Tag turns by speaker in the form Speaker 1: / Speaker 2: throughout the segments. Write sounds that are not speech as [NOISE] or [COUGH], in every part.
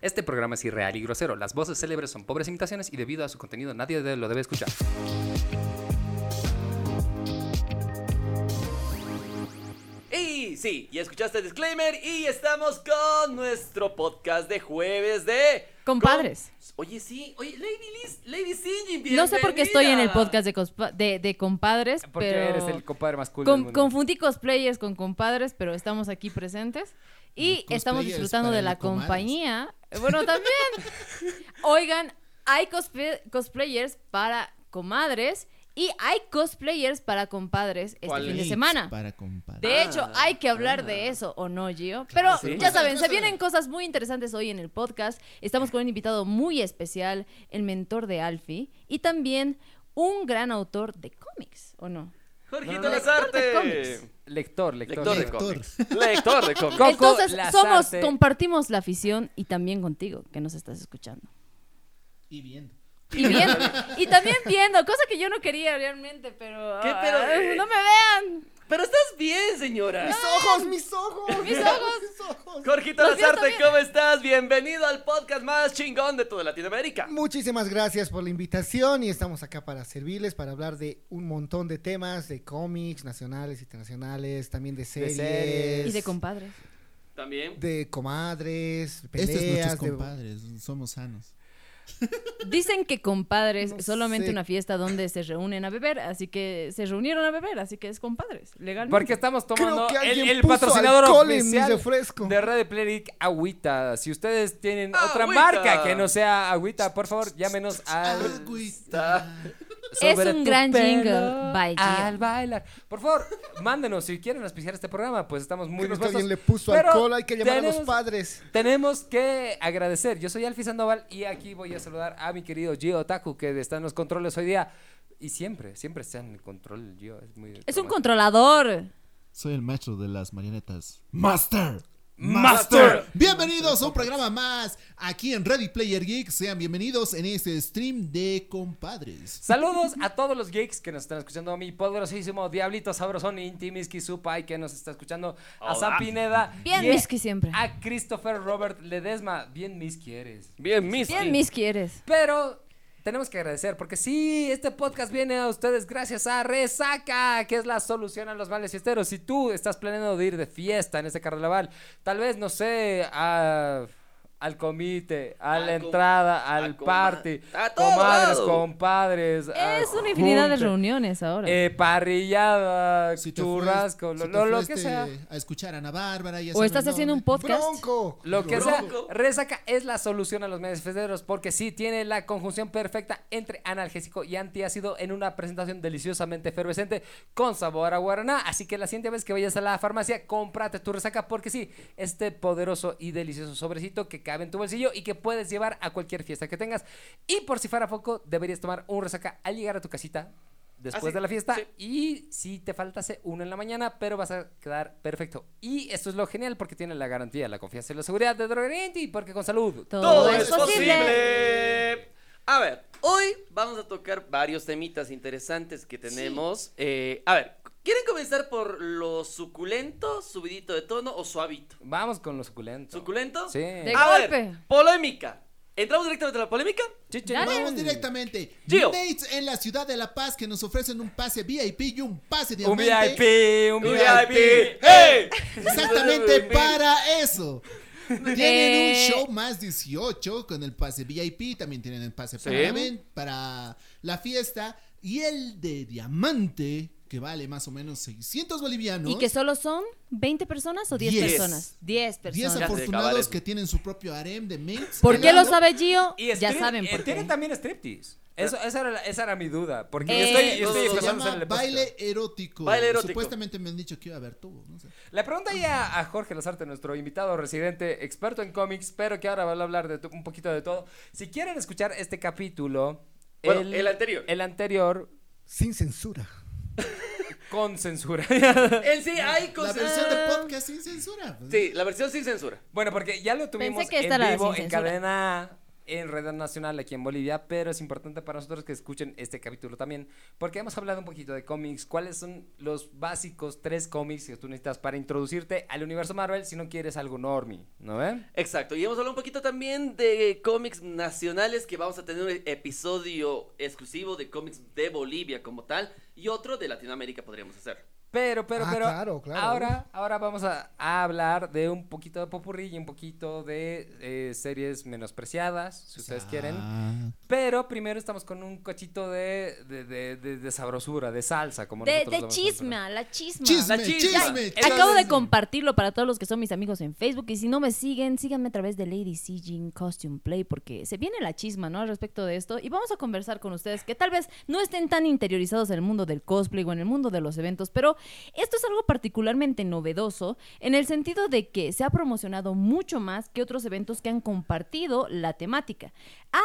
Speaker 1: Este programa es irreal y grosero. Las voces célebres son pobres imitaciones y debido a su contenido nadie de- lo debe escuchar.
Speaker 2: Y sí, ya escuchaste el disclaimer y estamos con nuestro podcast de jueves de...
Speaker 3: Compadres.
Speaker 2: Con- Oye, sí, oye, Lady Liz, Lady Singing,
Speaker 3: No sé por qué estoy en el podcast de, cospa- de, de compadres,
Speaker 1: Porque
Speaker 3: pero
Speaker 1: eres el compadre más cool del
Speaker 3: con-
Speaker 1: mundo.
Speaker 3: confundí cosplayers con compadres, pero estamos aquí presentes y
Speaker 4: Los
Speaker 3: estamos
Speaker 4: cosplayers
Speaker 3: disfrutando
Speaker 4: para
Speaker 3: de la
Speaker 4: los comadres.
Speaker 3: compañía. Bueno,
Speaker 4: [LAUGHS]
Speaker 3: también. Oigan, hay cospe- cosplayers para comadres y hay cosplayers para compadres este
Speaker 2: ¿Cuál
Speaker 3: fin de
Speaker 4: Links
Speaker 3: semana.
Speaker 4: Para compadre.
Speaker 3: De
Speaker 2: Ah,
Speaker 3: hecho, hay que hablar de eso, ¿o no, Gio? Pero
Speaker 2: sí.
Speaker 3: ya saben, se vienen cosas muy interesantes hoy en el podcast. Estamos con un invitado muy especial, el mentor de Alfie, y también un gran autor de cómics, ¿o no?
Speaker 2: Jorgito
Speaker 1: No, no, no.
Speaker 3: De
Speaker 2: Lazarte.
Speaker 3: cómics.
Speaker 1: Lector, lector.
Speaker 2: Lector de [LAUGHS]
Speaker 4: Lector.
Speaker 2: cómics. Lector de cómics.
Speaker 1: Coco
Speaker 3: Entonces, somos,
Speaker 1: Lazarte.
Speaker 3: compartimos la afición y también contigo, que nos estás escuchando.
Speaker 4: Y viendo.
Speaker 3: Y, viendo- y también viendo, cosa que yo no quería realmente, pero...
Speaker 2: ¿Qué, pero,
Speaker 3: ah,
Speaker 2: eh?
Speaker 3: ¡No me vean!
Speaker 2: Pero estás bien, señora.
Speaker 4: ojos, mis ojos! [LAUGHS]
Speaker 3: Mis ojos.
Speaker 4: ¡Mis ojos!
Speaker 2: Jorgito
Speaker 3: Los míos
Speaker 2: Lazarte,
Speaker 3: también.
Speaker 2: ¿cómo estás? Bienvenido al podcast más chingón de toda Latinoamérica.
Speaker 4: Muchísimas gracias por la invitación y estamos acá para servirles, para hablar de un montón de temas, de cómics nacionales, internacionales, también de series.
Speaker 1: series.
Speaker 3: Y de compadres.
Speaker 2: También.
Speaker 4: de comadres, peleas.
Speaker 5: Estos nuestros
Speaker 4: de-
Speaker 5: compadres, somos sanos.
Speaker 3: Dicen que compadres
Speaker 4: No
Speaker 3: es solamente
Speaker 4: sé.
Speaker 3: una fiesta donde se reúnen a beber, así que se reunieron a beber, así que es compadres, legalmente.
Speaker 1: Porque estamos tomando
Speaker 4: Creo que
Speaker 1: el,
Speaker 4: alguien
Speaker 1: el
Speaker 4: puso
Speaker 1: patrocinador
Speaker 4: alcohol en mi
Speaker 1: oficial
Speaker 4: refresco.
Speaker 1: de Red Player Agüita. Si ustedes tienen otra
Speaker 2: Agüita.
Speaker 1: marca que no sea Agüita, por favor, llámenos al...
Speaker 5: Agüita.
Speaker 3: Es
Speaker 1: Sobre
Speaker 3: un
Speaker 1: tu
Speaker 3: gran
Speaker 1: pelo
Speaker 3: jingle by Gio.
Speaker 1: Al bailar. Por favor, mándenos si quieren auspiciar este programa, pues estamos muy
Speaker 4: Creo que
Speaker 1: dispuestos.
Speaker 4: alguien le puso
Speaker 1: Pero
Speaker 4: alcohol, hay que llamar a los
Speaker 1: tenemos-
Speaker 4: padres.
Speaker 1: Tenemos que agradecer. Yo soy Alfie Sandoval y aquí voy a saludar a mi querido Gio Taku, que está en los controles hoy día. Y siempre, siempre está en el control, Gio. Es, muy
Speaker 3: Es un controlador.
Speaker 5: Soy el maestro de las marionetas. ¡Master!
Speaker 1: ¡Master!
Speaker 5: Bienvenidos a un programa más aquí en Ready Player Geek. Sean bienvenidos en este stream de compadres.
Speaker 1: Saludos a todos los geeks que nos están escuchando, a mi poderosísimo Diablito Sabrosón, Intimiski Supai, que nos está escuchando, a
Speaker 2: Hola.
Speaker 1: Sam Pineda.
Speaker 3: Bien
Speaker 1: y a-
Speaker 3: Miski siempre.
Speaker 1: A Christopher Robert Ledesma. Bien Miski eres.
Speaker 2: Bien, Miss.
Speaker 3: Bien mis quieres.
Speaker 1: Pero tenemos que agradecer porque sí, este podcast viene a ustedes gracias a Resaca, que es la solución a los males fiesteros. Si tú estás planeando de ir de fiesta en este carnaval, tal vez, no sé, a- al comité, a
Speaker 2: Al
Speaker 1: la
Speaker 2: com-
Speaker 1: entrada,
Speaker 2: al
Speaker 1: al
Speaker 2: coma-
Speaker 1: party,
Speaker 2: a todo
Speaker 1: comadres,
Speaker 2: lado.
Speaker 1: compadres. a
Speaker 3: Es una infinidad de
Speaker 1: Ah, junta,
Speaker 3: reuniones ahora.
Speaker 1: eh, parrillada,
Speaker 5: Si te
Speaker 1: churrasco,
Speaker 5: fues-
Speaker 1: lo,
Speaker 5: si te
Speaker 1: lo- lo
Speaker 5: fueste
Speaker 1: que sea.
Speaker 5: A escuchar a Ana Bárbara. ya
Speaker 3: o
Speaker 5: saben
Speaker 3: estás haciendo un
Speaker 5: dónde.
Speaker 3: podcast.
Speaker 4: ¡Bronco!
Speaker 1: Lo que sea,
Speaker 2: Bronco.
Speaker 1: Resaca es la solución a los medios festeros porque sí tiene la conjunción perfecta entre analgésico y antiácido en una presentación deliciosamente efervescente con sabor a guaraná. Así que la siguiente vez que vayas a la farmacia, cómprate tu Resaca porque sí, este poderoso y delicioso sobrecito que cabe en tu bolsillo y que puedes llevar a cualquier fiesta que tengas. Y por si fuera poco, deberías tomar un Resaca al llegar a tu casita. Después
Speaker 2: Ah, sí,
Speaker 1: de la fiesta
Speaker 2: sí.
Speaker 1: y si te faltase uno en la mañana, pero vas a quedar perfecto. Y esto es lo genial porque tiene la garantía, la confianza y la seguridad de Droguería y porque con salud.
Speaker 3: Todo
Speaker 2: Todo
Speaker 3: es
Speaker 2: es posible. A ver, hoy vamos a tocar varios temitas interesantes que tenemos. Eh, a ver, ¿quieren comenzar por lo suculento, subidito de tono o suavito?
Speaker 1: Vamos con los suculentos.
Speaker 2: ¿Suculento?
Speaker 1: Sí.
Speaker 3: De-
Speaker 2: A ver,
Speaker 3: golpe.
Speaker 2: polémica. ¿Entramos directamente a la polémica?
Speaker 1: Chiche-
Speaker 3: Dale.
Speaker 5: Vamos directamente.
Speaker 2: Ah, Gio.
Speaker 5: Nates en la ciudad de La Paz que nos ofrecen un pase VIP y un pase de
Speaker 1: Un VIP, un VIP.
Speaker 2: ¡Hey! [LAUGHS]
Speaker 5: Exactamente para eso. Tienen
Speaker 3: Eh.
Speaker 5: un show más 18 con el pase VIP, también tienen el pase
Speaker 2: Sí.
Speaker 5: para, la ven- para la fiesta y el de diamante que vale más o menos 600 bolivianos.
Speaker 3: ¿Y que solo son 20 personas o 10
Speaker 5: Diez.
Speaker 3: personas? 10
Speaker 5: 10
Speaker 3: personas.
Speaker 2: afor-
Speaker 5: afortunados
Speaker 2: cabales.
Speaker 5: que tienen su propio harem de mates.
Speaker 3: ¿Por qué lo
Speaker 5: helado.
Speaker 3: sabe Gio?
Speaker 1: Y
Speaker 3: Ya
Speaker 1: strip-
Speaker 3: saben
Speaker 1: eh,
Speaker 3: por
Speaker 1: Tiene
Speaker 3: qué.
Speaker 1: también striptease. Eso, esa, era, la- esa era mi duda. Porque yo
Speaker 3: Eh,
Speaker 1: estoy, yo estoy
Speaker 2: todo se
Speaker 5: Se
Speaker 1: empezando a hacer
Speaker 5: llama
Speaker 1: el
Speaker 5: baile erótico.
Speaker 2: Baile erótico.
Speaker 5: Supuestamente me han dicho que iba a haber tubo. No sé.
Speaker 1: La pregunta ya a Jorge Lazarte, nuestro invitado residente, experto en cómics, pero que ahora va a hablar de tu- un poquito de todo. Si quieren escuchar este capítulo,
Speaker 2: Bueno, el anterior.
Speaker 1: el anterior
Speaker 4: Sin censura.
Speaker 1: con censura. [LAUGHS]
Speaker 2: En sí hay
Speaker 5: La
Speaker 2: cosas.
Speaker 5: versión de podcast sin censura. pues,
Speaker 2: Sí, la versión sin censura.
Speaker 1: bueno, porque ya lo tuvimos
Speaker 3: que esta
Speaker 1: en
Speaker 3: era
Speaker 1: vivo
Speaker 3: sin
Speaker 1: en
Speaker 3: censura.
Speaker 1: cadena en Red Nacional aquí en Bolivia, pero es importante para nosotros que escuchen este capítulo también, porque hemos hablado un poquito de cómics, cuáles son los básicos tres cómics que tú necesitas para introducirte al universo Marvel si no quieres algo normie, ¿no ven?
Speaker 2: Exacto, y hemos hablado un poquito también de cómics nacionales, que vamos a tener un episodio exclusivo de cómics de Bolivia como tal, y otro de Latinoamérica podríamos hacer.
Speaker 1: Pero, pero,
Speaker 4: Ah,
Speaker 1: pero.
Speaker 4: claro, claro.
Speaker 1: Ahora, ahora vamos a, a hablar de un poquito de popurrí y un poquito de eh, series menospreciadas, si ustedes quieren.
Speaker 5: Ah,
Speaker 1: Pero primero estamos con un cochito de, de, de, de- de sabrosura, de salsa, como
Speaker 3: De,
Speaker 1: nosotros
Speaker 3: de
Speaker 1: lo vamos a
Speaker 3: chisma, la chisma.
Speaker 5: Chisme,
Speaker 1: La
Speaker 5: chisme,
Speaker 1: chisma.
Speaker 5: chisme.
Speaker 1: Ya,
Speaker 3: Acabo de compartirlo para todos los que son mis amigos en Facebook. Y si no me siguen, síganme a través de Lady Sijin Costume Play, porque se viene la chisma, ¿no? Al respecto de esto. Y vamos a conversar con ustedes que tal vez no estén tan interiorizados en el mundo del cosplay o en el mundo de los eventos, pero esto es algo particularmente novedoso en el sentido de que se ha promocionado mucho más que otros eventos que han compartido la temática. Ha,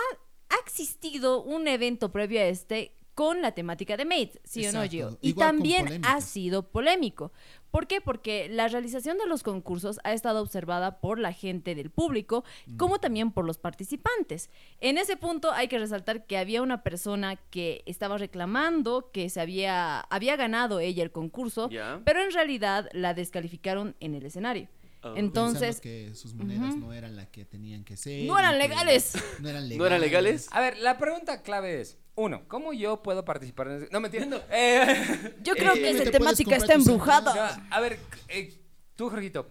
Speaker 3: ha existido un evento previo a este con la temática de Maids, ¿sí o no,
Speaker 5: Exacto.
Speaker 3: Gio? Y
Speaker 5: Igual con
Speaker 3: también
Speaker 5: polémica.
Speaker 3: ha sido polémico. ¿Por qué? Porque la realización de los concursos ha estado observada por la gente del público, como también por los participantes. En ese punto hay que resaltar que había una persona que estaba reclamando que se había, había ganado ella el concurso,
Speaker 2: Ya.
Speaker 3: pero en realidad la descalificaron en el escenario.
Speaker 2: Oh.
Speaker 3: Entonces,
Speaker 5: pensando que sus monedas no eran las que tenían que ser.
Speaker 3: No eran
Speaker 5: y que
Speaker 3: legales.
Speaker 5: No eran legales.
Speaker 2: [LAUGHS] ¿No eran legales?
Speaker 1: A ver, la pregunta clave es, uno, ¿cómo yo puedo participar en ese- No, mentira. Eh, [LAUGHS]
Speaker 3: yo creo
Speaker 2: eh,
Speaker 3: que esa
Speaker 5: te puedes
Speaker 3: temática
Speaker 5: comprar
Speaker 3: está
Speaker 5: tus
Speaker 3: embrujada.
Speaker 1: no, a ver, eh, tú, Jorgito,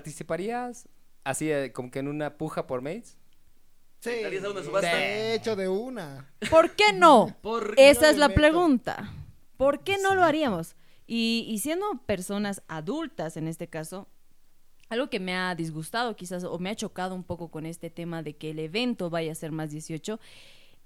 Speaker 1: ¿participarías así eh, como que en una puja por mates?
Speaker 4: Sí.
Speaker 2: ¿Darías a una subasta?
Speaker 4: De hecho, de una.
Speaker 3: ¿Por qué no?
Speaker 2: [LAUGHS] ¿Por qué
Speaker 3: Esa
Speaker 4: no
Speaker 3: es la
Speaker 4: me meto?
Speaker 3: pregunta. ¿Por qué no lo haríamos? Y, y siendo personas adultas en este caso, algo que me ha disgustado quizás o me ha chocado un poco con este tema de que el evento vaya a ser más 18,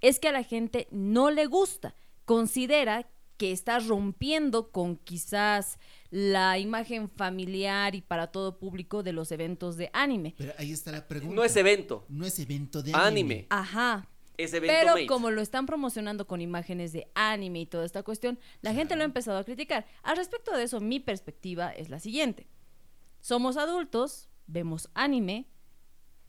Speaker 3: es que a la gente no le gusta, considera que está rompiendo con quizás la imagen familiar y para todo público de los eventos de anime.
Speaker 5: Pero ahí está la pregunta.
Speaker 2: No es evento,
Speaker 5: No es evento de
Speaker 2: Anime.
Speaker 5: anime.
Speaker 3: Ajá,
Speaker 2: es evento
Speaker 3: Pero
Speaker 2: mate.
Speaker 3: como lo están promocionando con imágenes de anime y toda esta cuestión, la gente lo ha empezado a criticar. Al respecto de eso, mi perspectiva es la siguiente. Somos adultos, vemos anime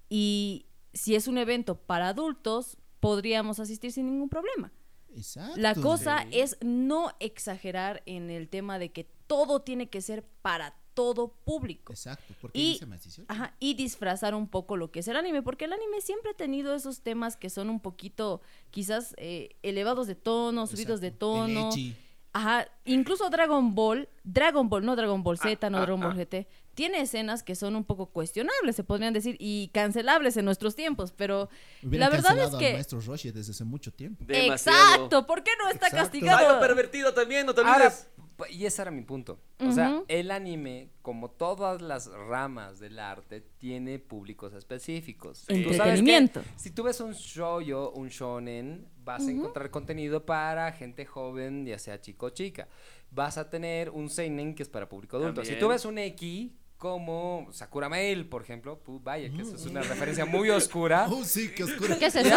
Speaker 3: y si es un evento para adultos, podríamos asistir sin ningún problema.
Speaker 5: Exacto.
Speaker 3: La cosa es no exagerar en el tema de que todo tiene que ser para todo público.
Speaker 5: Exacto, porque
Speaker 3: Y,
Speaker 5: dice más 18.
Speaker 3: ajá, y disfrazar un poco lo que es el anime, porque el anime siempre ha tenido esos temas que son un poquito, quizás, eh, elevados de tono, subidos de
Speaker 5: Exacto. El
Speaker 3: tono.
Speaker 5: ecchi.
Speaker 3: Ajá, incluso Dragon Ball, Dragon Ball, no Dragon Ball Z, no
Speaker 2: ah,
Speaker 3: Dragon Ball
Speaker 2: ah.
Speaker 3: GT, tiene escenas que son un poco cuestionables, se podrían decir, y cancelables en nuestros tiempos, pero
Speaker 5: Hubieran
Speaker 3: la verdad es
Speaker 5: cancelado al
Speaker 3: que...
Speaker 5: maestro Roshi desde hace mucho tiempo.
Speaker 2: Demasiado.
Speaker 3: Exacto, ¿por qué no está
Speaker 4: Exacto.
Speaker 2: Algo
Speaker 3: castigado?
Speaker 2: pervertido también, no te olvides.
Speaker 1: Ahora, p- y ese era mi punto. O sea,
Speaker 3: Ujú.
Speaker 1: el anime, como todas las ramas del arte, tiene públicos específicos. Tú sabes que
Speaker 3: Entretenimiento.
Speaker 1: si tú ves un shoujo, un shonen, vas a encontrar contenido para gente joven, ya sea chico o chica. Vas a tener un seinen que es para público adulto. Si tú
Speaker 2: También.
Speaker 1: ves un X como Sakura Mail, por ejemplo, pu- vaya, que eso es una referencia muy
Speaker 2: Ah.
Speaker 1: oscura.
Speaker 5: Oh, sí, qué oscuro.
Speaker 3: ¿Qué es eso?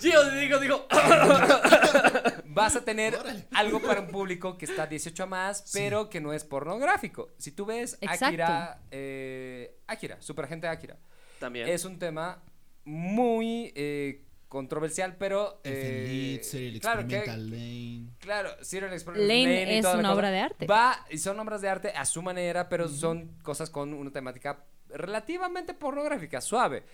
Speaker 2: Gio, digo, digo.
Speaker 1: vas a tener
Speaker 5: Órale.
Speaker 1: algo para un público que está 18 a más, pero que no es pornográfico. Si tú ves
Speaker 3: Exacto.
Speaker 1: Akira, eh, Akira, Superagente Akira,
Speaker 2: [COUGHS] También.
Speaker 1: es un tema muy eh, controversial, pero eh,
Speaker 5: Defendid, Serial
Speaker 1: claro que
Speaker 5: Experimental Lane.
Speaker 1: Claro, Serial Experimental
Speaker 3: Lane
Speaker 1: y
Speaker 3: es
Speaker 1: toda la
Speaker 3: una
Speaker 1: cosa.
Speaker 3: obra de arte.
Speaker 1: Va, y son obras de arte a su manera, pero son cosas con una temática relativamente pornográfica, suave.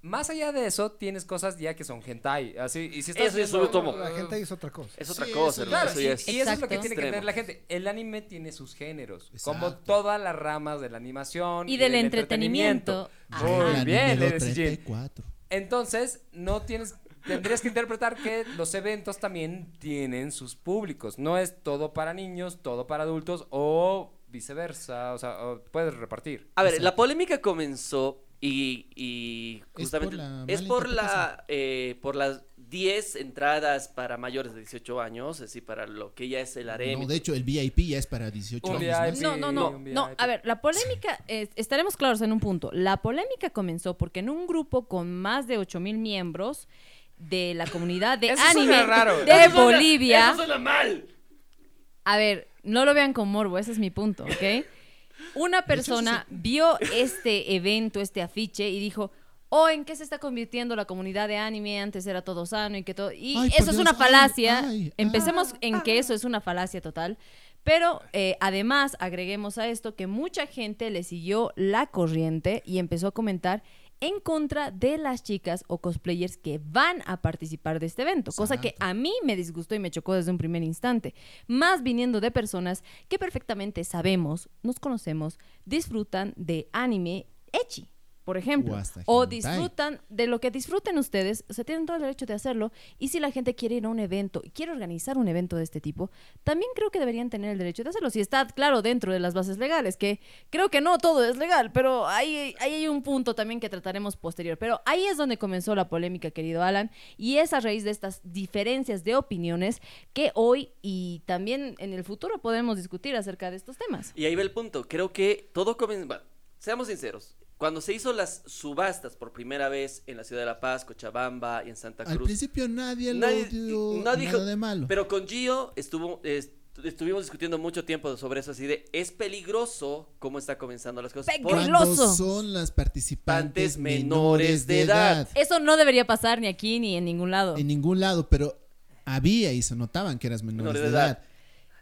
Speaker 1: Más allá de eso, tienes cosas ya que son hentai, así, y si estás
Speaker 2: Eso ya es
Speaker 1: viendo-
Speaker 2: otro tomo.
Speaker 4: La gente hizo otra cosa.
Speaker 2: Es otra
Speaker 5: Sí,
Speaker 2: cosa,
Speaker 5: eso
Speaker 2: hermano,
Speaker 1: Claro,
Speaker 2: eso
Speaker 1: y,
Speaker 2: ya
Speaker 1: y
Speaker 2: es.
Speaker 1: eso es lo que
Speaker 3: Exacto.
Speaker 1: tiene que entender
Speaker 2: Extremo.
Speaker 1: la gente. El anime tiene sus géneros, como
Speaker 5: Exacto.
Speaker 1: todas las ramas de la animación
Speaker 3: Y del entretenimiento.
Speaker 1: Muy
Speaker 5: Regla
Speaker 1: bien,
Speaker 5: número
Speaker 1: Lady Jane.
Speaker 5: 34.
Speaker 1: Entonces, no tienes tendrías que interpretar que los eventos también tienen sus públicos, no es todo para niños, todo para adultos o viceversa, o sea, o puedes repartir.
Speaker 2: A ver,
Speaker 5: Exacto.
Speaker 2: la polémica comenzó y, y
Speaker 5: por
Speaker 2: justamente
Speaker 5: la
Speaker 2: es por la
Speaker 5: malinterpretación.
Speaker 2: eh, por las 10 entradas para mayores de 18 años, así para lo que ya es el harem.
Speaker 5: No, de hecho, el VIP ya es para 18
Speaker 1: Un
Speaker 5: años.
Speaker 1: VIP.
Speaker 5: ¿no?
Speaker 3: No, no,
Speaker 1: Sí,
Speaker 3: no,
Speaker 1: un
Speaker 3: no.
Speaker 1: VIP.
Speaker 3: A ver, la polémica, es- estaremos claros en un punto. La polémica comenzó porque en un grupo con más de 8000 miembros de la comunidad
Speaker 2: [LAUGHS]
Speaker 3: de
Speaker 1: Eso
Speaker 3: anime
Speaker 1: suena raro.
Speaker 3: de
Speaker 2: Eso suena-
Speaker 3: Bolivia.
Speaker 2: Eso suena mal.
Speaker 3: A ver, no lo vean con morbo, ese es mi
Speaker 2: [LAUGHS]
Speaker 3: punto, ¿ok? Una persona vio este evento, este afiche y dijo, o en qué se está convirtiendo la comunidad de anime, antes era todo sano y que todo... Y
Speaker 5: Ay, por
Speaker 3: eso es
Speaker 5: Dios,
Speaker 3: una
Speaker 5: ay,
Speaker 3: falacia.
Speaker 5: ay,
Speaker 3: Empecemos en que eso es una falacia total. Pero eh, además agreguemos a esto que mucha gente le siguió la corriente y empezó a comentar en contra de las chicas o cosplayers que van a participar de este evento, cosa que
Speaker 5: Exacto.
Speaker 3: a mí me disgustó y me chocó desde un primer instante, más viniendo de personas que perfectamente sabemos, nos conocemos, disfrutan de anime echi, por ejemplo,
Speaker 5: O hasta
Speaker 3: o
Speaker 5: hentai.
Speaker 3: disfrutan de lo que disfruten ustedes, o sea, tienen todo el derecho de hacerlo, y si la gente quiere ir a un evento y quiere organizar un evento de este tipo, también creo que deberían tener el derecho de hacerlo, si está claro dentro de las bases legales, que creo que no todo es legal, pero ahí, ahí hay un punto también que trataremos posterior, pero ahí es donde comenzó la polémica, querido Alan, y es a raíz de estas diferencias de opiniones que hoy y también en el futuro podemos discutir acerca de estos temas.
Speaker 2: Y ahí va el punto. Creo que todo comienza. bueno, seamos sinceros. Cuando se hizo las subastas por primera vez en la ciudad de La Paz, Cochabamba y en Santa
Speaker 5: Al
Speaker 2: Cruz,
Speaker 5: principio nadie,
Speaker 2: Nadie-
Speaker 5: lo dio
Speaker 2: no dijo-
Speaker 5: nada de malo.
Speaker 2: Pero con Gio estuvo, est- estuvimos discutiendo mucho tiempo sobre eso, así de es peligroso cómo está comenzando las cosas.
Speaker 3: Pegro-
Speaker 2: Porque
Speaker 5: Cuando
Speaker 3: Grosso.
Speaker 5: son las participantes
Speaker 2: Pantes
Speaker 5: menores de edad.
Speaker 3: Eso no debería pasar ni aquí ni en ningún lado.
Speaker 5: En ningún lado, pero había y se notaban que eras menores
Speaker 2: Menores
Speaker 5: de
Speaker 2: de edad.
Speaker 5: edad.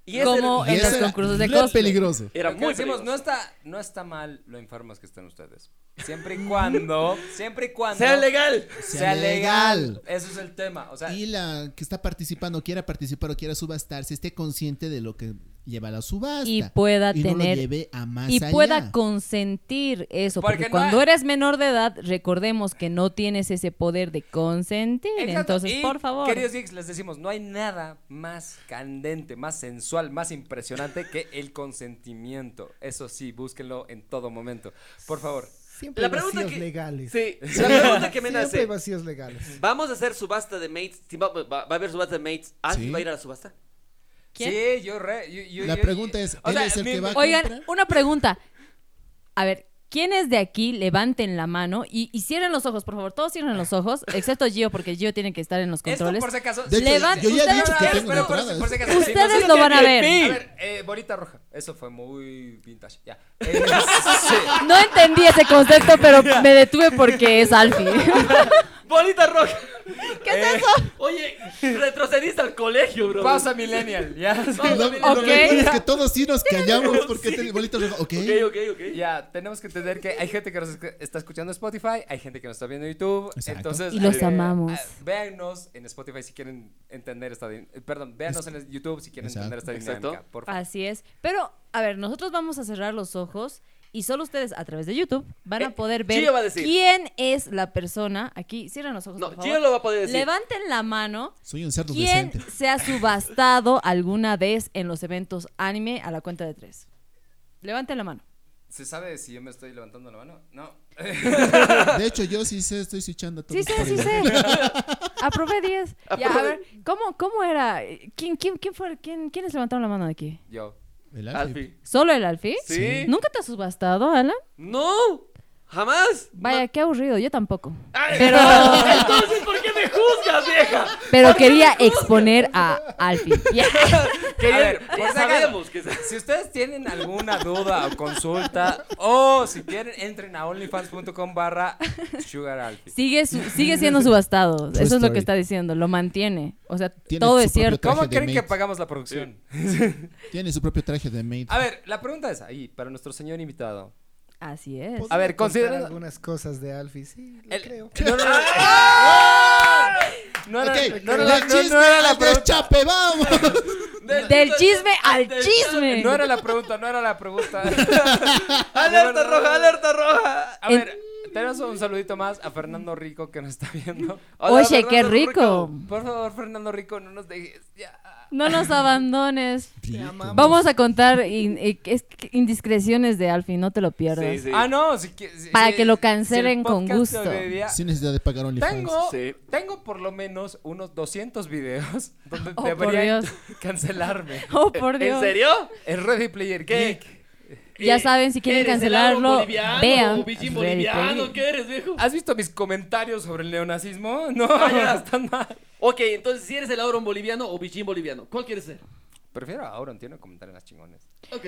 Speaker 2: y es
Speaker 3: Como
Speaker 2: el-
Speaker 5: Y
Speaker 3: en
Speaker 5: eso
Speaker 3: los
Speaker 5: era
Speaker 3: concursos de
Speaker 5: re
Speaker 3: cosplay.
Speaker 5: peligroso.
Speaker 2: era
Speaker 1: Lo que
Speaker 2: muy
Speaker 1: decimos, no
Speaker 2: peligroso.
Speaker 1: está, no está mal lo enfermos que están ustedes. Siempre y
Speaker 2: [LAUGHS]
Speaker 1: cuando, siempre y cuando
Speaker 2: Sea legal.
Speaker 1: sea
Speaker 5: Sea
Speaker 1: legal.
Speaker 5: legal.
Speaker 1: Eso es el tema. O sea,
Speaker 5: Y la que está participando, quiera participar o quiera subastarse, esté consciente de lo que lleva la subasta.
Speaker 3: Y pueda
Speaker 5: Y No lo
Speaker 3: tener-
Speaker 5: lleve a más
Speaker 3: y
Speaker 5: allá.
Speaker 3: pueda consentir eso, porque,
Speaker 1: Porque no
Speaker 3: cuando
Speaker 1: hay-
Speaker 3: eres menor de edad, recordemos que no tienes ese poder de consentir.
Speaker 1: Exacto,
Speaker 3: Entonces,
Speaker 1: y,
Speaker 3: por favor.
Speaker 1: Queridos geeks, les decimos, no hay nada más candente, más sensual, más impresionante que el consentimiento. Eso sí, búsquenlo en todo momento. Por favor.
Speaker 4: Siempre
Speaker 2: La
Speaker 4: hay
Speaker 2: pregunta
Speaker 4: vacíos
Speaker 2: que,
Speaker 4: legales.
Speaker 2: sí, la pregunta
Speaker 5: [LAUGHS]
Speaker 2: que me
Speaker 4: Siempre hay
Speaker 2: nace.
Speaker 4: vacíos legales.
Speaker 2: Vamos a hacer subasta de mates. Si va, va- va a haber subasta de mates. ¿Ash
Speaker 5: Sí.
Speaker 2: va a ir a la subasta?
Speaker 3: ¿Quién?
Speaker 1: Sí, yo re. yo- yo-
Speaker 5: La
Speaker 1: yo-
Speaker 5: pregunta es,
Speaker 1: o
Speaker 5: ¿él
Speaker 1: sea,
Speaker 5: es el
Speaker 1: mi-
Speaker 5: que va a
Speaker 3: Oigan,
Speaker 5: comprar?
Speaker 3: una pregunta. A ver, ¿quiénes de aquí levanten la mano y, y cierren los ojos, por favor? Todos cierren los ojos, excepto Gio, porque Gio tiene que estar en los
Speaker 1: Esto
Speaker 3: controles.
Speaker 1: por si acaso.
Speaker 5: De hecho,
Speaker 3: Levan-
Speaker 5: yo ya he
Speaker 3: ustedes-
Speaker 5: dicho que
Speaker 1: Espera,
Speaker 5: tengo
Speaker 1: espera, por,
Speaker 5: entradas.
Speaker 1: por si acaso. sí, no
Speaker 3: Ustedes
Speaker 1: sé-
Speaker 3: lo van a ver.
Speaker 1: A ver, eh, bolita roja. Eso fue muy vintage. Ya. Eh, sí.
Speaker 3: No entendí ese concepto,
Speaker 1: [LAUGHS]
Speaker 3: pero me detuve porque es Alfie.
Speaker 2: ¡Bolita roja!
Speaker 3: [LAUGHS] ¿Qué es
Speaker 1: eh,
Speaker 3: eso?
Speaker 2: Oye, retrocediste al colegio, bro.
Speaker 1: Pausa millennial. Ya.
Speaker 3: [LAUGHS]
Speaker 5: Lo, lo
Speaker 3: Ok.
Speaker 5: mejor es que todos sí nos callamos porque te- el bolito rojo. Ok.
Speaker 2: Ok, ok, ok.
Speaker 1: Ya, tenemos que entender que hay gente que nos esc- está escuchando en Spotify, hay gente que nos está viendo en YouTube.
Speaker 5: Exacto.
Speaker 1: Entonces,
Speaker 3: Y los
Speaker 1: eh,
Speaker 3: amamos.
Speaker 1: ah, véanos en Spotify si quieren entender esta din- eh, Perdón, véanos en YouTube si quieren
Speaker 5: Exacto.
Speaker 1: entender esta
Speaker 2: Exacto.
Speaker 1: dinámica. Por favor.
Speaker 3: Así es. Pero, a ver, nosotros vamos a cerrar los ojos y solo ustedes a través de YouTube van
Speaker 2: Eh,
Speaker 3: a poder ver
Speaker 2: Gio va a decir.
Speaker 3: quién es la persona. Aquí, cierran los ojos.
Speaker 2: No,
Speaker 3: por favor.
Speaker 2: Gio lo va a poder decir.
Speaker 3: Levanten la mano.
Speaker 5: Soy un cerdo
Speaker 3: ¿Quién
Speaker 5: decente.
Speaker 3: se ha subastado alguna vez en los eventos anime a la cuenta de tres? Levanten la mano.
Speaker 1: ¿Se sabe si yo me estoy levantando la mano? No. [LAUGHS]
Speaker 5: De hecho, yo sí sé, estoy switchando a todos.
Speaker 3: Sí sé,
Speaker 5: por
Speaker 3: sí
Speaker 5: el-
Speaker 2: [LAUGHS]
Speaker 3: sé. Aprobé 10. Ya, a
Speaker 2: Aprobé.
Speaker 3: ver, ¿cómo, cómo era? ¿Quién, quién, quién fue? ¿Quién, ¿Quiénes levantaron la mano de aquí?
Speaker 1: Yo.
Speaker 5: El Alfie.
Speaker 2: Alfie.
Speaker 3: ¿Solo el Alfie?
Speaker 2: Sí.
Speaker 3: ¿Nunca te has subastado, Alan?
Speaker 2: ¡No! ¡Jamás!
Speaker 3: Vaya, qué aburrido. Yo tampoco.
Speaker 2: Ay.
Speaker 3: Pero,
Speaker 2: Entonces, ¿por qué me juzgas, vieja?
Speaker 3: pero quería exponer a
Speaker 2: [LAUGHS]
Speaker 3: Alfie. Ya.
Speaker 1: A ver,
Speaker 2: Quería-
Speaker 1: por si acaso.
Speaker 2: sabemos que
Speaker 1: Si ustedes tienen alguna duda o consulta, o si quieren, entren a onlyfans.com barra sugaralfie.
Speaker 3: Sigue, su- sigue siendo subastado.
Speaker 5: True
Speaker 3: Eso es lo que
Speaker 5: story.
Speaker 3: está diciendo. Lo mantiene. O sea,
Speaker 5: Tiene
Speaker 3: todo
Speaker 5: su
Speaker 3: es
Speaker 5: propio
Speaker 3: cierto.
Speaker 5: traje
Speaker 1: ¿Cómo
Speaker 5: de
Speaker 1: creen que
Speaker 5: maid.
Speaker 1: pagamos la producción?
Speaker 5: Tiene su propio traje de maid.
Speaker 1: A ver, la pregunta es ahí, para nuestro señor invitado.
Speaker 3: Así es.
Speaker 1: A ver,
Speaker 4: Podría contar
Speaker 1: considerando-
Speaker 4: algunas cosas de Alfie, sí, lo
Speaker 1: El-
Speaker 4: creo.
Speaker 1: [LAUGHS] No, no, no. ¡Ah! No era,
Speaker 5: Ok,
Speaker 1: no era
Speaker 5: del
Speaker 1: la, no-
Speaker 5: chisme
Speaker 1: no era la
Speaker 5: al
Speaker 1: pregunta.
Speaker 5: deschape, vamos.
Speaker 3: Del chisme al chisme.
Speaker 1: No era la pregunta, no era la pregunta.
Speaker 2: ¡Alerta roja, alerta roja!
Speaker 1: A ver, tenemos un saludito más a Fernando Rico que nos está viendo.
Speaker 2: Hola,
Speaker 3: Oye, qué
Speaker 2: Fernando
Speaker 3: rico.
Speaker 1: Por favor, Fernando Rico, no nos dejes. Ya.
Speaker 3: No nos abandones.
Speaker 5: Rico.
Speaker 4: amamos.
Speaker 3: Vamos a contar in- eh, es que indiscreciones de Alfie, no te lo pierdas.
Speaker 2: Sí, sí.
Speaker 1: Ah, no, si qui- si-
Speaker 3: Para
Speaker 1: si-
Speaker 3: que lo
Speaker 1: si el
Speaker 3: cancelen con
Speaker 1: podcast
Speaker 3: gusto.
Speaker 1: de hoy día-
Speaker 5: Sin necesidad de pagar OnlyFans.
Speaker 1: Tengo,
Speaker 2: Sí.
Speaker 1: tengo por lo menos unos 200 videos [LAUGHS] donde
Speaker 3: Oh, por
Speaker 1: deberían
Speaker 3: Dios.
Speaker 1: [LAUGHS] cancelarme.
Speaker 3: Oh, por
Speaker 2: [LAUGHS]
Speaker 3: Dios.
Speaker 2: ¿En serio?
Speaker 1: Es Ready Player
Speaker 2: ¿Qué?
Speaker 1: Geek.
Speaker 3: Ya
Speaker 2: Eh,
Speaker 3: saben, si quieren
Speaker 2: ¿eres
Speaker 3: cancelarlo,
Speaker 2: helado boliviano,
Speaker 3: vean
Speaker 2: bichín
Speaker 3: Ready
Speaker 2: boliviano,
Speaker 3: Player.
Speaker 2: ¿qué eres, viejo?
Speaker 1: ¿Has visto mis comentarios sobre el neonazismo? No,
Speaker 2: ya.
Speaker 1: [LAUGHS] están mal.
Speaker 2: Ok, entonces, si eres el Auron boliviano o bichín boliviano, ¿cuál quieres ser?
Speaker 1: Prefiero a Auron, tiene comentarios más chingones.
Speaker 2: Ok.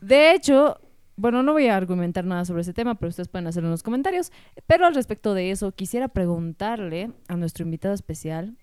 Speaker 3: De hecho, Bueno, no voy a argumentar nada sobre ese tema, pero ustedes pueden hacerlo en los comentarios. Pero al respecto de eso, quisiera preguntarle a nuestro invitado especial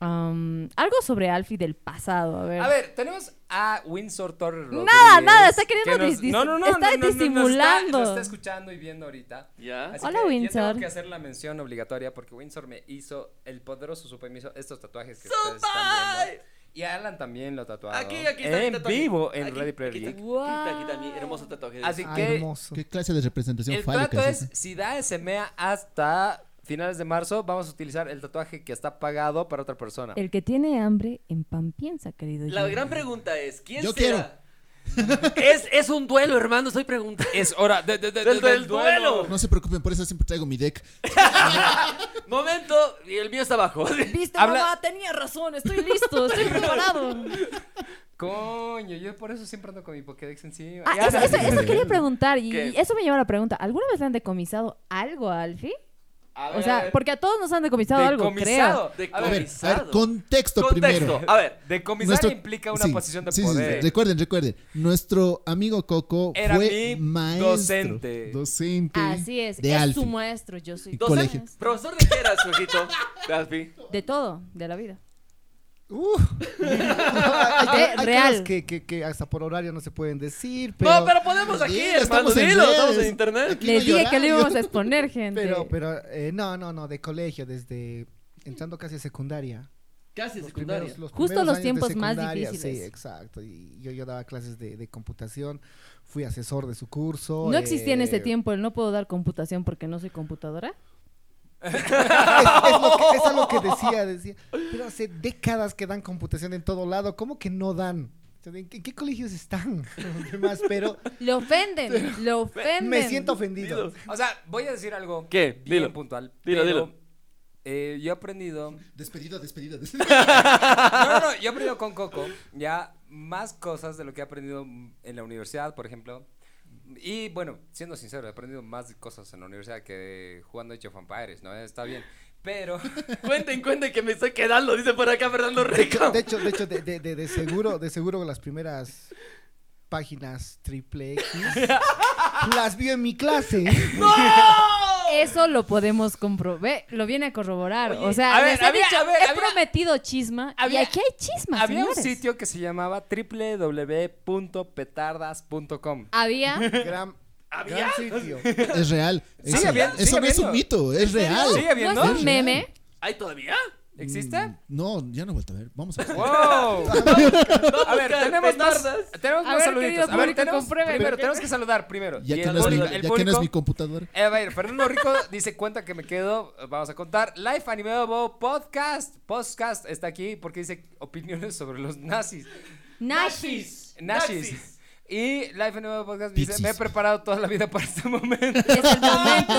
Speaker 3: am, algo sobre Alfie del pasado. A ver.
Speaker 1: A ver, tenemos a Windsor Torres
Speaker 3: Nada,
Speaker 1: Rodríguez,
Speaker 3: nada, está
Speaker 1: que
Speaker 3: queriendo
Speaker 1: nos-
Speaker 3: dis-
Speaker 1: No, no, no,
Speaker 3: está
Speaker 1: no, no, no, no,
Speaker 3: disimulando.
Speaker 1: Nos está, escuchando y viendo ahorita.
Speaker 2: ¿Ya?
Speaker 1: Así
Speaker 3: Hola,
Speaker 1: que Yo
Speaker 3: Windsor.
Speaker 1: tengo que hacer la mención obligatoria porque Windsor me hizo el poderoso supermiso estos tatuajes que
Speaker 2: ¡Supai!
Speaker 1: ustedes están viendo. Y Alan también lo ha tatuado.
Speaker 2: Aquí, aquí está el
Speaker 1: En
Speaker 2: tatuaje.
Speaker 1: vivo en
Speaker 2: Aquí,
Speaker 1: Ready Player
Speaker 2: aquí está,
Speaker 1: Geek.
Speaker 2: aquí está, aquí está mi hermoso tatuaje. de-
Speaker 1: Así
Speaker 4: Ah,
Speaker 1: que
Speaker 4: hermoso.
Speaker 5: ¿Qué clase de representación
Speaker 1: el
Speaker 5: fálica
Speaker 1: trato es,
Speaker 5: esa?
Speaker 1: si da SMA hasta finales de marzo, vamos a utilizar el tatuaje que está pagado para otra persona.
Speaker 3: El que tiene hambre, en pan piensa, querido.
Speaker 2: La
Speaker 3: Jimmy.
Speaker 2: gran pregunta es, ¿quién
Speaker 5: Yo
Speaker 2: será? [LAUGHS] es, es un duelo, hermano, estoy preguntando.
Speaker 1: Es hora de- de- de-
Speaker 2: Del-
Speaker 1: de-
Speaker 2: del duelo.
Speaker 5: No se preocupen, por eso siempre traigo mi deck.
Speaker 2: Momento, y el mío está abajo.
Speaker 3: Viste,
Speaker 1: Habla-
Speaker 3: mamá, tenía razón, [LAUGHS] estoy listo, estoy preparado.
Speaker 1: Coño, yo por eso siempre ando con mi Pokédex encima.
Speaker 3: Ah,
Speaker 1: Ya,
Speaker 3: eso, eso- eso quería preguntar y
Speaker 2: ¿Qué?
Speaker 3: eso me lleva a la pregunta. ¿Alguna vez le han decomisado algo a Alfie?
Speaker 2: A ver,
Speaker 3: O
Speaker 2: a
Speaker 3: sea,
Speaker 2: ver.
Speaker 3: porque a todos nos han decomisado algo, creo.
Speaker 1: Decomisado.
Speaker 2: De-
Speaker 1: A ver,
Speaker 5: A ver, a ver,
Speaker 2: Avisado.
Speaker 5: contexto,
Speaker 2: Contexto,
Speaker 5: primero.
Speaker 2: a ver.
Speaker 1: Decomisar
Speaker 5: Nuestro-
Speaker 1: implica una
Speaker 5: sí,
Speaker 1: posición de
Speaker 5: sí, sí, sí.
Speaker 1: poder.
Speaker 5: Recuerden, recuerden. Nuestro amigo Coco
Speaker 1: Era
Speaker 5: fue
Speaker 1: mi
Speaker 5: maestro.
Speaker 1: docente.
Speaker 5: Docente.
Speaker 3: Así es,
Speaker 5: De
Speaker 3: es
Speaker 5: Alfie.
Speaker 3: su maestro, yo soy
Speaker 5: Do-
Speaker 3: su
Speaker 5: Colegio.
Speaker 3: maestro.
Speaker 2: Profesor de qué eras, Jorgito? Gaspi.
Speaker 3: De todo, de la vida.
Speaker 4: Uh.
Speaker 3: [LAUGHS]
Speaker 4: hay
Speaker 3: Eh,
Speaker 4: hay
Speaker 3: real.
Speaker 4: cosas que, que, que hasta por horario no se pueden decir, pero...
Speaker 2: no, pero podemos aquí,
Speaker 5: Dilo,
Speaker 2: hermano,
Speaker 5: estamos en
Speaker 2: dilo,
Speaker 5: redes.
Speaker 2: estamos en internet.
Speaker 5: Aquí
Speaker 3: Le
Speaker 5: no
Speaker 3: dije que
Speaker 5: llorar,
Speaker 3: lo
Speaker 5: yo-
Speaker 3: íbamos a exponer, gente.
Speaker 4: Pero, pero, eh, no, no, no, de colegio, desde entrando casi a secundaria.
Speaker 2: Casi
Speaker 4: Los
Speaker 2: secundaria.
Speaker 4: primeros- los
Speaker 3: Justo
Speaker 4: primeros
Speaker 3: los
Speaker 4: años de
Speaker 3: tiempos más
Speaker 4: secundaria,
Speaker 3: difíciles.
Speaker 4: Sí, exacto. Y yo, yo daba clases de, de computación, fui asesor de su curso.
Speaker 3: no existía en ese
Speaker 4: eh,
Speaker 3: tiempo el no puedo dar computación porque no soy computadora.
Speaker 4: [LAUGHS] Es, es lo que, es algo que decía, decía. Pero hace décadas que dan computación en todo lado, ¿cómo que no dan? O sea, ¿En qué, en qué colegios están [LAUGHS] los demás? Pero
Speaker 3: Le ofenden, le ofenden.
Speaker 4: me siento ofendido.
Speaker 1: O sea, voy a decir algo.
Speaker 2: ¿Qué?
Speaker 1: Bien
Speaker 2: Dilo.
Speaker 1: puntual.
Speaker 2: Dilo,
Speaker 1: pero,
Speaker 2: dilo.
Speaker 1: eh, yo he
Speaker 2: [LAUGHS]
Speaker 1: aprendido.
Speaker 5: Despedido, despedido.
Speaker 1: No, no, no, yo he aprendido con Coco ya más cosas de lo que he aprendido en la universidad, por ejemplo. Y bueno, siendo sincero, he aprendido más cosas en la universidad que jugando Age of Empires, ¿no? Está bien. Pero.
Speaker 2: Cuenten, cuenten que me estoy quedando, dice por acá Fernando [LAUGHS] Rico.
Speaker 4: De hecho, de hecho, de, de- de- de seguro, de seguro las primeras páginas triple X las vi en mi clase.
Speaker 3: Eso lo podemos comprobar. Lo viene a corroborar.
Speaker 1: Oye,
Speaker 3: o sea,
Speaker 1: a ver,
Speaker 3: les ha
Speaker 1: había-
Speaker 3: dicho,
Speaker 1: a ver,
Speaker 3: he
Speaker 1: había-
Speaker 3: prometido chisma.
Speaker 1: había-
Speaker 3: y aquí hay chisma,
Speaker 1: Había un
Speaker 3: señores.
Speaker 1: sitio que se llamaba www.petardas.com.
Speaker 3: Había.
Speaker 4: Gran, gran sitio.
Speaker 5: Es real.
Speaker 1: Sigue
Speaker 5: Eso-
Speaker 1: habiendo, sigue
Speaker 5: eso no es
Speaker 1: habiendo.
Speaker 5: un mito, es real.
Speaker 1: [LAUGHS] ¿Sigue habiendo?
Speaker 3: ¿No es
Speaker 5: Es
Speaker 3: un
Speaker 5: real.
Speaker 3: [LAUGHS] meme?
Speaker 2: ¿Hay todavía?
Speaker 1: ¿Existe?
Speaker 5: Mm, No, ya no he vuelto a ver. Vamos a ver. [LAUGHS]
Speaker 1: ¡Wow! A ver,
Speaker 2: Buscar
Speaker 1: tenemos más,
Speaker 2: petardas.
Speaker 1: tenemos
Speaker 3: A
Speaker 1: más
Speaker 3: ver,
Speaker 1: saluditos.
Speaker 3: querido
Speaker 1: A ver,
Speaker 3: público,
Speaker 1: tenemos,
Speaker 3: compruébeme.
Speaker 1: primero, tenemos que saludar primero.
Speaker 5: Ya
Speaker 1: Y
Speaker 5: que
Speaker 1: el
Speaker 5: no es mi-
Speaker 1: público-
Speaker 5: ya
Speaker 1: el
Speaker 5: que no es mi
Speaker 1: público-
Speaker 5: computadora.
Speaker 1: Eh, a ver, Fernando Rico [LAUGHS] dice, cuenta que me quedo, eh, vamos a contar. Life Anime Bobo Podcast. Podcast está aquí porque dice opiniones sobre los
Speaker 5: [LAUGHS]
Speaker 1: nazis.
Speaker 3: Nashis.
Speaker 1: Nazis. Y Life Anime Bobo Podcast dice,
Speaker 5: Pizzis.
Speaker 1: me he preparado toda la vida para este momento.
Speaker 3: Es el momento.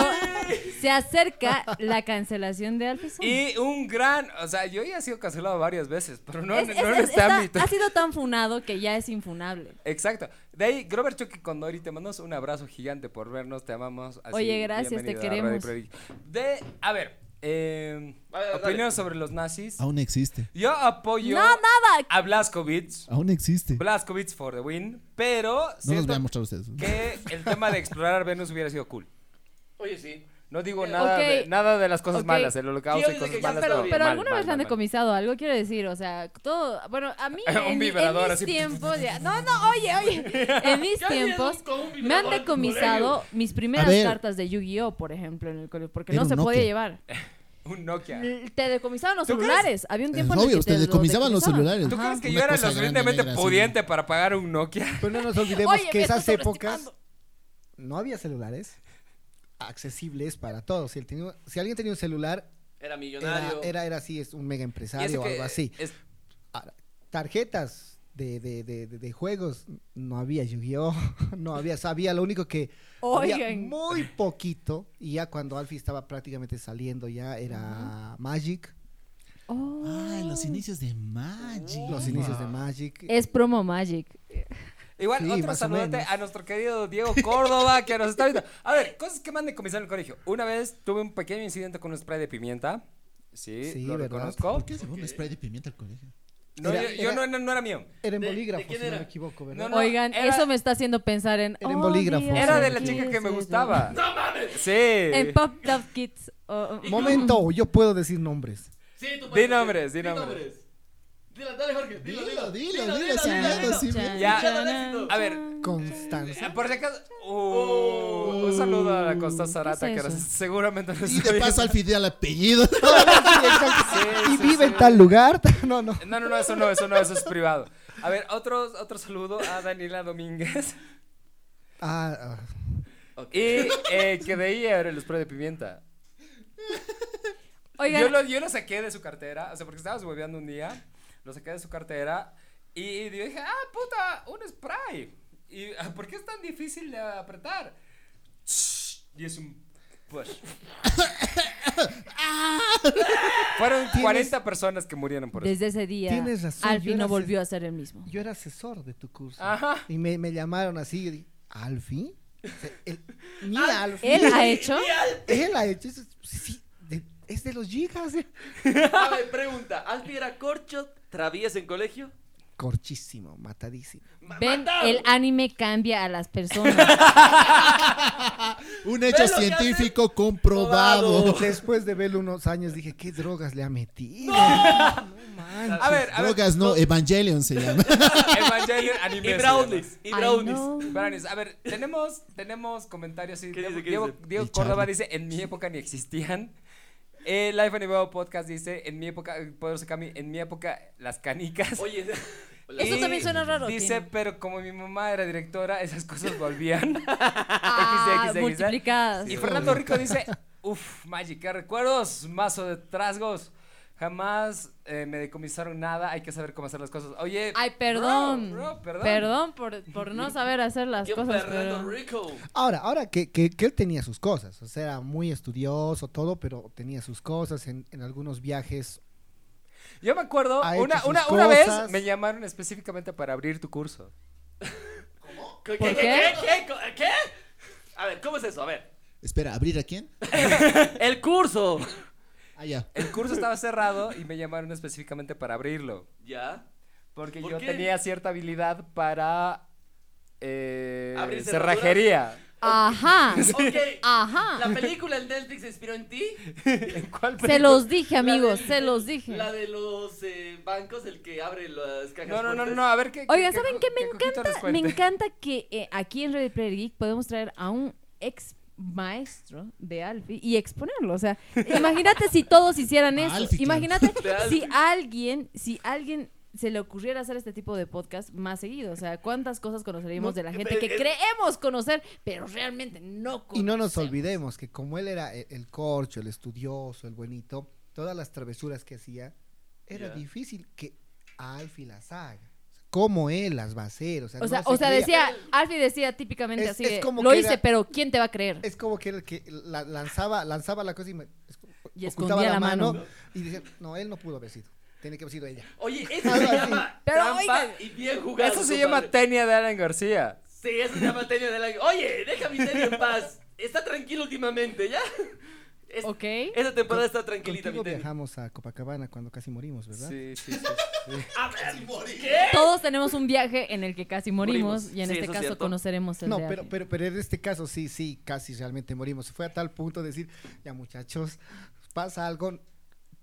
Speaker 3: Se acerca la cancelación de Alfie Sun.
Speaker 1: Y un gran, o sea, yo ya he sido cancelado varias veces, pero no,
Speaker 3: Es-
Speaker 1: en-
Speaker 3: es-
Speaker 1: no en
Speaker 3: es-
Speaker 1: este
Speaker 3: está-
Speaker 1: ámbito.
Speaker 3: Ha sido tan funado que ya es infunable.
Speaker 1: [LAUGHS] Exacto. De ahí, Grover Chucky Condori, te mandamos un abrazo gigante por vernos, te amamos. Así,
Speaker 3: Oye, gracias, te
Speaker 1: bienvenido a Radio
Speaker 3: queremos.
Speaker 1: Prodigy. De, a ver, eh,
Speaker 2: A ver, dale.
Speaker 1: opiniones sobre los nazis.
Speaker 5: Aún existe.
Speaker 1: Yo apoyo
Speaker 3: No, nada.
Speaker 1: a Blazkowicz.
Speaker 5: Aún existe.
Speaker 1: Blazkowicz for the win. Pero
Speaker 5: No nos
Speaker 1: siento
Speaker 5: voy a mostrar a ustedes.
Speaker 1: que el tema de explorar Venus hubiera sido cool.
Speaker 2: Oye, sí.
Speaker 1: No digo nada,
Speaker 3: Ok.
Speaker 1: de, nada de las cosas
Speaker 3: Ok.
Speaker 1: malas, el holocausto y
Speaker 2: Quiero decir
Speaker 1: cosas malas.
Speaker 2: que- pero-
Speaker 1: Ah, no,
Speaker 3: Pero
Speaker 1: mal,
Speaker 3: alguna
Speaker 1: mal,
Speaker 3: vez le
Speaker 1: mal,
Speaker 3: han
Speaker 1: mal.
Speaker 3: decomisado algo, quiero decir, o sea, todo, bueno, a mí
Speaker 1: [LAUGHS] Un
Speaker 3: en, mi- en
Speaker 1: vibrador
Speaker 3: mis
Speaker 1: así.
Speaker 3: tiempos, ya- no, no, oye,
Speaker 1: [LAUGHS]
Speaker 3: oye, en mis
Speaker 2: Ya había
Speaker 3: tiempos
Speaker 2: ido con un
Speaker 3: me han
Speaker 2: vibrador al
Speaker 3: decomisado mis primeras
Speaker 5: A ver.
Speaker 3: cartas de Yu-Gi-Oh, por ejemplo, en el colegio, porque
Speaker 5: Era
Speaker 3: no
Speaker 5: un
Speaker 3: se podía
Speaker 5: Nokia.
Speaker 1: [LAUGHS]
Speaker 3: llevar.
Speaker 1: Un Nokia.
Speaker 3: L- Te decomisaban los
Speaker 1: ¿Tú crees?
Speaker 3: celulares, había un
Speaker 5: Es
Speaker 3: tiempo en el que
Speaker 5: Eh, obvio, te
Speaker 3: lo
Speaker 5: decomisaban los celulares.
Speaker 1: ¿Tú
Speaker 5: Ajá.
Speaker 1: crees que
Speaker 5: Una
Speaker 1: yo era lo
Speaker 5: cosa grande,
Speaker 1: suficientemente
Speaker 5: negra, así.
Speaker 1: pudiente para pagar un
Speaker 4: [LAUGHS]
Speaker 1: Nokia?
Speaker 4: Pero no nos olvidemos
Speaker 3: Oye,
Speaker 4: que
Speaker 3: me
Speaker 4: esas
Speaker 3: estoy
Speaker 4: épocas
Speaker 3: lastimando.
Speaker 4: no había celulares accesibles para todos. Si, el tenía- si alguien tenía un celular,
Speaker 2: Era
Speaker 4: era,
Speaker 2: millonario.
Speaker 4: era, era así, es un mega
Speaker 1: Y eso
Speaker 4: empresario o
Speaker 1: que
Speaker 4: algo así.
Speaker 1: es-
Speaker 4: Ahora, tarjetas de, de, de, de- de juegos, no había Yu-Gi-Oh! [LAUGHS] No había, sabía, lo único que había
Speaker 3: Oigan.
Speaker 4: muy poquito, y ya cuando Alfie estaba prácticamente saliendo ya era Magic,
Speaker 3: Oh.
Speaker 5: Ay, los inicios de Magic.
Speaker 4: los inicios de Magic.
Speaker 3: Es promo Magic.
Speaker 1: Igual,
Speaker 4: Sí,
Speaker 1: otro
Speaker 4: más o
Speaker 1: saludote
Speaker 4: menos.
Speaker 1: a nuestro querido Diego Córdoba que nos está viendo. A ver, cosas que me han decomisado en el colegio. Una vez tuve un pequeño incidente con un spray de pimienta. Sí,
Speaker 4: Sí,
Speaker 1: lo
Speaker 4: ¿verdad?
Speaker 1: reconozco.
Speaker 5: ¿Por qué se fue un spray de pimienta al colegio?
Speaker 1: No,
Speaker 4: Era-
Speaker 1: yo, yo
Speaker 4: era-
Speaker 1: no, no era mío.
Speaker 4: Era en
Speaker 2: ¿De- de
Speaker 4: bolígrafo,
Speaker 2: quién
Speaker 4: si no
Speaker 2: era?
Speaker 4: me equivoco, ¿verdad?
Speaker 1: No, no.
Speaker 3: Oigan,
Speaker 1: era-
Speaker 3: eso me está haciendo pensar en.
Speaker 4: Era en
Speaker 3: oh,
Speaker 4: bolígrafo,
Speaker 3: Dios,
Speaker 4: sí.
Speaker 1: Era de la
Speaker 3: ¿qué
Speaker 1: chica que
Speaker 3: es
Speaker 1: me
Speaker 3: eso?
Speaker 1: gustaba. Eh, ¡No mames! Sí.
Speaker 3: En Pop Top Kids. oh, oh.
Speaker 4: Momento, yo puedo decir nombres.
Speaker 2: Sí, tú
Speaker 1: Di
Speaker 2: puedes
Speaker 1: nombres, di
Speaker 2: decir,
Speaker 1: nombres.
Speaker 2: Dilo, dale, Jorge. Dilo, dilo.
Speaker 5: Dilo, dilo, dilo, sin
Speaker 3: dilo,
Speaker 5: miedo,
Speaker 3: dilo.
Speaker 5: sin
Speaker 3: Chan,
Speaker 5: miedo.
Speaker 1: Ya.
Speaker 3: chan,
Speaker 2: A
Speaker 1: ver.
Speaker 3: chan.
Speaker 1: [LAUGHS] Eh,
Speaker 4: Constanza.
Speaker 1: Por si acaso. Uh, un saludo a la Costa Zarata,
Speaker 3: ¿Qué es
Speaker 1: que
Speaker 3: eso?
Speaker 1: seguramente no
Speaker 5: Y
Speaker 1: está
Speaker 5: de paso al
Speaker 1: viendo. [LAUGHS]
Speaker 5: fidel apellido.
Speaker 4: [LAUGHS]
Speaker 1: Sí, sí,
Speaker 4: y vive
Speaker 1: sí.
Speaker 4: en tal lugar. [LAUGHS] No, no.
Speaker 1: No, no, no, eso no, eso no, eso es privado. A ver, otro, otro saludo a Daniela Domínguez.
Speaker 4: Ah, ah.
Speaker 2: Ok.
Speaker 1: Y eh, que de ahí era el spray de pimienta.
Speaker 3: Oigan,
Speaker 1: Yo lo, yo lo saqué de su cartera, o sea, porque estábamos hueveando un día, lo saqué de su cartera y dije, ah, puta, un spray. ¿Y ah, por qué es tan difícil de apretar? Y es un push. Fueron 40 personas que murieron por eso.
Speaker 3: desde ese día.
Speaker 4: Tienes razón, yo
Speaker 3: Alfie
Speaker 4: era
Speaker 3: no
Speaker 4: ase-
Speaker 3: volvió a ser el
Speaker 4: [LAUGHS]
Speaker 3: mismo.
Speaker 4: yo era asesor de tu curso.
Speaker 1: Ajá.
Speaker 4: Y me, me llamaron así. y yo dije, ¿Alfi? O sea, el- mi
Speaker 1: Ah,
Speaker 4: Alfi.
Speaker 3: Él
Speaker 4: [LAUGHS]
Speaker 3: ha hecho.
Speaker 4: Él ha hecho. eso. Sí, sí, de- es de los gigas. eh.
Speaker 2: A ver, pregunta. ¿Alfie era corcho, travieso en colegio?
Speaker 4: Corchísimo, matadísimo.
Speaker 2: Ma-
Speaker 3: Ven,
Speaker 2: matado.
Speaker 3: el anime cambia a las personas.
Speaker 5: Un hecho
Speaker 2: Ve lo que
Speaker 5: científico
Speaker 3: Oh.
Speaker 5: comprobado.
Speaker 4: Después de verlo unos años, dije, ¿qué drogas le ha metido?
Speaker 1: A ver, a ver.
Speaker 5: Drogas, no, Evangelion se llama. [LAUGHS]
Speaker 1: Evangelion anime.
Speaker 2: Y
Speaker 1: se
Speaker 2: brownies. Y
Speaker 3: Ay, no.
Speaker 2: brownies. [LAUGHS]
Speaker 1: Brownies. A ver, tenemos, tenemos comentarios. Sí,
Speaker 2: ¿Qué
Speaker 1: Diego,
Speaker 2: dice, qué
Speaker 1: Diego-
Speaker 2: dice?
Speaker 1: Diego
Speaker 5: Y
Speaker 1: Córdoba
Speaker 5: Charlie.
Speaker 1: dice, en mi época ni existían. El Life Animado Podcast dice, en mi época, eh, Poderoso Cami, en mi época, las canicas.
Speaker 2: Oye. [LAUGHS]
Speaker 3: Eso
Speaker 1: Y
Speaker 3: también suena raro,
Speaker 1: Dice,
Speaker 3: Tino.
Speaker 1: pero como mi mamá era directora, esas cosas volvían.
Speaker 3: [LAUGHS] Ah,
Speaker 1: XD, XD.
Speaker 3: multiplicadas.
Speaker 2: ¿eh?
Speaker 1: y Fernando Rico dice, uff, Magic, qué recuerdos, mazo de trasgos. Jamás eh, me decomisaron nada, hay que saber cómo hacer las cosas. Oye,
Speaker 3: Ay,
Speaker 1: bro,
Speaker 3: perdón.
Speaker 1: bro,
Speaker 3: perdón. por, por no saber hacer las
Speaker 2: Yo
Speaker 3: cosas.
Speaker 2: Fernando
Speaker 3: pero-
Speaker 2: Rico.
Speaker 4: Ahora, ahora que, que, que él tenía sus cosas, o sea, era muy estudioso, todo, pero tenía sus cosas en, en algunos viajes.
Speaker 1: Yo me acuerdo,
Speaker 4: Ha hecho
Speaker 1: una,
Speaker 4: sus
Speaker 1: una, una vez
Speaker 4: cosas.
Speaker 1: me llamaron específicamente para abrir tu curso.
Speaker 2: ¿Qué,
Speaker 3: ¿Por
Speaker 2: qué,
Speaker 3: qué?
Speaker 2: qué? ¿Qué? ¿Qué? ¿Qué? A ver, ¿cómo es eso? A ver.
Speaker 5: Espera, ¿abrir a quién?
Speaker 2: El curso.
Speaker 5: Ah, ya.
Speaker 1: El curso estaba cerrado y me llamaron específicamente para abrirlo.
Speaker 2: Ya.
Speaker 1: Porque
Speaker 2: ¿Por
Speaker 1: yo
Speaker 2: qué?
Speaker 1: tenía cierta habilidad para eh,
Speaker 2: ¿Abrir cerraduras?
Speaker 1: cerrajería.
Speaker 2: [LAUGHS]
Speaker 3: Ajá. Ah.
Speaker 2: Ok.
Speaker 3: Ajá.
Speaker 2: ¿La película en Netflix se inspiró en ti?
Speaker 1: ¿En cuál
Speaker 3: Se los dije,
Speaker 2: La
Speaker 3: amigos,
Speaker 2: del-
Speaker 3: se los dije.
Speaker 2: La de los eh, bancos, el que abre las cajas.
Speaker 1: [LAUGHS] No, no, no,
Speaker 2: fuertes.
Speaker 1: no, a ver qué.
Speaker 3: Oigan,
Speaker 1: qué-
Speaker 3: ¿saben qué? Me
Speaker 1: Coquito les
Speaker 3: encanta, me
Speaker 1: cuente?
Speaker 2: [LAUGHS]
Speaker 3: encanta que eh, aquí en Red Player Geek podemos traer a un ex maestro de Alfie y exponerlo, o
Speaker 4: [LAUGHS]
Speaker 3: sea, imagínate si todos hicieran
Speaker 5: A
Speaker 3: eso,
Speaker 5: Alfie, claro.
Speaker 3: imagínate
Speaker 2: [LAUGHS] De Alfie.
Speaker 3: si alguien, si alguien se le ocurriera hacer este tipo de podcast más seguido, o sea, cuántas cosas conoceríamos de la
Speaker 4: eh,
Speaker 3: gente que creemos conocer, pero realmente no conocemos.
Speaker 4: Y no nos olvidemos que como él era e, el, el corcho, el estudioso, el buenito, todas las travesuras que hacía, era
Speaker 2: Ya.
Speaker 4: difícil que Alfie las haga. ¿Cómo él las va a hacer? O sea,
Speaker 3: O sea,
Speaker 4: no se
Speaker 3: o sea,
Speaker 4: creía.
Speaker 3: decía, Alfie decía típicamente
Speaker 4: Es-
Speaker 3: así,
Speaker 4: es
Speaker 3: de,
Speaker 4: como
Speaker 3: lo
Speaker 4: que
Speaker 3: hice,
Speaker 4: era-
Speaker 3: pero ¿quién te va a creer?
Speaker 4: Es como que era el que la- lanzaba, lanzaba la cosa y, me,
Speaker 3: Y
Speaker 4: ocultaba
Speaker 3: escondía la mano.
Speaker 4: y decía, no, él no pudo haber sido. Tiene que haber sido ella.
Speaker 2: Oye, eso se llama
Speaker 3: Pero,
Speaker 2: trampa
Speaker 3: oigan.
Speaker 2: y bien jugado.
Speaker 1: Eso se
Speaker 2: compadre.
Speaker 1: llama Tenia de Alan García.
Speaker 2: Sí, eso se llama Tenio del año. Oye, deja mi Tenio en paz. Está tranquilo últimamente, ¿ya? Es-
Speaker 3: Ok.
Speaker 2: Esta temporada está tranquilita, mi
Speaker 4: Contigo
Speaker 2: Tenio.
Speaker 4: viajamos a Copacabana cuando casi morimos, ¿verdad?
Speaker 1: Sí, sí, sí.
Speaker 2: A ver, ¿qué?
Speaker 3: Todos tenemos un viaje en el que casi morimos,
Speaker 2: Morimos.
Speaker 3: y en
Speaker 2: Sí, eso
Speaker 3: este
Speaker 2: es
Speaker 3: caso
Speaker 2: cierto.
Speaker 3: conoceremos el
Speaker 4: No,
Speaker 3: de
Speaker 4: pero,
Speaker 3: Alfie.
Speaker 4: pero, pero en este caso sí, sí, casi realmente morimos. Fue a tal punto de decir, ya muchachos, pasa algo,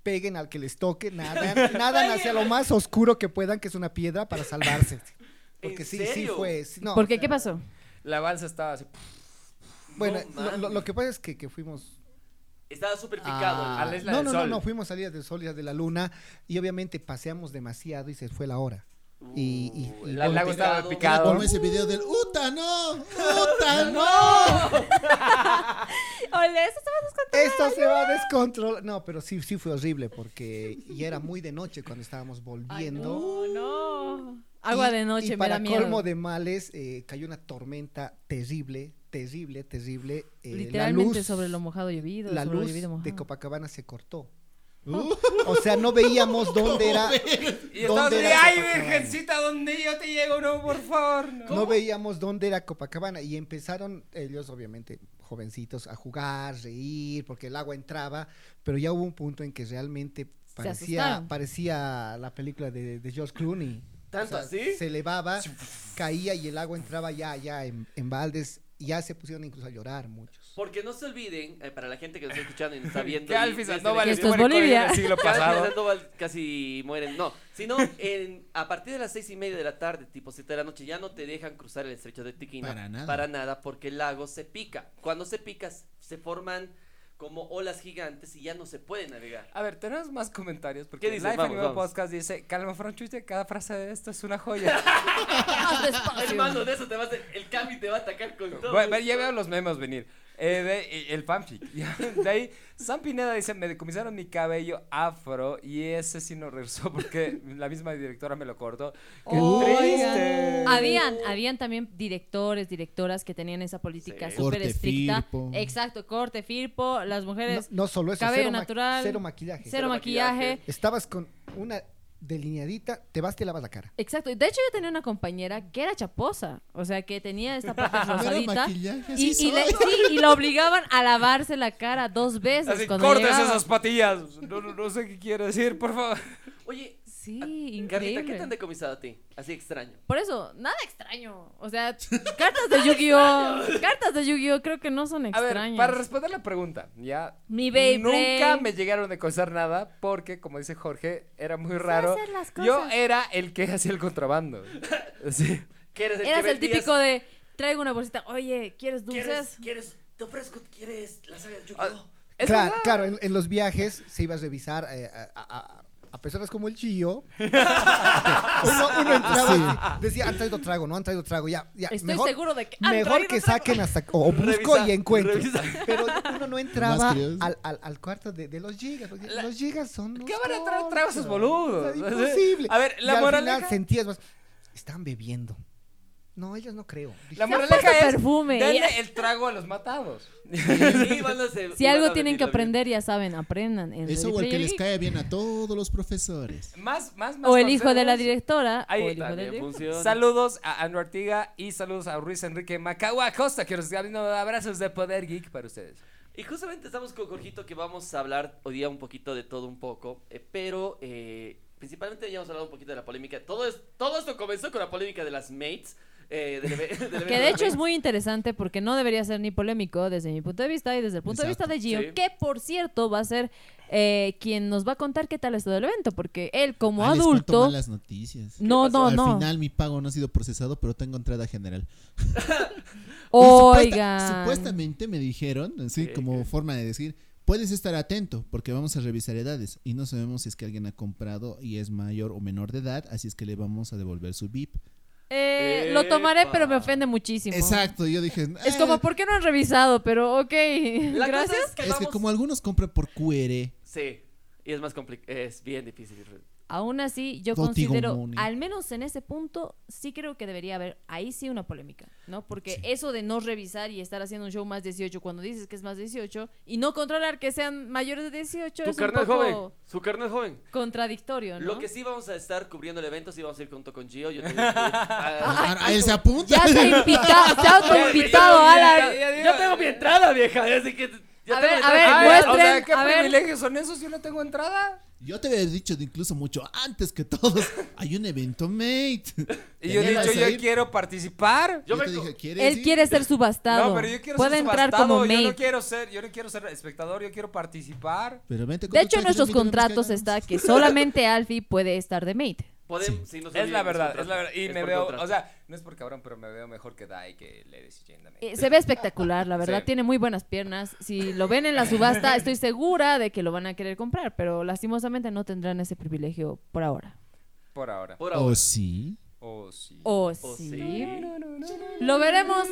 Speaker 4: peguen al que les
Speaker 2: [LAUGHS]
Speaker 4: toque, nadan, nadan hacia lo más oscuro que puedan, que es una piedra, para salvarse. Porque
Speaker 2: ¿En
Speaker 4: sí, sí
Speaker 2: serio?
Speaker 4: fue. sí, no,
Speaker 3: ¿Por
Speaker 4: o
Speaker 3: qué?
Speaker 4: sea,
Speaker 3: ¿Qué pasó?
Speaker 1: La balsa estaba así.
Speaker 4: Bueno,
Speaker 2: No
Speaker 4: lo- lo,
Speaker 2: mames.
Speaker 4: lo que pasa es que, que fuimos
Speaker 2: Estaba súper picado.
Speaker 1: a la isla
Speaker 4: no,
Speaker 1: del
Speaker 4: no,
Speaker 1: sol.
Speaker 4: no, no, fuimos salidas del sol y de la luna y obviamente paseamos demasiado y se fue la hora. y- y-
Speaker 2: Uh,
Speaker 4: y-
Speaker 1: La- El lago estaba
Speaker 5: Era
Speaker 1: picado.
Speaker 5: como ese video del Uta, no, Uta, no.
Speaker 3: Hola, eso se va a descontar.
Speaker 4: Esto se va a descontrolar. No, pero sí, sí fue horrible porque ya era muy de noche cuando estábamos volviendo.
Speaker 3: no. Agua
Speaker 4: Y-
Speaker 3: de noche,
Speaker 4: y
Speaker 3: me
Speaker 4: para
Speaker 3: da miedo.
Speaker 4: colmo de males, eh, cayó una tormenta terrible, terrible, terrible. eh,
Speaker 3: Literalmente
Speaker 4: la luz,
Speaker 3: sobre lo mojado llovido,
Speaker 4: La
Speaker 3: sobre lo
Speaker 4: luz
Speaker 3: llovido mojado. Oh.
Speaker 4: de Copacabana se cortó. O sea, no
Speaker 3: [LAUGHS]
Speaker 4: veíamos dónde era.
Speaker 1: Y estabas
Speaker 4: ¿Dónde
Speaker 1: así,
Speaker 4: era
Speaker 1: ay,
Speaker 4: Copacabana?
Speaker 1: virgencita, ¿dónde yo te llego? No, por favor. No.
Speaker 4: No veíamos dónde era Copacabana. Y empezaron ellos, obviamente, jovencitos, a jugar, reír, porque el agua entraba. Pero ya hubo un punto en que realmente Parecía,
Speaker 3: asustaron.
Speaker 4: parecía la película de, de George Clooney.
Speaker 2: ¿Tanto así?
Speaker 4: Se elevaba, caía y el agua entraba ya, ya en, en baldes. Y ya se pusieron incluso a llorar muchos.
Speaker 2: Porque no se olviden, eh, para la gente que nos está escuchando y nos está viendo.
Speaker 1: [LAUGHS] Que
Speaker 2: y-
Speaker 1: Alfis
Speaker 2: desde
Speaker 1: Sandoval
Speaker 3: Que
Speaker 1: es
Speaker 3: esto es
Speaker 1: Mónico
Speaker 3: Bolivia.
Speaker 1: del siglo
Speaker 2: Cada vez que
Speaker 1: pasado.
Speaker 2: Sandoval casi mueren. No, sino en, a partir de las seis y media de la tarde, tipo siete de la noche, ya no te dejan cruzar el estrecho de Tiquina.
Speaker 5: Para nada.
Speaker 2: Para nada, porque el lago se pica. Cuando se pica, se forman como olas gigantes y ya no se puede navegar.
Speaker 1: A ver, tenemos más comentarios porque
Speaker 2: ¿Qué dice?
Speaker 1: Life
Speaker 2: Vamos,
Speaker 1: Animal
Speaker 2: vamos.
Speaker 1: Podcast dice, calma Franchuche, cada frase de esto es una [LAUGHS] joya.
Speaker 3: Más [LAUGHS]
Speaker 2: [LAUGHS]
Speaker 3: despacio.
Speaker 2: Hermano, de eso te vas a- el Cami te va a atacar con todo.
Speaker 1: bueno, ya
Speaker 2: esto.
Speaker 1: veo los memes venir. Eh, de- y- el fanfic. [LAUGHS] Ya, De ahí, Sam Pineda dice, me decomisaron mi cabello afro y ese sí no regresó porque la misma directora me lo cortó. ¡Qué
Speaker 3: Oh, Oigan.
Speaker 1: triste!
Speaker 3: Habían, habían también directores, directoras que tenían esa política
Speaker 2: Sí.
Speaker 3: súper
Speaker 5: Corte
Speaker 3: estricta.
Speaker 5: Firpo.
Speaker 3: Exacto, corte, firpo, las
Speaker 4: No,
Speaker 3: mujeres,
Speaker 4: no solo eso,
Speaker 3: cabello
Speaker 4: cero, ma-
Speaker 3: natural,
Speaker 4: cero maquillaje.
Speaker 3: cero
Speaker 2: maquillaje.
Speaker 3: maquillaje.
Speaker 4: Estabas con una delineadita, te vas, te lavas la cara.
Speaker 3: Exacto, de hecho yo tenía una compañera que era chaposa, o sea, que tenía esta
Speaker 4: [LAUGHS]
Speaker 3: parte rosadita
Speaker 5: maquillaje,
Speaker 3: y,
Speaker 5: así
Speaker 3: y le-
Speaker 5: son.
Speaker 3: sí, y la obligaban a lavarse la cara dos veces
Speaker 1: Así,
Speaker 3: cuando
Speaker 1: cortes
Speaker 3: llegaba.
Speaker 1: esas patillas. No, no, no sé qué quiere decir, por favor.
Speaker 2: Oye,
Speaker 3: Sí,
Speaker 1: Ah,
Speaker 2: Carlita, ¿qué te han
Speaker 3: increíble.
Speaker 2: decomisado a ti? Así extraño.
Speaker 3: Por eso, nada extraño,
Speaker 1: [LAUGHS]
Speaker 3: o sea, cartas de Yu-Gi-Oh, cartas de Yu-Gi-Oh creo que no son
Speaker 1: A ver,
Speaker 3: extrañas.
Speaker 1: para responder la pregunta, ya.
Speaker 3: Mi Beyblade.
Speaker 1: Nunca me llegaron a decomisar nada porque, como dice Jorge, era muy raro.
Speaker 3: hacer las
Speaker 1: Yo
Speaker 3: cosas.
Speaker 1: era el que [LAUGHS] hacía el contrabando. Sí.
Speaker 2: ¿Qué eres el que
Speaker 3: Eras el
Speaker 2: vendías?
Speaker 3: típico de traigo una bolsita, oye, ¿quieres
Speaker 2: ¿Quieres,
Speaker 3: dulces?
Speaker 2: quieres, te ofrezco, quieres la saga de Yu-Gi-Oh?
Speaker 1: Ah, Es
Speaker 4: Claro,
Speaker 1: verdad.
Speaker 4: claro en, en los viajes se iba a revisar eh, a, a- a- a personas como el
Speaker 1: [LAUGHS]
Speaker 4: Gio. uno, uno entraba y decía, han traído trago, no han traído trago, ya, ya.
Speaker 3: Estoy
Speaker 4: mejor,
Speaker 3: seguro de que han
Speaker 4: mejor
Speaker 3: traído
Speaker 4: que
Speaker 3: trago.
Speaker 4: saquen hasta, o, o busco
Speaker 2: Revisa,
Speaker 4: y encuentro.
Speaker 2: revisa.
Speaker 1: [LAUGHS]
Speaker 4: Pero uno no entraba
Speaker 5: Más curioso.
Speaker 4: al, al, al cuarto de, de los gigas, porque
Speaker 1: La-
Speaker 4: los gigas son
Speaker 1: ¿Qué
Speaker 4: los
Speaker 1: van a traer
Speaker 4: corchos.
Speaker 1: tragos esos boludos?
Speaker 4: O sea, imposible.
Speaker 1: A ver, la
Speaker 4: y al
Speaker 1: moraleja-
Speaker 4: final sentías más, están bebiendo. No, ellos no creo.
Speaker 1: La
Speaker 3: Se han
Speaker 1: moraleja
Speaker 3: puesto
Speaker 1: es
Speaker 3: perfume.
Speaker 1: denle el trago a los matados.
Speaker 2: [LAUGHS] Sí, van a ser-
Speaker 3: Si
Speaker 2: van
Speaker 3: algo
Speaker 2: a venir, van a
Speaker 3: tienen que
Speaker 2: venir.
Speaker 3: aprender, ya saben, aprendan. en
Speaker 5: Eso
Speaker 3: Ready
Speaker 5: o el que
Speaker 3: Player
Speaker 5: les
Speaker 3: Geek.
Speaker 5: cae bien a todos los profesores.
Speaker 1: Más, más, más
Speaker 3: O el hijo de la
Speaker 1: consejos.
Speaker 3: directora.
Speaker 2: Ahí
Speaker 3: o el hijo
Speaker 2: también
Speaker 3: del director.
Speaker 2: funciona.
Speaker 1: Saludos a Andrew Artiga y saludos a Ruiz Enrique Macagua Costa, que nos está dando abrazos de poder geek para ustedes.
Speaker 2: Y justamente estamos con Jorgito que vamos a hablar hoy día un poquito de todo un poco, eh, pero eh, principalmente ya hemos hablado un poquito de la polémica. Todo, es, todo esto comenzó con la polémica de las mates. eh, del eve- [LAUGHS] del evento
Speaker 3: Que de
Speaker 2: las
Speaker 3: hecho es
Speaker 2: mates.
Speaker 3: muy interesante porque no debería ser ni polémico desde mi punto de vista y desde el punto
Speaker 5: Exacto.
Speaker 3: de vista de Gio,
Speaker 2: Sí.
Speaker 3: que por cierto va a ser eh, quien nos va a contar qué tal es todo el evento, porque él como
Speaker 5: Ah, les cuento
Speaker 3: adulto...
Speaker 5: malas noticias.
Speaker 3: No, no,
Speaker 5: Al
Speaker 3: no.
Speaker 5: final mi pago no ha sido procesado, pero tengo entrada general. Y supuesta-
Speaker 3: Oigan.
Speaker 5: supuestamente me dijeron, así
Speaker 2: ¿Qué?
Speaker 5: como forma de decir, puedes estar atento porque vamos a revisar edades y no sabemos si es que alguien ha comprado y es mayor o menor de edad, así es que le vamos a devolver su VIP.
Speaker 3: Eh, lo tomaré,
Speaker 2: Epa.
Speaker 3: pero me ofende muchísimo.
Speaker 5: Exacto, yo dije,
Speaker 3: Es
Speaker 5: "Ah,
Speaker 3: como, ¿por qué no han revisado? Pero, ok,
Speaker 2: La cosa
Speaker 3: gracias.
Speaker 2: es que,
Speaker 5: es que
Speaker 2: vamos-
Speaker 5: como algunos compran por QR,
Speaker 2: Sí, y es más complicado, es bien difícil.
Speaker 3: Aún así, yo
Speaker 5: Don't
Speaker 3: considero,
Speaker 5: digo money.
Speaker 3: al menos en ese punto, sí creo que debería haber ahí sí una polémica, ¿no? Porque eso de no revisar y estar haciendo un show más 18 cuando dices que es más 18 y no controlar que sean mayores de 18
Speaker 2: Tu
Speaker 3: es un
Speaker 2: carnal
Speaker 3: poco
Speaker 2: joven, su carnal joven.
Speaker 3: contradictorio, ¿no?
Speaker 2: Lo que sí vamos a estar cubriendo el evento, sí vamos a ir junto con
Speaker 1: [LAUGHS]
Speaker 2: Gio. Yo te voy a escribir. Ah,
Speaker 5: ah, él se apunta.
Speaker 3: Ya
Speaker 5: [LAUGHS]
Speaker 3: se invita, se ha autoinvitado,
Speaker 1: Ya, ya,
Speaker 3: Alan.
Speaker 1: ya, ya,
Speaker 2: yo tengo mi entrada, vieja. Así que yo
Speaker 3: A
Speaker 2: tengo
Speaker 3: ver,
Speaker 2: mi
Speaker 3: a
Speaker 2: entrada. Ah,
Speaker 3: ver,
Speaker 1: Ay,
Speaker 3: muestren,
Speaker 1: o sea, ¿qué
Speaker 3: a ver.
Speaker 1: privilegios son esos? Yo no tengo entrada.
Speaker 5: Yo te había dicho de incluso mucho antes que todos, hay un evento mate.
Speaker 1: Y [LAUGHS] yo he
Speaker 5: Tenías
Speaker 1: dicho,
Speaker 5: que
Speaker 1: yo
Speaker 5: ir.
Speaker 1: quiero participar.
Speaker 2: Yo
Speaker 5: Yo
Speaker 2: me
Speaker 5: te
Speaker 2: co-
Speaker 5: dije, ¿quieres
Speaker 3: Él
Speaker 5: ir?"
Speaker 3: quiere ser subastado.
Speaker 1: No, pero yo quiero
Speaker 3: Puede
Speaker 1: ser
Speaker 3: entrar
Speaker 1: subastado,
Speaker 3: como
Speaker 1: yo
Speaker 3: maid.
Speaker 1: no quiero ser, yo no quiero ser espectador, yo quiero participar.
Speaker 5: Pero vente con
Speaker 3: De
Speaker 5: tu
Speaker 3: hecho, en
Speaker 5: cheque,
Speaker 3: nuestros
Speaker 5: mira, vemos qué
Speaker 3: contratos está
Speaker 5: ganamos.
Speaker 3: que solamente Alfie puede estar de maid.
Speaker 2: Podemos, sí, nos
Speaker 1: Es la
Speaker 2: olvidamos
Speaker 1: verdad,
Speaker 2: contrato.
Speaker 1: es la verdad. Y
Speaker 2: Es
Speaker 1: me
Speaker 2: por
Speaker 1: veo,
Speaker 2: contrato.
Speaker 1: o sea, no es por cabrón, pero me veo mejor que Dai que Ladies y Gentlemen.
Speaker 3: Eh, se ve espectacular, la verdad.
Speaker 1: Sí.
Speaker 3: Tiene muy buenas piernas. Si lo ven en la subasta, estoy segura de que lo van a querer comprar, pero lastimosamente no tendrán ese privilegio por ahora.
Speaker 1: Por ahora.
Speaker 2: Por
Speaker 5: ¿O
Speaker 2: ahora.
Speaker 5: Oh, sí?
Speaker 1: Oh, sí.
Speaker 3: O
Speaker 2: O
Speaker 3: sí.
Speaker 2: sí.
Speaker 3: Lo veremos.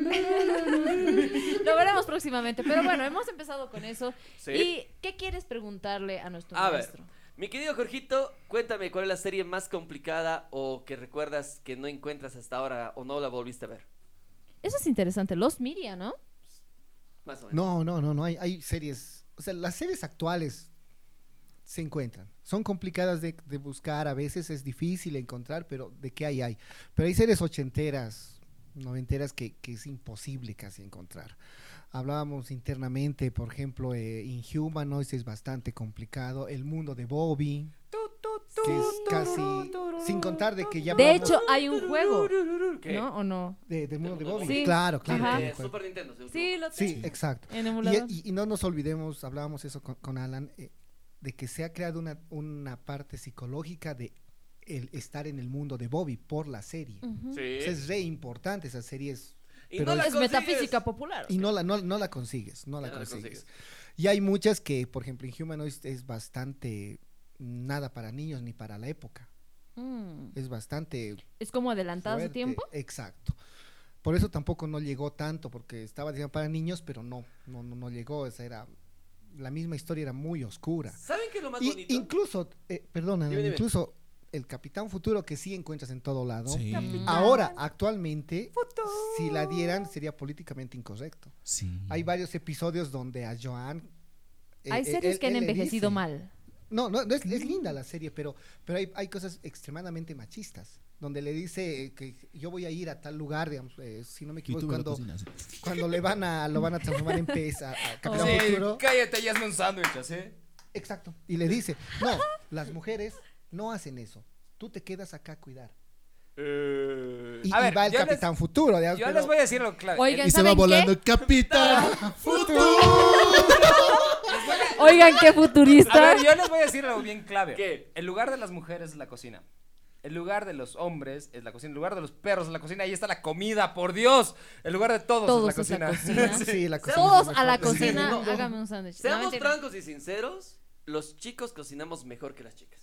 Speaker 3: [LAUGHS] lo veremos próximamente. Pero bueno, hemos empezado con eso.
Speaker 2: Sí.
Speaker 3: ¿Y qué quieres preguntarle a nuestro
Speaker 2: A ver.
Speaker 3: maestro?
Speaker 2: Mi querido Jorgito, cuéntame cuál es la serie más complicada o que recuerdas que no encuentras hasta ahora o no la volviste a ver.
Speaker 3: Eso es interesante. Los Miria, ¿no?
Speaker 2: Más o menos.
Speaker 4: No, no, no, no. Hay, hay series. O sea, las series actuales se encuentran. Son complicadas de, de buscar, a veces es difícil encontrar, pero de qué hay, hay. Pero hay series ochenteras, noventeras que, que es imposible casi encontrar. Hablábamos internamente, por ejemplo, eh, Inhumanoids es bastante complicado. El mundo de Bobby, que es casi. Sin contar de que ya.
Speaker 3: De
Speaker 4: hablamos
Speaker 3: hecho, hay un juego,
Speaker 2: ¿Qué?
Speaker 3: ¿no? ¿O no?
Speaker 4: de- del mundo de Bobby.
Speaker 3: Sí.
Speaker 4: Claro, claro.
Speaker 3: Ajá.
Speaker 4: que
Speaker 2: Eh,
Speaker 4: me acuerdo.
Speaker 2: Super Nintendo. seguro.
Speaker 3: Sí, lo
Speaker 4: Sí,
Speaker 5: Sí.
Speaker 4: exacto.
Speaker 3: En
Speaker 4: Y,
Speaker 3: emulador.
Speaker 4: y- y no nos olvidemos, hablábamos eso con, con Alan, eh, de que se ha creado una, una parte psicológica de el estar en el mundo de Bobby por la serie.
Speaker 3: Ujú.
Speaker 2: Sí.
Speaker 4: O sea, es re importante esa serie es-
Speaker 2: Y
Speaker 4: pero
Speaker 2: la
Speaker 3: Es
Speaker 2: consigues. Ah,
Speaker 3: metafísica popular.
Speaker 4: y no la, no, no la consigues, no la
Speaker 2: No la
Speaker 4: consigues.
Speaker 2: consigues.
Speaker 4: Y hay muchas que, por ejemplo, Inhumanoids es bastante nada para niños ni para la época.
Speaker 3: Mm.
Speaker 4: Es bastante
Speaker 3: Es como adelantada a su
Speaker 4: fuerte.
Speaker 3: tiempo.
Speaker 4: Exacto. Por eso tampoco no llegó tanto, porque estaba diseñado para niños, pero no, no, no, no llegó. Esa era, la misma historia era muy oscura.
Speaker 2: ¿Saben qué es lo más
Speaker 4: Y
Speaker 2: bonito?
Speaker 4: incluso, eh, perdona,
Speaker 2: Dime, dime.
Speaker 4: incluso el Capitán Futuro que sí encuentras en todo lado.
Speaker 5: Sí,
Speaker 4: Ahora, actualmente, si la dieran sería políticamente incorrecto.
Speaker 5: sí.
Speaker 4: Hay varios episodios donde a Joan... eh,
Speaker 3: Hay
Speaker 4: eh,
Speaker 3: series
Speaker 4: él-
Speaker 3: que han
Speaker 4: él le
Speaker 3: envejecido
Speaker 4: dice-
Speaker 3: mal. Mm.
Speaker 4: No, no, no, es, es linda la serie, pero, pero hay, hay cosas extremadamente machistas. Donde le dice eh, que yo voy a ir a tal lugar, digamos, eh, si no me
Speaker 5: Y tú
Speaker 4: equivoco,
Speaker 5: me lo
Speaker 4: cuando,
Speaker 5: cocinas.
Speaker 4: cuando le van a, lo van a transformar en pez
Speaker 2: [LAUGHS]
Speaker 4: a, a Capitán
Speaker 3: Sí,
Speaker 4: Futuro.
Speaker 1: cállate, ya es un sándwich, ¿así?
Speaker 4: Exacto. Y le dice, no, las mujeres no hacen eso. Tú te quedas acá a cuidar.
Speaker 2: Eh,
Speaker 4: Y,
Speaker 1: A
Speaker 4: y
Speaker 1: ver,
Speaker 4: va el
Speaker 1: yo les-
Speaker 4: Capitán Futuro. digamos,
Speaker 1: Yo
Speaker 4: pero-
Speaker 1: les voy a decir lo claro.
Speaker 3: Oigan,
Speaker 5: Y se va
Speaker 3: ¿saben
Speaker 5: volando.
Speaker 1: [LAUGHS]
Speaker 3: qué?
Speaker 5: ¡Capitán!
Speaker 3: Oigan, qué
Speaker 1: A
Speaker 3: futurista.
Speaker 1: ver, yo les voy a decir algo bien clave.
Speaker 2: ¿Qué?
Speaker 1: El lugar de las mujeres es la cocina. El lugar de los hombres es la cocina. El lugar de los perros es la cocina. Ahí está la comida, por Dios. El lugar de todos,
Speaker 3: Todos
Speaker 1: es la
Speaker 3: es la
Speaker 1: cocina.
Speaker 3: cocina.
Speaker 1: [LAUGHS] Sí.
Speaker 4: Sí, la cocina
Speaker 3: Todos
Speaker 4: es
Speaker 3: a la
Speaker 4: mejor.
Speaker 3: cocina.
Speaker 2: No.
Speaker 3: Hágame un sándwich. No,
Speaker 2: Seamos
Speaker 3: mentira.
Speaker 2: francos y sinceros, los chicos cocinamos mejor que las chicas.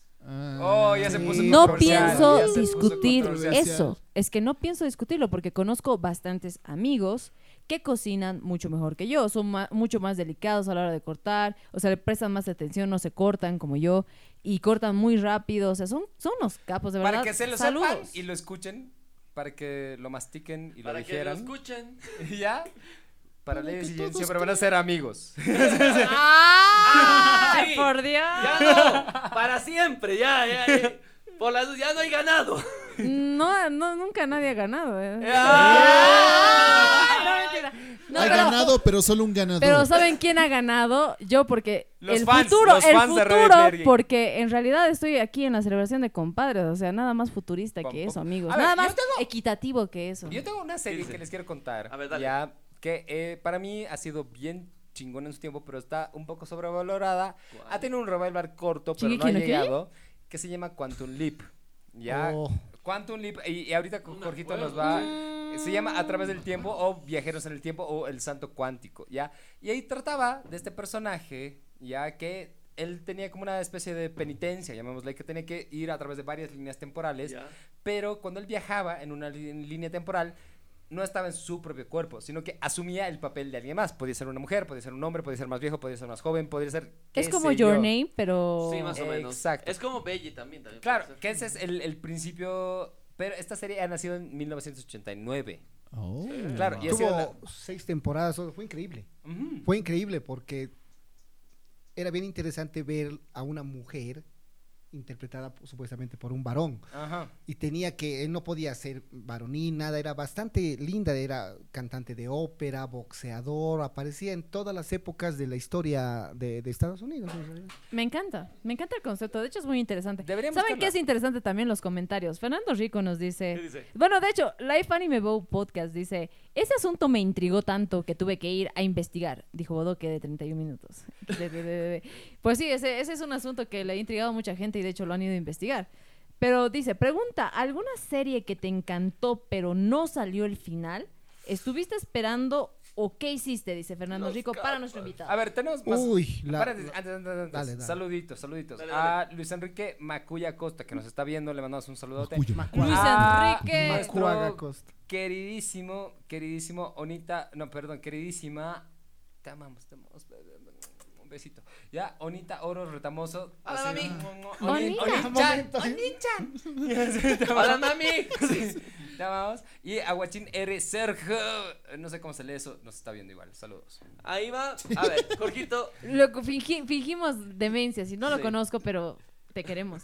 Speaker 1: Oh, ya se puso
Speaker 4: Sí,
Speaker 3: No
Speaker 1: controversial,
Speaker 3: pienso
Speaker 1: ya se puso
Speaker 3: discutir
Speaker 1: controversial.
Speaker 3: eso. Es que no pienso discutirlo porque conozco bastantes amigos que cocinan mucho mejor que yo. Son ma- mucho más delicados a la hora de cortar. O sea, le prestan más atención, no se cortan como yo. Y cortan muy rápido. O sea, son, son unos capos, de verdad.
Speaker 1: Para que se lo
Speaker 3: Saludos.
Speaker 1: sepan y lo escuchen. Para que lo mastiquen y lo
Speaker 2: Para que lo
Speaker 1: digieran.
Speaker 2: escuchen. [LAUGHS]
Speaker 1: Y [LAUGHS] ya. Para la
Speaker 5: que
Speaker 1: siguiente
Speaker 5: todos
Speaker 1: siempre van a ser
Speaker 3: [LAUGHS]
Speaker 1: amigos.
Speaker 3: ¡Ah!
Speaker 2: Sí.
Speaker 3: ¡Por Dios!
Speaker 2: Ya no, para siempre, ya, ya. ya. Por las dudas, ya no hay ganado.
Speaker 3: No, no, nunca nadie ha ganado. eh.
Speaker 1: [LAUGHS] Ah.
Speaker 3: Ah, No, mentira. No,
Speaker 5: Hay
Speaker 3: pero-
Speaker 5: ganado, pero solo un ganador.
Speaker 3: Pero ¿saben quién ha ganado? Yo porque
Speaker 1: Los
Speaker 3: el
Speaker 1: fans,
Speaker 3: futuro,
Speaker 1: los
Speaker 3: el
Speaker 1: fans de Red
Speaker 3: futuro,
Speaker 1: Player Game.
Speaker 3: porque en realidad estoy aquí en la celebración de compadres, o sea, nada más futurista
Speaker 1: Pam,
Speaker 3: que
Speaker 1: pam.
Speaker 3: eso, amigos,
Speaker 1: A ver,
Speaker 3: nada
Speaker 1: yo
Speaker 3: más
Speaker 1: tengo-
Speaker 3: equitativo que eso.
Speaker 1: Yo tengo una serie
Speaker 2: Dice.
Speaker 1: que les quiero contar.
Speaker 2: A ver, dale.
Speaker 1: Ya que eh, para mí ha sido bien chingón en su tiempo, pero está un poco sobrevalorada.
Speaker 2: ¿Cuál?
Speaker 1: Ha tenido un revival corto, pero
Speaker 3: ¿Shingeki
Speaker 1: no ha
Speaker 3: no Kyojin?
Speaker 1: llegado. Que se llama Quantum Leap. Ya.
Speaker 4: Oh.
Speaker 1: Quantum Leap. Y, y ahorita con
Speaker 2: No me
Speaker 1: Jorgito
Speaker 2: acuerdo.
Speaker 1: nos va. Se llama A través del tiempo o Viajeros en el tiempo o El Santo Cuántico, ¿ya? Y ahí trataba de este personaje, ya que él tenía como una especie de penitencia, llamémosle, que tenía que ir a través de varias líneas temporales
Speaker 2: Ya.
Speaker 1: pero cuando él viajaba en una li- en línea temporal, no estaba en su propio cuerpo, sino que asumía el papel de alguien más. Podía ser una mujer, podía ser un hombre, podía ser más viejo, podía ser más joven, podía ser... qué
Speaker 3: es como
Speaker 1: sé
Speaker 3: Your
Speaker 1: yo.
Speaker 3: Name, pero
Speaker 2: Sí, más o menos.
Speaker 1: Exacto.
Speaker 2: Es como Belly también. también puede
Speaker 1: Claro,
Speaker 2: ser.
Speaker 1: que ese es el, el principio... Pero esta serie ha nacido en 1989.
Speaker 5: Oh.
Speaker 4: Mm.
Speaker 1: Claro, y ha sido una-
Speaker 4: Tuvo seis temporadas, solo, fue increíble.
Speaker 1: Ujú.
Speaker 4: Fue increíble porque era bien interesante ver a una mujer interpretada por- supuestamente por un varón.
Speaker 1: Ajá.
Speaker 4: Y tenía que, él no podía ser varonil, nada, era bastante linda, era cantante de ópera, boxeador, aparecía en todas las épocas de la historia de, de Estados Unidos. en realidad.
Speaker 3: me encanta, me encanta el concepto, de hecho es muy interesante.
Speaker 1: Deberíamos
Speaker 3: ¿Saben qué
Speaker 1: verla.
Speaker 3: es interesante también los comentarios? Fernando Rico nos
Speaker 2: ¿Qué
Speaker 3: dice,
Speaker 2: dice?
Speaker 3: bueno, de hecho, Life Anime Bow Podcast dice, ese asunto me intrigó tanto que tuve que ir a investigar, dijo Bodoque de 31 minutos. [LAUGHS] De, de, de, de. Pues sí, ese, ese es un asunto que le ha intrigado a mucha gente y de hecho lo han ido a investigar. Pero dice, pregunta, ¿alguna serie que te encantó pero no salió el final? ¿Estuviste esperando o qué hiciste? Dice Fernando
Speaker 2: Los
Speaker 3: Rico para
Speaker 2: capas.
Speaker 3: nuestro invitado.
Speaker 1: A ver, tenemos más...
Speaker 4: Uy, la-
Speaker 1: Espérate, antes, antes, antes.
Speaker 4: Dale, dale.
Speaker 1: Saluditos, saluditos.
Speaker 2: Dale, dale.
Speaker 1: A Luis Enrique Macuya Costa, que nos está viendo, le mandamos un saludote.
Speaker 5: Cuyo.
Speaker 3: Luis
Speaker 1: Ah,
Speaker 3: Enrique.
Speaker 1: nuestro
Speaker 4: Macuaga Costa.
Speaker 1: Queridísimo, queridísimo, Onita, no, perdón, queridísima, te amamos, te amamos, un besito. Ya, Onita Oro Retamoso.
Speaker 2: Hola,
Speaker 1: así,
Speaker 2: mami.
Speaker 1: mo- mo-
Speaker 3: Onita.
Speaker 1: Oni-chan,
Speaker 4: Momento.
Speaker 1: Oni-chan. Te amamos.
Speaker 2: Hola,
Speaker 3: [LAUGHS]
Speaker 2: mami.
Speaker 1: Sí, Te amamos. Y Aguachín R. Sergio, no sé cómo se lee eso, nos está viendo igual, saludos.
Speaker 2: Ahí va. A ver, Jorgito.
Speaker 3: Lo, fingimos demencia, si no lo
Speaker 1: Sí.
Speaker 3: conozco, pero te queremos.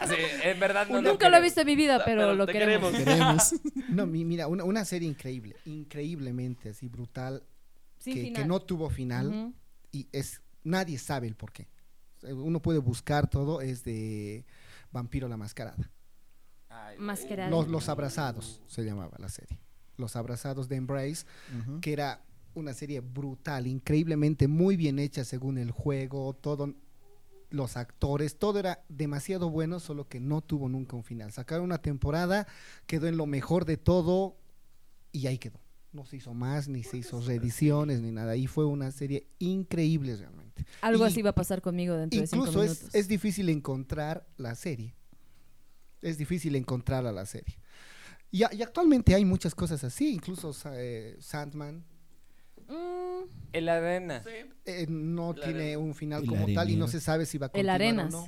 Speaker 1: Así, en verdad no
Speaker 3: Nunca lo he
Speaker 1: queremos.
Speaker 3: visto en mi vida,
Speaker 2: Ah,
Speaker 3: [LAUGHS] pero, lo
Speaker 2: te
Speaker 3: queremos.
Speaker 5: Queremos.
Speaker 4: No, mi- mira, una, una serie increíble, increíblemente así brutal,
Speaker 3: Sin
Speaker 4: que, que
Speaker 3: final.
Speaker 4: no tuvo final
Speaker 3: Ujú.
Speaker 4: y es nadie sabe el por qué. O sea, Uno puede buscar todo, es de Vampiro la Mascarada.
Speaker 1: Ay, güey.
Speaker 3: Mascarada.
Speaker 4: Los, Los Abrazados se llamaba la serie. Los Abrazados de Embrace,
Speaker 5: Ujú.
Speaker 4: que era una serie brutal, increíblemente muy bien hecha según el juego, todo los actores, todo era demasiado bueno, solo que no tuvo nunca un final. Sacaron una temporada, quedó en lo mejor de todo y ahí quedó. No se hizo más, ni se hizo reediciones, ni nada. Y fue una serie increíble realmente.
Speaker 3: Algo
Speaker 4: Y-
Speaker 3: así va a pasar conmigo dentro de cinco
Speaker 4: Incluso
Speaker 3: minutos.
Speaker 4: es, es difícil encontrar la serie. Es difícil encontrar a la serie. Y, a- y actualmente hay muchas cosas así, incluso sa- eh, Sandman
Speaker 3: Mm,
Speaker 1: En la arena.
Speaker 2: Sí.
Speaker 4: eh, no
Speaker 2: El
Speaker 4: tiene
Speaker 2: Arena.
Speaker 4: un final
Speaker 5: El
Speaker 4: como tal y
Speaker 5: Arenero.
Speaker 4: no se sabe si va a
Speaker 3: el
Speaker 4: continuar
Speaker 3: Arenas.
Speaker 4: o no.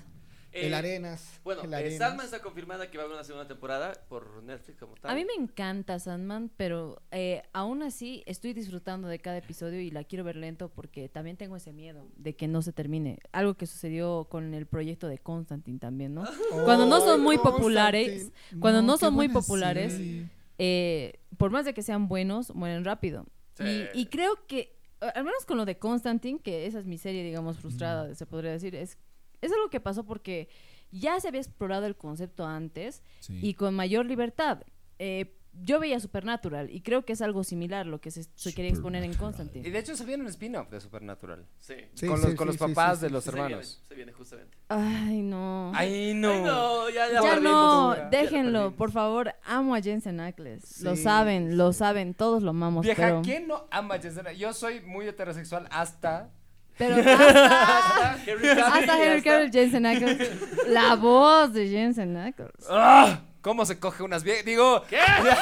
Speaker 2: Eh,
Speaker 4: el Arenas.
Speaker 2: Bueno,
Speaker 4: el
Speaker 2: eh,
Speaker 4: Arenas.
Speaker 2: Sandman está confirmada que va a haber una segunda temporada por Netflix como tal.
Speaker 3: Mm, A mí me encanta Sandman, pero eh, aún así estoy disfrutando de cada episodio y la quiero ver lento porque también tengo ese miedo de que no se termine. Algo que sucedió con el proyecto de Constantine también, ¿no? Cuando no son
Speaker 4: Ay,
Speaker 3: muy
Speaker 4: no,
Speaker 3: populares,
Speaker 4: Santi.
Speaker 3: cuando no
Speaker 5: qué
Speaker 3: son muy
Speaker 5: buena
Speaker 3: populares,
Speaker 5: serie.
Speaker 3: eh, por más de que sean buenos, mueren rápido.
Speaker 2: Sí.
Speaker 3: Y, y creo que, a- al menos con lo de Constantine, que esa es mi serie, digamos, frustrada, se podría decir, es, es algo que pasó porque ya se había explorado el concepto antes
Speaker 5: Sí.
Speaker 3: y con mayor libertad. Eh, yo veía Supernatural y creo que es algo similar lo que se, se quería exponer en
Speaker 5: Supernatural.
Speaker 1: Y
Speaker 3: Constantine.
Speaker 1: de hecho se viene un spin-off de Supernatural.
Speaker 2: Sí.
Speaker 4: Sí,
Speaker 1: con
Speaker 4: sí,
Speaker 1: los, con
Speaker 4: sí,
Speaker 1: los
Speaker 4: sí, sí,
Speaker 1: papás
Speaker 4: sí,
Speaker 1: de
Speaker 4: sí.
Speaker 1: los
Speaker 2: Se
Speaker 1: hermanos.
Speaker 2: viene, se viene justamente.
Speaker 3: Ay, no.
Speaker 1: Ay, no.
Speaker 2: Ay, no, ya, ya,
Speaker 3: ya
Speaker 2: perdimos.
Speaker 3: no,
Speaker 2: Ya la
Speaker 3: déjenlo,
Speaker 2: perdimos.
Speaker 3: por favor. Amo a Jensen Ackles. lo
Speaker 4: Sí,
Speaker 3: saben, lo saben, todos lo amamos.
Speaker 1: Vieja,
Speaker 3: pero,
Speaker 1: ¿quién no ama a Jensen? Yo soy muy heterosexual hasta...
Speaker 3: pero hasta,
Speaker 2: Hasta Henry Cavill,
Speaker 3: hasta Henry
Speaker 2: hasta-
Speaker 3: Cavill, Jensen Ackles. La voz de Jensen Ackles.
Speaker 1: ¡Ah! ¿Cómo se coge unas viejas? Digo... [LAUGHS] ¿Qué? Ah.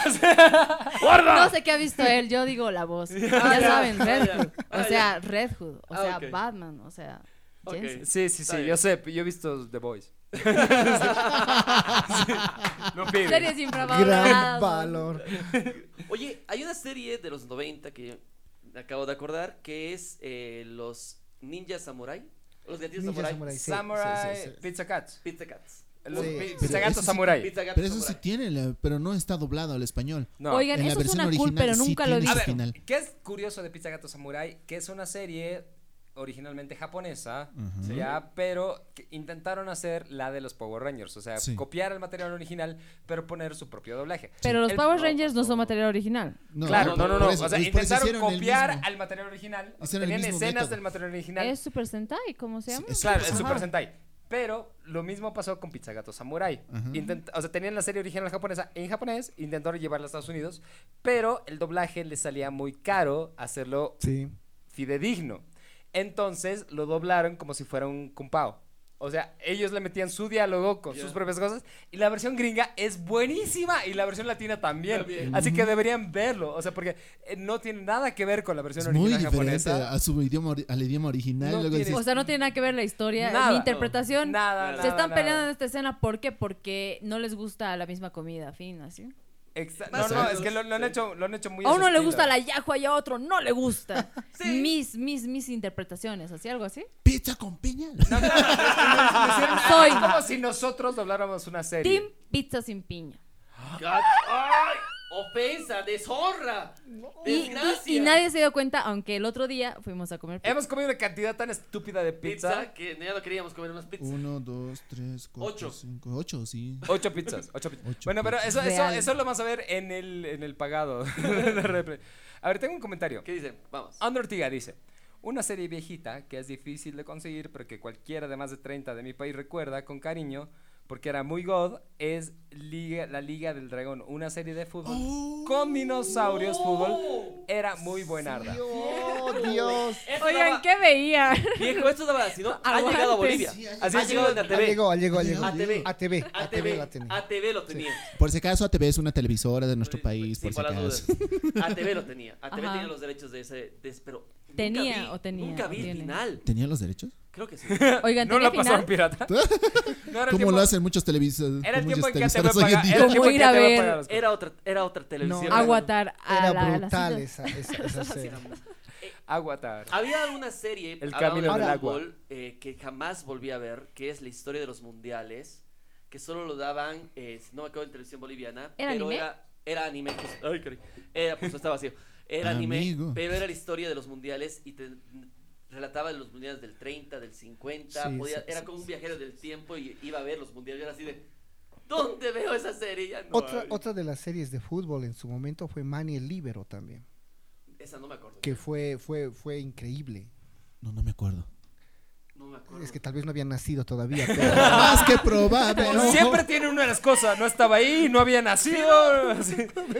Speaker 3: No sé qué ha visto él, yo digo la voz. Ya
Speaker 2: ya.
Speaker 3: saben,
Speaker 2: Ah,
Speaker 3: Red
Speaker 2: ya.
Speaker 3: Hood.
Speaker 2: Ah,
Speaker 3: O sea, Red Hood. O
Speaker 2: Ah,
Speaker 3: sea,
Speaker 2: ok.
Speaker 3: Batman. O sea,
Speaker 2: Ok.
Speaker 3: Jensen.
Speaker 1: Sí, sí,
Speaker 2: Está
Speaker 1: sí,
Speaker 2: bien.
Speaker 1: yo sé, yo he visto The [LAUGHS] Boys. Sí. No pide.
Speaker 3: Series infravaloradas.
Speaker 4: Gran valor.
Speaker 2: Oye, hay una serie de los 90 que acabo de acordar que es eh, los Ninja Samurai. Los Gatillos
Speaker 4: Ninja
Speaker 2: Samurai.
Speaker 4: Samurai, sí, sí,
Speaker 1: Samurai,
Speaker 4: sí, sí.
Speaker 1: Pizza Cats.
Speaker 2: Pizza Cats.
Speaker 1: Los
Speaker 4: Sí.
Speaker 1: pi-
Speaker 5: Pero
Speaker 1: Pizza Gato
Speaker 5: eso sí-
Speaker 1: Samurai.
Speaker 2: Pizza Gatos
Speaker 5: Pero eso sí
Speaker 2: Samurai.
Speaker 5: tiene, la- pero no está doblado al español.
Speaker 1: No.
Speaker 3: Oigan,
Speaker 5: En la
Speaker 3: eso es
Speaker 5: versión
Speaker 3: una cool,
Speaker 5: original
Speaker 3: pero
Speaker 5: sí
Speaker 3: nunca lo he
Speaker 5: tiene
Speaker 1: A
Speaker 3: visto.
Speaker 1: ver,
Speaker 5: final.
Speaker 1: ¿qué es curioso de Pizza Gato Samurai? Que es una serie originalmente japonesa,
Speaker 5: Ujú.
Speaker 1: ya, pero que intentaron hacer la de los Power Rangers, o sea,
Speaker 5: Sí.
Speaker 1: copiar el material original, pero poner su propio doblaje.
Speaker 3: Pero los
Speaker 1: El-
Speaker 3: Power
Speaker 1: no,
Speaker 3: Rangers no
Speaker 1: no.
Speaker 3: son material original.
Speaker 5: No,
Speaker 1: claro, no, no, no.
Speaker 5: por eso,
Speaker 1: o sea,
Speaker 5: pues, por eso
Speaker 1: intentaron
Speaker 5: hicieron el
Speaker 1: copiar
Speaker 5: mismo.
Speaker 1: al material original. o sea,
Speaker 5: Hicieron el
Speaker 1: Tenían
Speaker 5: mismo
Speaker 1: escenas
Speaker 5: método.
Speaker 1: del material original.
Speaker 3: Es Super Sentai, ¿cómo se llama?
Speaker 5: es-
Speaker 1: Claro,
Speaker 5: Super
Speaker 1: es Super
Speaker 5: Sentai.
Speaker 1: Sentai. Pero lo mismo pasó con Pizza Gato Samurai.
Speaker 5: Ajá.
Speaker 1: Intent- o sea, tenían la serie original japonesa en japonés, intentaron llevarla a Estados Unidos, pero el doblaje les salía muy caro hacerlo
Speaker 4: Sí.
Speaker 1: fidedigno. Entonces lo doblaron como si fuera un cumpao. O sea, ellos le metían su diálogo con
Speaker 2: Ya.
Speaker 1: sus propias cosas. Y la versión gringa es buenísima. Y la versión latina también.
Speaker 2: También.
Speaker 1: Así que deberían verlo. O sea, porque eh, no tiene nada que ver con la versión
Speaker 5: Es muy
Speaker 1: original
Speaker 5: diferente
Speaker 1: japonesa.
Speaker 5: a su idioma, ori- al idioma original.
Speaker 1: No
Speaker 5: luego
Speaker 1: tiene-
Speaker 5: dices,
Speaker 3: O sea, no tiene nada que ver la historia,
Speaker 1: Nada,
Speaker 3: ni interpretación.
Speaker 1: Nada,
Speaker 2: Se
Speaker 1: nada,
Speaker 3: Se están
Speaker 1: nada.
Speaker 3: peleando en esta escena, ¿por qué? Porque no les gusta la misma comida, fin, así.
Speaker 1: Exa-
Speaker 2: Más
Speaker 1: no,
Speaker 5: o
Speaker 1: no,
Speaker 5: menos,
Speaker 1: es que lo, lo han
Speaker 2: sí.
Speaker 1: hecho, lo han hecho muy
Speaker 3: A uno le
Speaker 1: asustado.
Speaker 3: gusta la yahua y a otro no
Speaker 1: [LAUGHS]
Speaker 3: le gusta.
Speaker 2: Sí.
Speaker 3: Mis, mis, mis interpretaciones, así, algo así.
Speaker 5: pizza con piña.
Speaker 1: No, claro, [LAUGHS] es que no, es-
Speaker 3: Soy-
Speaker 1: es como si nosotros dobláramos una serie.
Speaker 3: Team Pizza sin piña.
Speaker 2: Gat- Ah. ¡Ay! ¡Ofensa! ¡Deshonra!
Speaker 3: Y, y-
Speaker 2: ¡Desgracia!
Speaker 3: y nadie se dio cuenta, aunque el otro día fuimos a comer. pizza.
Speaker 1: Hemos comido una cantidad tan estúpida de pizza.
Speaker 2: Pizza, que ya no queríamos comer unas pizzas.
Speaker 5: Uno, dos, tres, cuatro,
Speaker 2: Ocho.
Speaker 5: cinco, ocho, sí.
Speaker 1: Ocho pizzas, ocho pizzas.
Speaker 5: Ocho
Speaker 1: bueno, pero eso, eso,
Speaker 3: Real.
Speaker 1: eso lo vamos a ver en el, en el pagado. [LAUGHS] de repente. a ver, tengo un comentario.
Speaker 2: ¿Qué dicen? Vamos.
Speaker 3: Ah,
Speaker 1: Andrew Ortiga dice, una serie viejita que es difícil de conseguir, pero que cualquiera de más de 30 de mi país recuerda con cariño, porque era muy god, es Liga- La Liga del Dragón, una serie de fútbol con dinosaurios fútbol. Era muy buenarda.
Speaker 4: Oh, Dios.
Speaker 2: Eso
Speaker 3: Oigan,
Speaker 2: daba-
Speaker 3: ¿qué veía?
Speaker 2: Viejo, esto daba, si no, ha
Speaker 3: Aguantes.
Speaker 2: llegado a Bolivia.
Speaker 5: Sí, ha
Speaker 2: Así
Speaker 5: llegado.
Speaker 2: ha llegado en ATV.
Speaker 4: Ah, Llegó, llegó, llegó.
Speaker 5: A
Speaker 2: TV.
Speaker 4: ATV, ATV la
Speaker 2: ATV,
Speaker 4: tenía.
Speaker 2: ATV lo tenía.
Speaker 5: Por si acaso, ATV es una televisora de nuestro
Speaker 1: pues,
Speaker 5: país,
Speaker 2: Sí,
Speaker 5: por si
Speaker 2: las
Speaker 5: acaso.
Speaker 2: dudas. ATV lo tenía. ATV
Speaker 3: Ajá.
Speaker 2: tenía los derechos de ese. de ese- pero nunca
Speaker 3: Tenía
Speaker 2: vi-
Speaker 3: o tenía,
Speaker 2: Nunca
Speaker 3: o
Speaker 2: vi el
Speaker 3: tiene.
Speaker 2: final.
Speaker 5: [LAUGHS] ¿Tenía los derechos?
Speaker 2: Creo
Speaker 5: [LAUGHS]
Speaker 2: que sí.
Speaker 3: [LAUGHS] Oigan,
Speaker 1: ¿No
Speaker 3: ¿tenía
Speaker 1: la pasaron
Speaker 3: final?
Speaker 1: pirata? No era el
Speaker 5: ¿Cómo
Speaker 1: tiempo-
Speaker 5: lo hacen muchos televisores?
Speaker 1: Era el tiempo en que ATV
Speaker 5: televisoras hoy en
Speaker 1: paga-
Speaker 5: día?
Speaker 1: era el tiempo
Speaker 3: Como
Speaker 1: en
Speaker 3: ir
Speaker 1: que
Speaker 3: a
Speaker 1: ATV
Speaker 3: ver-
Speaker 1: pagaba las cosas.
Speaker 2: Era otra, era otra televisión.
Speaker 4: No.
Speaker 3: Aguatar a
Speaker 4: Era
Speaker 3: la- a la
Speaker 4: brutal
Speaker 3: silla. [LAUGHS]
Speaker 4: esa, esa, esa serie.
Speaker 2: Eh,
Speaker 1: Aguatar.
Speaker 2: Había una serie
Speaker 1: El
Speaker 2: hablando
Speaker 1: camino
Speaker 2: de
Speaker 4: del
Speaker 1: agua.
Speaker 2: fútbol, eh, que jamás volví a ver, que es la historia de los mundiales, que solo lo daban, eh, si no me acuerdo, en televisión boliviana. pero
Speaker 3: ¿Era anime?
Speaker 2: Era, era anime. pues, ay, caray. Era, pues está vacío. Era
Speaker 5: Amigo.
Speaker 2: anime, pero era la historia de los mundiales y te relataba los mundiales del 30, del 50.
Speaker 5: Sí,
Speaker 2: podía-
Speaker 5: sí,
Speaker 2: era
Speaker 5: sí,
Speaker 2: como un viajero del tiempo y iba a ver los mundiales. Era así de, ¿dónde veo esa serie? Ya no
Speaker 4: Otra,
Speaker 2: hay.
Speaker 4: otra de las series de fútbol en su momento fue Manny el Libero también,
Speaker 2: Esa no me acuerdo.
Speaker 4: que fue, fue, fue increíble.
Speaker 5: No, no me acuerdo.
Speaker 2: No me acuerdo.
Speaker 4: Es que tal vez no habían nacido todavía, pero...
Speaker 3: [LAUGHS]
Speaker 5: Más
Speaker 1: [LAUGHS]
Speaker 5: que probable.
Speaker 1: Siempre tiene una de las cosas. No estaba ahí, no había
Speaker 3: [LAUGHS]
Speaker 1: nacido, sí,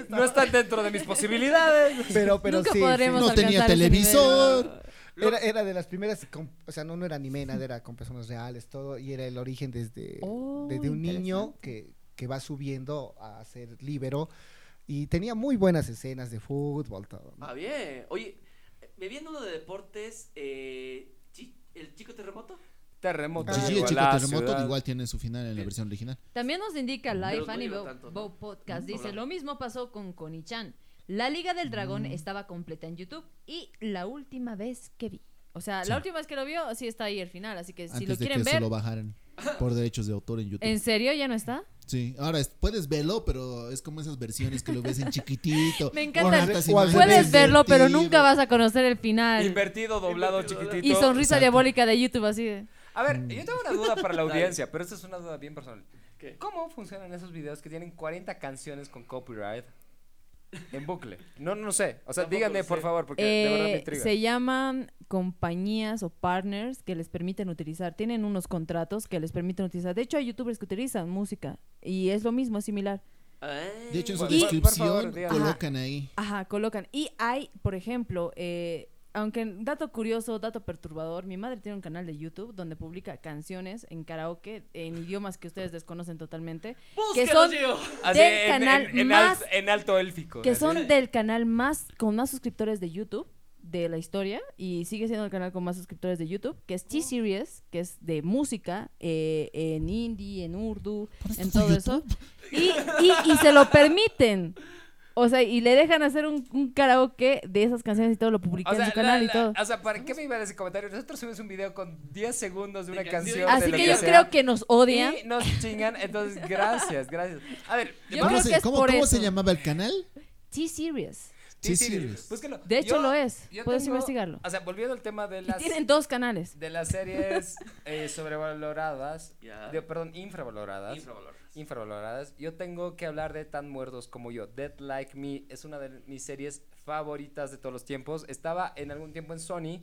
Speaker 1: no están dentro de mis posibilidades.
Speaker 4: Pero, pero
Speaker 3: Nunca
Speaker 4: sí, sí.
Speaker 3: podremos
Speaker 5: No tenía
Speaker 3: alcanzar ese
Speaker 5: televisor.
Speaker 4: Era, era de las primeras, con- o sea, no, no era anime, nada, era con personas reales, todo, y era el origen desde,
Speaker 3: Oh,
Speaker 4: desde un niño que, que va subiendo a ser libero, y tenía muy buenas escenas de fútbol, todo. ¿no?
Speaker 2: Ah, bien. Oye, eh, me viene uno de deportes, eh, chi- ¿el chico terremoto?
Speaker 1: Terremoto.
Speaker 5: Sí, sí, el
Speaker 1: llegó a
Speaker 5: chico
Speaker 1: la
Speaker 5: terremoto
Speaker 1: ciudad.
Speaker 5: igual tiene su final en la versión original.
Speaker 3: También nos indica
Speaker 2: Pero
Speaker 3: Live
Speaker 2: no
Speaker 3: Anime
Speaker 2: lleva
Speaker 3: Bow-
Speaker 2: tanto, ¿no?
Speaker 3: Bow Podcast.
Speaker 2: No,
Speaker 3: Dice,
Speaker 2: no.
Speaker 3: lo mismo pasó con Konichan. La Liga del Dragón estaba completa en YouTube y la última vez que vi. O sea,
Speaker 5: Sí.
Speaker 3: la última vez que lo vio, sí está ahí el final. Así que si
Speaker 5: antes
Speaker 3: lo
Speaker 5: de
Speaker 3: quieren
Speaker 5: que
Speaker 3: ver,
Speaker 5: se lo bajaran por derechos de autor en YouTube.
Speaker 3: ¿en serio ya no está?
Speaker 5: Sí, ahora es- puedes verlo, pero es como esas versiones que lo ves en chiquitito.
Speaker 3: [LAUGHS] Me
Speaker 5: con
Speaker 3: encanta.
Speaker 5: altas
Speaker 4: O al
Speaker 5: imágenes,
Speaker 3: Puedes verlo, pero
Speaker 5: invertido.
Speaker 3: nunca vas a conocer el final.
Speaker 1: Invertido, doblado,
Speaker 2: Invertido, doblado.
Speaker 1: chiquitito.
Speaker 3: Y sonrisa
Speaker 5: Exacto.
Speaker 3: diabólica de YouTube así de...
Speaker 1: A ver, yo tengo una duda
Speaker 3: [LAUGHS]
Speaker 1: para la
Speaker 2: Dale.
Speaker 1: audiencia, pero esta es una duda bien personal.
Speaker 2: ¿Qué?
Speaker 1: ¿Cómo funcionan esos videos que tienen 40 canciones con copyright en bucle? No, no sé. O sea,
Speaker 2: Tampoco
Speaker 1: díganme,
Speaker 2: lo sé.
Speaker 1: por favor, porque de verdad me
Speaker 3: Eh,
Speaker 1: intriga.
Speaker 3: se llaman compañías o partners que les permiten utilizar. Tienen unos contratos que les permiten utilizar. De hecho, hay youtubers que utilizan música y es lo mismo, es similar.
Speaker 5: De hecho, en su
Speaker 1: Por-
Speaker 3: Y-
Speaker 5: descripción
Speaker 1: por favor, diga.
Speaker 5: colocan ahí.
Speaker 3: Ajá, colocan. Y hay, por ejemplo, eh, aunque dato curioso, dato perturbador, mi madre tiene un canal de YouTube donde publica canciones en karaoke en idiomas que ustedes desconocen totalmente, que son
Speaker 1: Así,
Speaker 3: del
Speaker 1: en,
Speaker 3: canal
Speaker 1: en- en
Speaker 3: más-
Speaker 1: alt- en alto élfico.
Speaker 3: que
Speaker 1: así.
Speaker 3: son del canal más con más suscriptores de YouTube de la historia y sigue siendo el canal con más suscriptores de YouTube, que es T-Series, que es de música eh, en indie, en urdu, en todo eso. Y, y- y se lo permiten. O sea, y le dejan hacer un, un karaoke de esas canciones y todo, lo publica
Speaker 1: O
Speaker 3: en
Speaker 1: sea,
Speaker 3: su canal
Speaker 1: la-
Speaker 3: y todo.
Speaker 1: la- o sea, ¿para qué me iba a dar ese comentario? Nosotros subimos un video con 10 segundos de
Speaker 2: De
Speaker 1: una
Speaker 2: canción.
Speaker 1: canción.
Speaker 2: la-
Speaker 3: Así
Speaker 1: de lo
Speaker 3: que yo
Speaker 1: sea,
Speaker 3: creo que nos odian.
Speaker 1: Y nos chingan, entonces
Speaker 3: [LAUGHS]
Speaker 1: gracias, gracias. A ver,
Speaker 3: Yo
Speaker 5: ¿Cómo,
Speaker 3: creo
Speaker 5: se,
Speaker 3: que es
Speaker 5: cómo-
Speaker 3: por
Speaker 5: cómo
Speaker 3: eso.
Speaker 5: se llamaba el canal?
Speaker 3: T-Series.
Speaker 5: Sí, sí.
Speaker 1: búsquenlo.
Speaker 3: De hecho, lo es.
Speaker 1: yo
Speaker 3: Puedes investigarlo.
Speaker 1: O sea, volviendo al tema de
Speaker 3: Y
Speaker 1: las,
Speaker 3: tienen dos canales.
Speaker 1: de las series eh, sobrevaloradas,
Speaker 2: Ya.
Speaker 1: de- perdón, infravaloradas. infravaloradas. Yo tengo que hablar de Tan Muertos como yo. Dead Like Me es una de mis series favoritas de todos los tiempos. Estaba en algún tiempo en Sony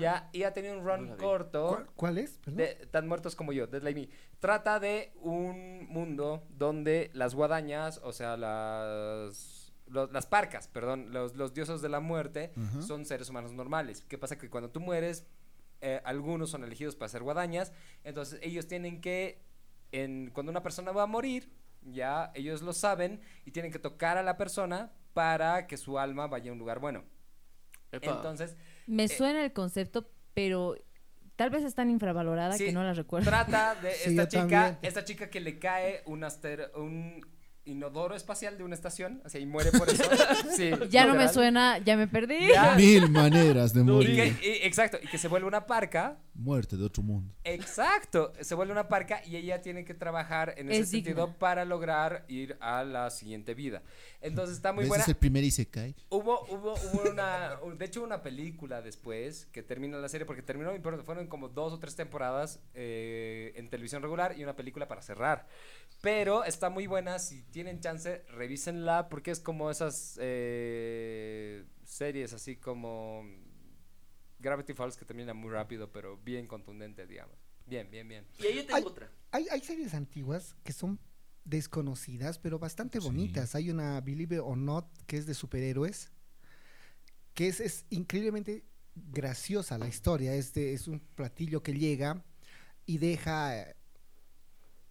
Speaker 1: ya, y ha tenido un run
Speaker 2: Ah. No la vi.
Speaker 1: corto.
Speaker 4: ¿Cuál, cuál es? Perdón.
Speaker 1: de Tan Muertos como yo, Dead Like Me. Trata de un mundo donde las guadañas, o sea, las, lo- las parcas, perdón, los, los dioses de la muerte
Speaker 5: Ajá.
Speaker 1: son seres humanos normales. ¿Qué pasa? Que cuando tú mueres, eh, algunos son elegidos para ser guadañas, entonces ellos tienen que, en, cuando una persona va a morir, ya ellos lo saben y tienen que tocar a la persona para que su alma vaya a un lugar bueno. Entonces,
Speaker 4: Eh,
Speaker 3: Me suena el concepto, pero tal vez es tan infravalorada
Speaker 1: Sí,
Speaker 3: que no la recuerdo.
Speaker 1: [LAUGHS] Trata de
Speaker 4: Sí,
Speaker 1: esta
Speaker 4: yo
Speaker 1: chica,
Speaker 4: también.
Speaker 1: esta chica que le cae un, aster- un inodoro espacial de una estación, o sea, y muere por
Speaker 3: [LAUGHS]
Speaker 1: eso. Sí,
Speaker 3: Ya no me
Speaker 1: literal.
Speaker 3: suena, ya me perdí.
Speaker 1: Ya.
Speaker 5: Mil maneras de
Speaker 1: Y
Speaker 5: morir.
Speaker 1: que- y- exacto, y que se vuelve una parca.
Speaker 5: Muerte de otro mundo.
Speaker 1: Exacto, se vuelve una parca y ella tiene que trabajar en ese
Speaker 3: Es digna.
Speaker 1: sentido para lograr ir a la siguiente vida. Entonces está muy
Speaker 5: ¿Ves?
Speaker 1: buena.
Speaker 5: Es el primer y se cae.
Speaker 1: Hubo, hubo, hubo una, u- de hecho, una película después que termina la serie, porque terminó, pero fueron como dos o tres temporadas eh, en televisión regular y una película para cerrar. Pero está muy buena, si tienen chance, revísenla, porque es como esas eh, series así como Gravity Falls que termina muy rápido, pero bien contundente, digamos. Bien, bien, bien.
Speaker 2: Y ahí yo tengo
Speaker 4: Ay.
Speaker 2: otra.
Speaker 4: Hay, hay series antiguas que son desconocidas, pero bastante
Speaker 5: Sí.
Speaker 4: bonitas. Hay una Believe It or Not que es de superhéroes, que es, es increíblemente graciosa la historia. Es, de- es un platillo que llega y deja eh,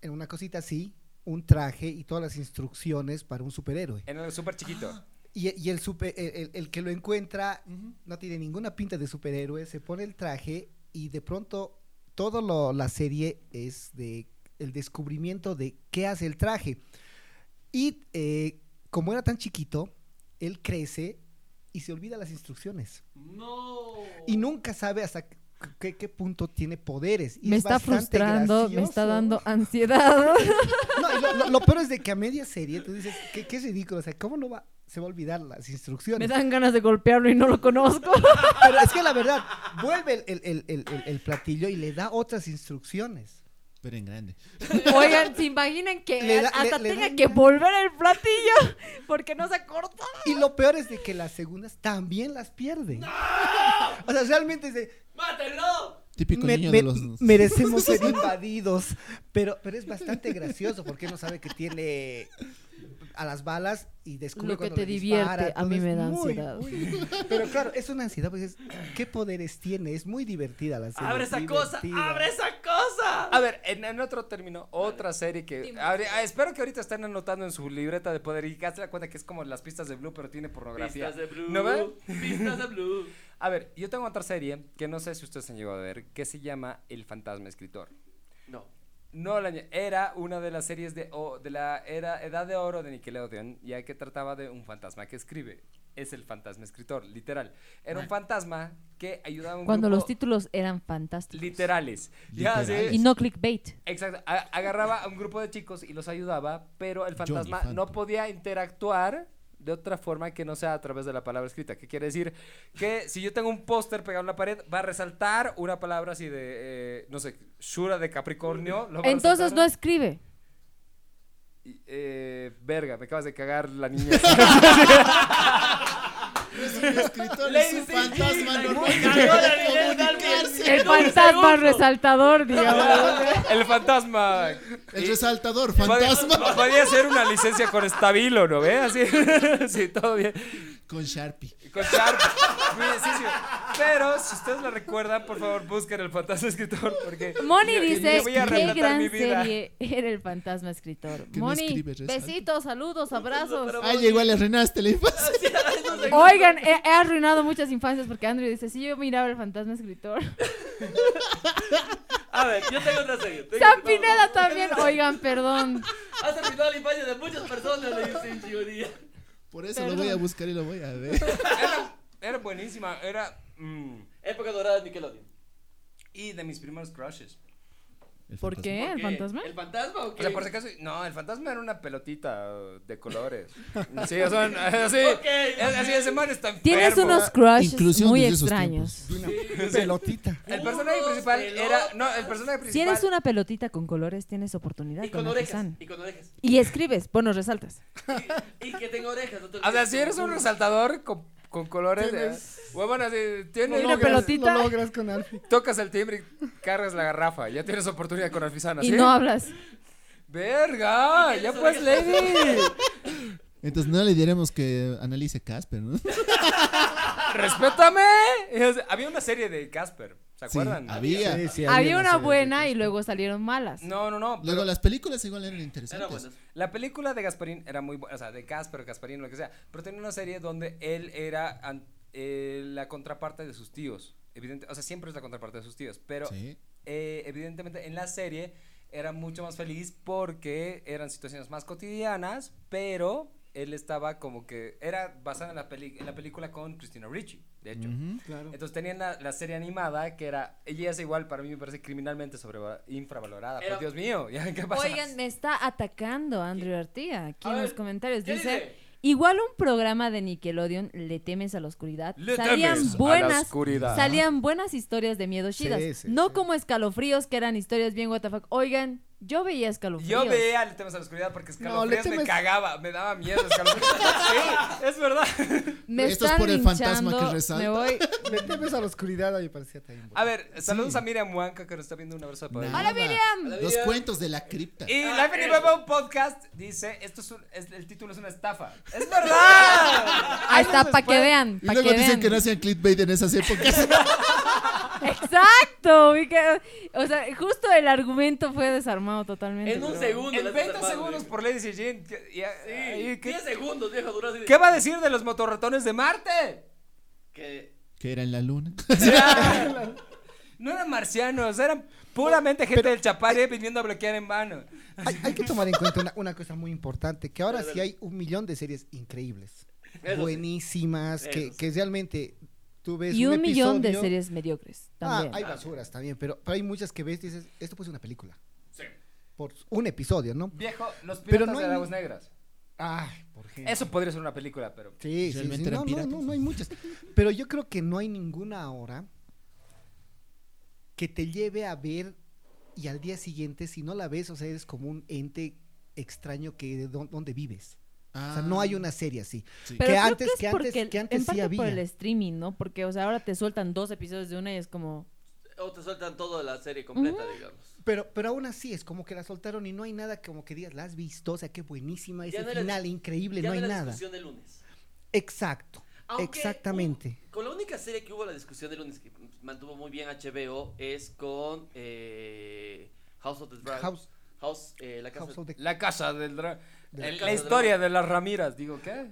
Speaker 4: en una cosita así un traje y todas las instrucciones para un superhéroe.
Speaker 1: En el súper chiquito.
Speaker 4: Y, y el, super- el, el- el que lo encuentra no tiene ninguna pinta de superhéroe, se pone el traje y de pronto toda la serie es de el descubrimiento de qué hace el traje. Y eh, como era tan chiquito, él crece y se olvida las instrucciones.
Speaker 2: No.
Speaker 4: Y nunca sabe hasta qué- qué, qué punto tiene poderes. Y
Speaker 3: Me
Speaker 4: es
Speaker 3: está
Speaker 4: bastante
Speaker 3: frustrando, me está
Speaker 4: gracioso. [LAUGHS]
Speaker 3: dando ansiedad.
Speaker 4: No, y lo, lo- lo peor es de que a media serie tú dices, qué, qué ridículo, o sea, ¿cómo no va, se va a olvidar las
Speaker 3: me
Speaker 4: instrucciones?
Speaker 3: dan ganas de golpearlo y no lo conozco.
Speaker 4: Pero es que la verdad, vuelve el, el- el- el- el- el platillo y le da otras instrucciones.
Speaker 5: Pero en grande.
Speaker 3: [LAUGHS] Oigan, se imaginan que
Speaker 4: Le da-
Speaker 3: hasta
Speaker 4: le- le
Speaker 3: tenga
Speaker 4: dan
Speaker 3: que
Speaker 4: ganas.
Speaker 3: volver el platillo [LAUGHS] porque no se acordó.
Speaker 4: Y lo peor es de que las segundas también las pierde. O sea, realmente es de,
Speaker 2: ¡Mátenlo!
Speaker 5: Típico
Speaker 4: me-
Speaker 5: niño
Speaker 4: me-
Speaker 5: de los. [LAUGHS]
Speaker 4: merecemos
Speaker 3: [LAUGHS]
Speaker 4: ser invadidos. Pero, pero es bastante gracioso porque no sabe que tiene a las balas y descubre
Speaker 3: Lo que
Speaker 4: cuando
Speaker 3: te
Speaker 4: le
Speaker 3: divierte,
Speaker 4: dispara,
Speaker 3: a
Speaker 4: todo
Speaker 3: mí
Speaker 4: es
Speaker 3: me da
Speaker 4: muy,
Speaker 3: ansiedad.
Speaker 4: muy- [LAUGHS] Pero claro, es una ansiedad porque es, ¿qué poderes tiene? Es muy divertida la serie.
Speaker 2: ¡Abre
Speaker 4: es
Speaker 2: esa cosa!
Speaker 4: divertida.
Speaker 2: ¡Abre esa cosa!
Speaker 1: A ver, en, en otro término, otra serie que... abri- ah, espero que ahorita estén anotando en su libreta de poder y que se da cuenta que es como las pistas de Blue, pero tiene pornografía.
Speaker 2: Pistas de blue.
Speaker 1: ¿No ve?
Speaker 2: Pistas de blue.
Speaker 1: A ver, yo tengo otra serie que no sé si ustedes han llegado a ver, que se llama El Fantasma Escritor.
Speaker 2: No.
Speaker 1: No, la, era una de las series de, o- de la era, edad de oro de Nickelodeon, ya que trataba de un fantasma que escribe. Es el fantasma escritor, literal. Era un fantasma que ayudaba a un
Speaker 3: Cuando los
Speaker 1: grupo-
Speaker 3: títulos eran fantásticos.
Speaker 1: Literales. Ya, sí.
Speaker 5: Literales.
Speaker 3: Y no clickbait.
Speaker 1: Exacto, a- agarraba a un grupo de chicos y los ayudaba, pero el
Speaker 5: Johnny
Speaker 1: fantasma
Speaker 5: Phantom.
Speaker 1: no podía interactuar de otra forma que no sea a través de la palabra escrita. ¿Qué quiere decir? Que si yo tengo un póster pegado en la pared, va a resaltar una palabra así de, eh, no sé, Shura de Capricornio. lo va a
Speaker 3: Entonces
Speaker 1: resaltar.
Speaker 3: no escribe.
Speaker 1: Y, eh, verga, me acabas de cagar la niña.
Speaker 5: [LAUGHS] Es un escritor, es un
Speaker 2: Ladies and
Speaker 5: fantasma, no
Speaker 2: gentlemen,
Speaker 5: puede
Speaker 2: ganadora de Libertad En
Speaker 5: comunicarse.
Speaker 3: El
Speaker 4: [LAUGHS]
Speaker 2: un
Speaker 3: fantasma
Speaker 2: segundo.
Speaker 3: resaltador, digamos.
Speaker 1: el fantasma.
Speaker 5: El
Speaker 1: Y-
Speaker 5: resaltador,
Speaker 1: podía-
Speaker 5: fantasma.
Speaker 1: Podía ser una licencia con estabilo, ¿no ve? Así, [LAUGHS] sí, todo bien.
Speaker 5: Con Sharpie.
Speaker 1: Con Sharp. Muy sencillo. Pero si ustedes la recuerdan, por favor, busquen el fantasma escritor. Porque
Speaker 3: Moni
Speaker 1: yo- yo
Speaker 3: dice,
Speaker 1: voy a
Speaker 3: qué
Speaker 1: relatar mi
Speaker 3: gran
Speaker 1: vida".
Speaker 3: serie [LAUGHS] era el fantasma escritor.
Speaker 5: Que no
Speaker 3: Moni,
Speaker 5: escribe, resalta.
Speaker 3: besitos, saludos, abrazos.
Speaker 5: Ah, llegó, le arruinaste la infancia.
Speaker 3: [LAUGHS]
Speaker 2: [LAUGHS]
Speaker 3: Oigan, he, he arruinado muchas infancias porque Andrew dice, sí, yo miraba el
Speaker 1: [LAUGHS]
Speaker 3: fantasma escritor.
Speaker 2: A ver, yo tengo otra serie. tengo
Speaker 3: San
Speaker 2: otra-
Speaker 3: Pineda también.
Speaker 1: [LAUGHS]
Speaker 3: Oigan, perdón.
Speaker 2: Has terminado la infancia de muchas personas, le dicen chigonía.
Speaker 5: Por eso
Speaker 3: Perdón.
Speaker 5: lo voy a buscar y lo voy
Speaker 3: [LAUGHS]
Speaker 5: a ver.
Speaker 1: Era, era buenísima. Era. mm,
Speaker 2: Época dorada de Nickelodeon.
Speaker 1: y de mis primeros crushes.
Speaker 3: ¿Por
Speaker 5: ¿Eh?
Speaker 3: qué? ¿El
Speaker 2: ¿Qué?
Speaker 3: fantasma?
Speaker 2: ¿El fantasma o qué?
Speaker 1: O sea, por si acaso. No, el fantasma era una pelotita uh, de colores. Sí, o sea, así.
Speaker 2: Ok.
Speaker 1: es- Así, ese man está enfermo.
Speaker 3: Tienes unos crushes
Speaker 5: Inclusión
Speaker 3: muy
Speaker 5: desde esos
Speaker 3: extraños.
Speaker 4: Y [LAUGHS] una pelotita.
Speaker 1: El personaje principal era. No, el personaje
Speaker 3: Si
Speaker 1: principal.
Speaker 3: eres una pelotita con colores, tienes oportunidad
Speaker 2: Y con orejas.
Speaker 3: Akizan.
Speaker 2: Y con orejas.
Speaker 3: Y escribes, bueno, resaltas.
Speaker 2: Y, y que tenga orejas. no te
Speaker 1: O sea,
Speaker 2: olvides.
Speaker 1: si eres un resaltador con, con colores. de Huevón, así. Tienes.
Speaker 3: Y una pelotita.
Speaker 4: Lo logras con Alfie.
Speaker 1: Tocas el timbre y cargas la garrafa. Ya tienes oportunidad con Alfizana,
Speaker 3: Y
Speaker 1: ¿sí?
Speaker 3: no hablas.
Speaker 1: ¡Verga!
Speaker 2: ¿Y
Speaker 1: ¡Ya
Speaker 2: tienes
Speaker 1: pues,
Speaker 2: orejas?
Speaker 1: lady!
Speaker 5: Entonces no le diremos que analice Casper, ¿no? [LAUGHS] Sí,
Speaker 1: ¡Respétame! Y es- Había una serie de Casper. ¿Se acuerdan?
Speaker 5: había.
Speaker 4: Sí, sí,
Speaker 3: Había
Speaker 4: una
Speaker 3: una
Speaker 4: serie de
Speaker 3: buena y luego salieron malas.
Speaker 1: No, no, no.
Speaker 5: Luego
Speaker 1: pero
Speaker 5: las películas igual eran
Speaker 2: Era
Speaker 5: interesantes.
Speaker 2: bueno.
Speaker 1: la película de Gasparín era muy buena. O sea, de Casper, Gasparín, lo que sea. Pero tenía una serie donde él era an- eh, la contraparte de sus tíos. Evidente, o sea, siempre es la contraparte de sus tíos. Pero
Speaker 5: Sí.
Speaker 1: eh, evidentemente en la serie era mucho más feliz porque eran situaciones más cotidianas, pero él estaba como que era basada en la, peli- en la película con Christina Ricci, de hecho.
Speaker 5: Ujú.
Speaker 4: Claro.
Speaker 1: Entonces tenían la, la serie animada que era, ella es igual, para mí me parece criminalmente sobreva- infravalorada.
Speaker 2: Era-
Speaker 1: Por Dios mío, [LAUGHS] ya, ¿qué pasa?
Speaker 3: Oigan, me está atacando Andrew Artiga aquí
Speaker 2: A
Speaker 3: en
Speaker 2: ver,
Speaker 3: los comentarios.
Speaker 2: ¿qué
Speaker 3: Dice,
Speaker 2: dice?
Speaker 3: igual un programa de Nickelodeon, Le temes a la oscuridad,
Speaker 1: Le temes
Speaker 3: salían
Speaker 1: a la
Speaker 3: buenas,
Speaker 1: oscuridad.
Speaker 3: salían buenas historias de miedo
Speaker 4: Sí,
Speaker 3: chidas.
Speaker 4: sí,
Speaker 3: no
Speaker 4: sí.
Speaker 3: como escalofríos que eran historias bien what the fuck. Oigan, yo veía escalofríos.
Speaker 1: Yo veía Le temas a la oscuridad porque
Speaker 4: Le
Speaker 1: escalofríos me
Speaker 4: temes-
Speaker 1: cagaba, me daba miedo
Speaker 4: [LAUGHS]
Speaker 1: escalofríos. sí, es verdad.
Speaker 3: Me
Speaker 5: Esto es
Speaker 3: están
Speaker 5: por el fantasma
Speaker 3: linchando,
Speaker 5: que resalta.
Speaker 3: Me
Speaker 5: [LAUGHS]
Speaker 3: voy.
Speaker 4: Le temes a la oscuridad, a mi parecía también.
Speaker 1: A ver, saludos a Miriam Huanca que nos está viendo un abrazo de poder.
Speaker 5: Nada.
Speaker 3: Hola, Miriam. Eh,
Speaker 5: Los cuentos de la cripta.
Speaker 1: Y Life in Beba, un podcast, dice, esto es un- es- el título es una estafa. ¡Es verdad!
Speaker 3: Ahí está, para que vean,
Speaker 5: Y
Speaker 3: para
Speaker 5: luego
Speaker 3: que
Speaker 5: dicen
Speaker 3: vean.
Speaker 5: que no hacían clickbait en esas épocas.
Speaker 3: [LAUGHS] Exacto. vi que- O sea, justo el argumento fue desarmado totalmente.
Speaker 2: En un
Speaker 3: pero-
Speaker 2: segundo.
Speaker 1: En
Speaker 2: las
Speaker 1: 20
Speaker 2: estafas,
Speaker 1: segundos
Speaker 2: güey.
Speaker 1: por Lady Jane. que- y-
Speaker 2: Sí,
Speaker 1: y-
Speaker 2: 10
Speaker 1: ¿qué,
Speaker 2: segundos, viejo, duró así. de-
Speaker 1: qué va a decir de los motorratones de Marte?
Speaker 2: Que
Speaker 5: que era en la luna.
Speaker 1: Ya. no eran marcianos, eran puramente gente del Chapare viniendo a bloquear en vano.
Speaker 4: Hay, hay que tomar en cuenta una, una cosa muy importante, que ahora sí hay un millón de series increíbles.
Speaker 2: Eso sí.
Speaker 4: buenísimas,
Speaker 2: Eso
Speaker 4: que,
Speaker 2: sí.
Speaker 4: que realmente tú ves
Speaker 3: Y un, millón de
Speaker 4: episodio-
Speaker 3: series mediocres
Speaker 4: Ah,
Speaker 3: también.
Speaker 4: hay basuras también, pero, pero hay muchas que ves y dices, esto puede ser una película. Por un episodio, ¿no?
Speaker 1: Viejo, los
Speaker 4: Pero
Speaker 1: piratas
Speaker 4: no
Speaker 1: de
Speaker 4: hay-
Speaker 1: aguas negras.
Speaker 4: Ay, por ejemplo.
Speaker 1: Eso podría ser una película, pero.
Speaker 4: Sí, sí, sí,
Speaker 5: Realmente
Speaker 4: No,
Speaker 5: eran
Speaker 4: no, no,
Speaker 5: piratas.
Speaker 4: no hay muchas. Pero yo creo que no hay ninguna ahora que te lleve a ver y al día siguiente, si no la ves, o sea, eres como un ente extraño que de dó- dónde vives.
Speaker 5: [LAUGHS]
Speaker 4: O sea,
Speaker 5: Ah.
Speaker 4: no hay una serie así.
Speaker 5: Sí.
Speaker 3: Pero
Speaker 4: que
Speaker 3: creo
Speaker 4: antes-
Speaker 3: que es
Speaker 4: que antes-
Speaker 3: porque,
Speaker 4: que antes
Speaker 3: en
Speaker 4: sí
Speaker 3: parte por
Speaker 4: había.
Speaker 3: el streaming, ¿no? Porque, o sea, ahora te sueltan dos episodios de una y es como...
Speaker 2: O te sueltan toda la serie completa, digamos.
Speaker 4: Pero, pero aún así, es como que la soltaron y no hay nada como que digas, la has visto, o sea, qué buenísima,
Speaker 2: Ya
Speaker 4: ese
Speaker 2: no era-
Speaker 4: final increíble,
Speaker 2: ya
Speaker 4: no hay
Speaker 2: era
Speaker 4: nada.
Speaker 2: discusión de lunes.
Speaker 4: Exacto,
Speaker 2: Aunque
Speaker 4: exactamente.
Speaker 2: hubo- con la única serie que hubo la discusión de lunes que mantuvo muy bien HBO es con eh, House of the Dragon. House,
Speaker 4: House-
Speaker 2: eh, la, casa-
Speaker 4: House of the-
Speaker 1: La casa del dragón.
Speaker 2: La
Speaker 1: La,
Speaker 2: Casa del
Speaker 1: historia de las Ramiras, digo, ¿qué?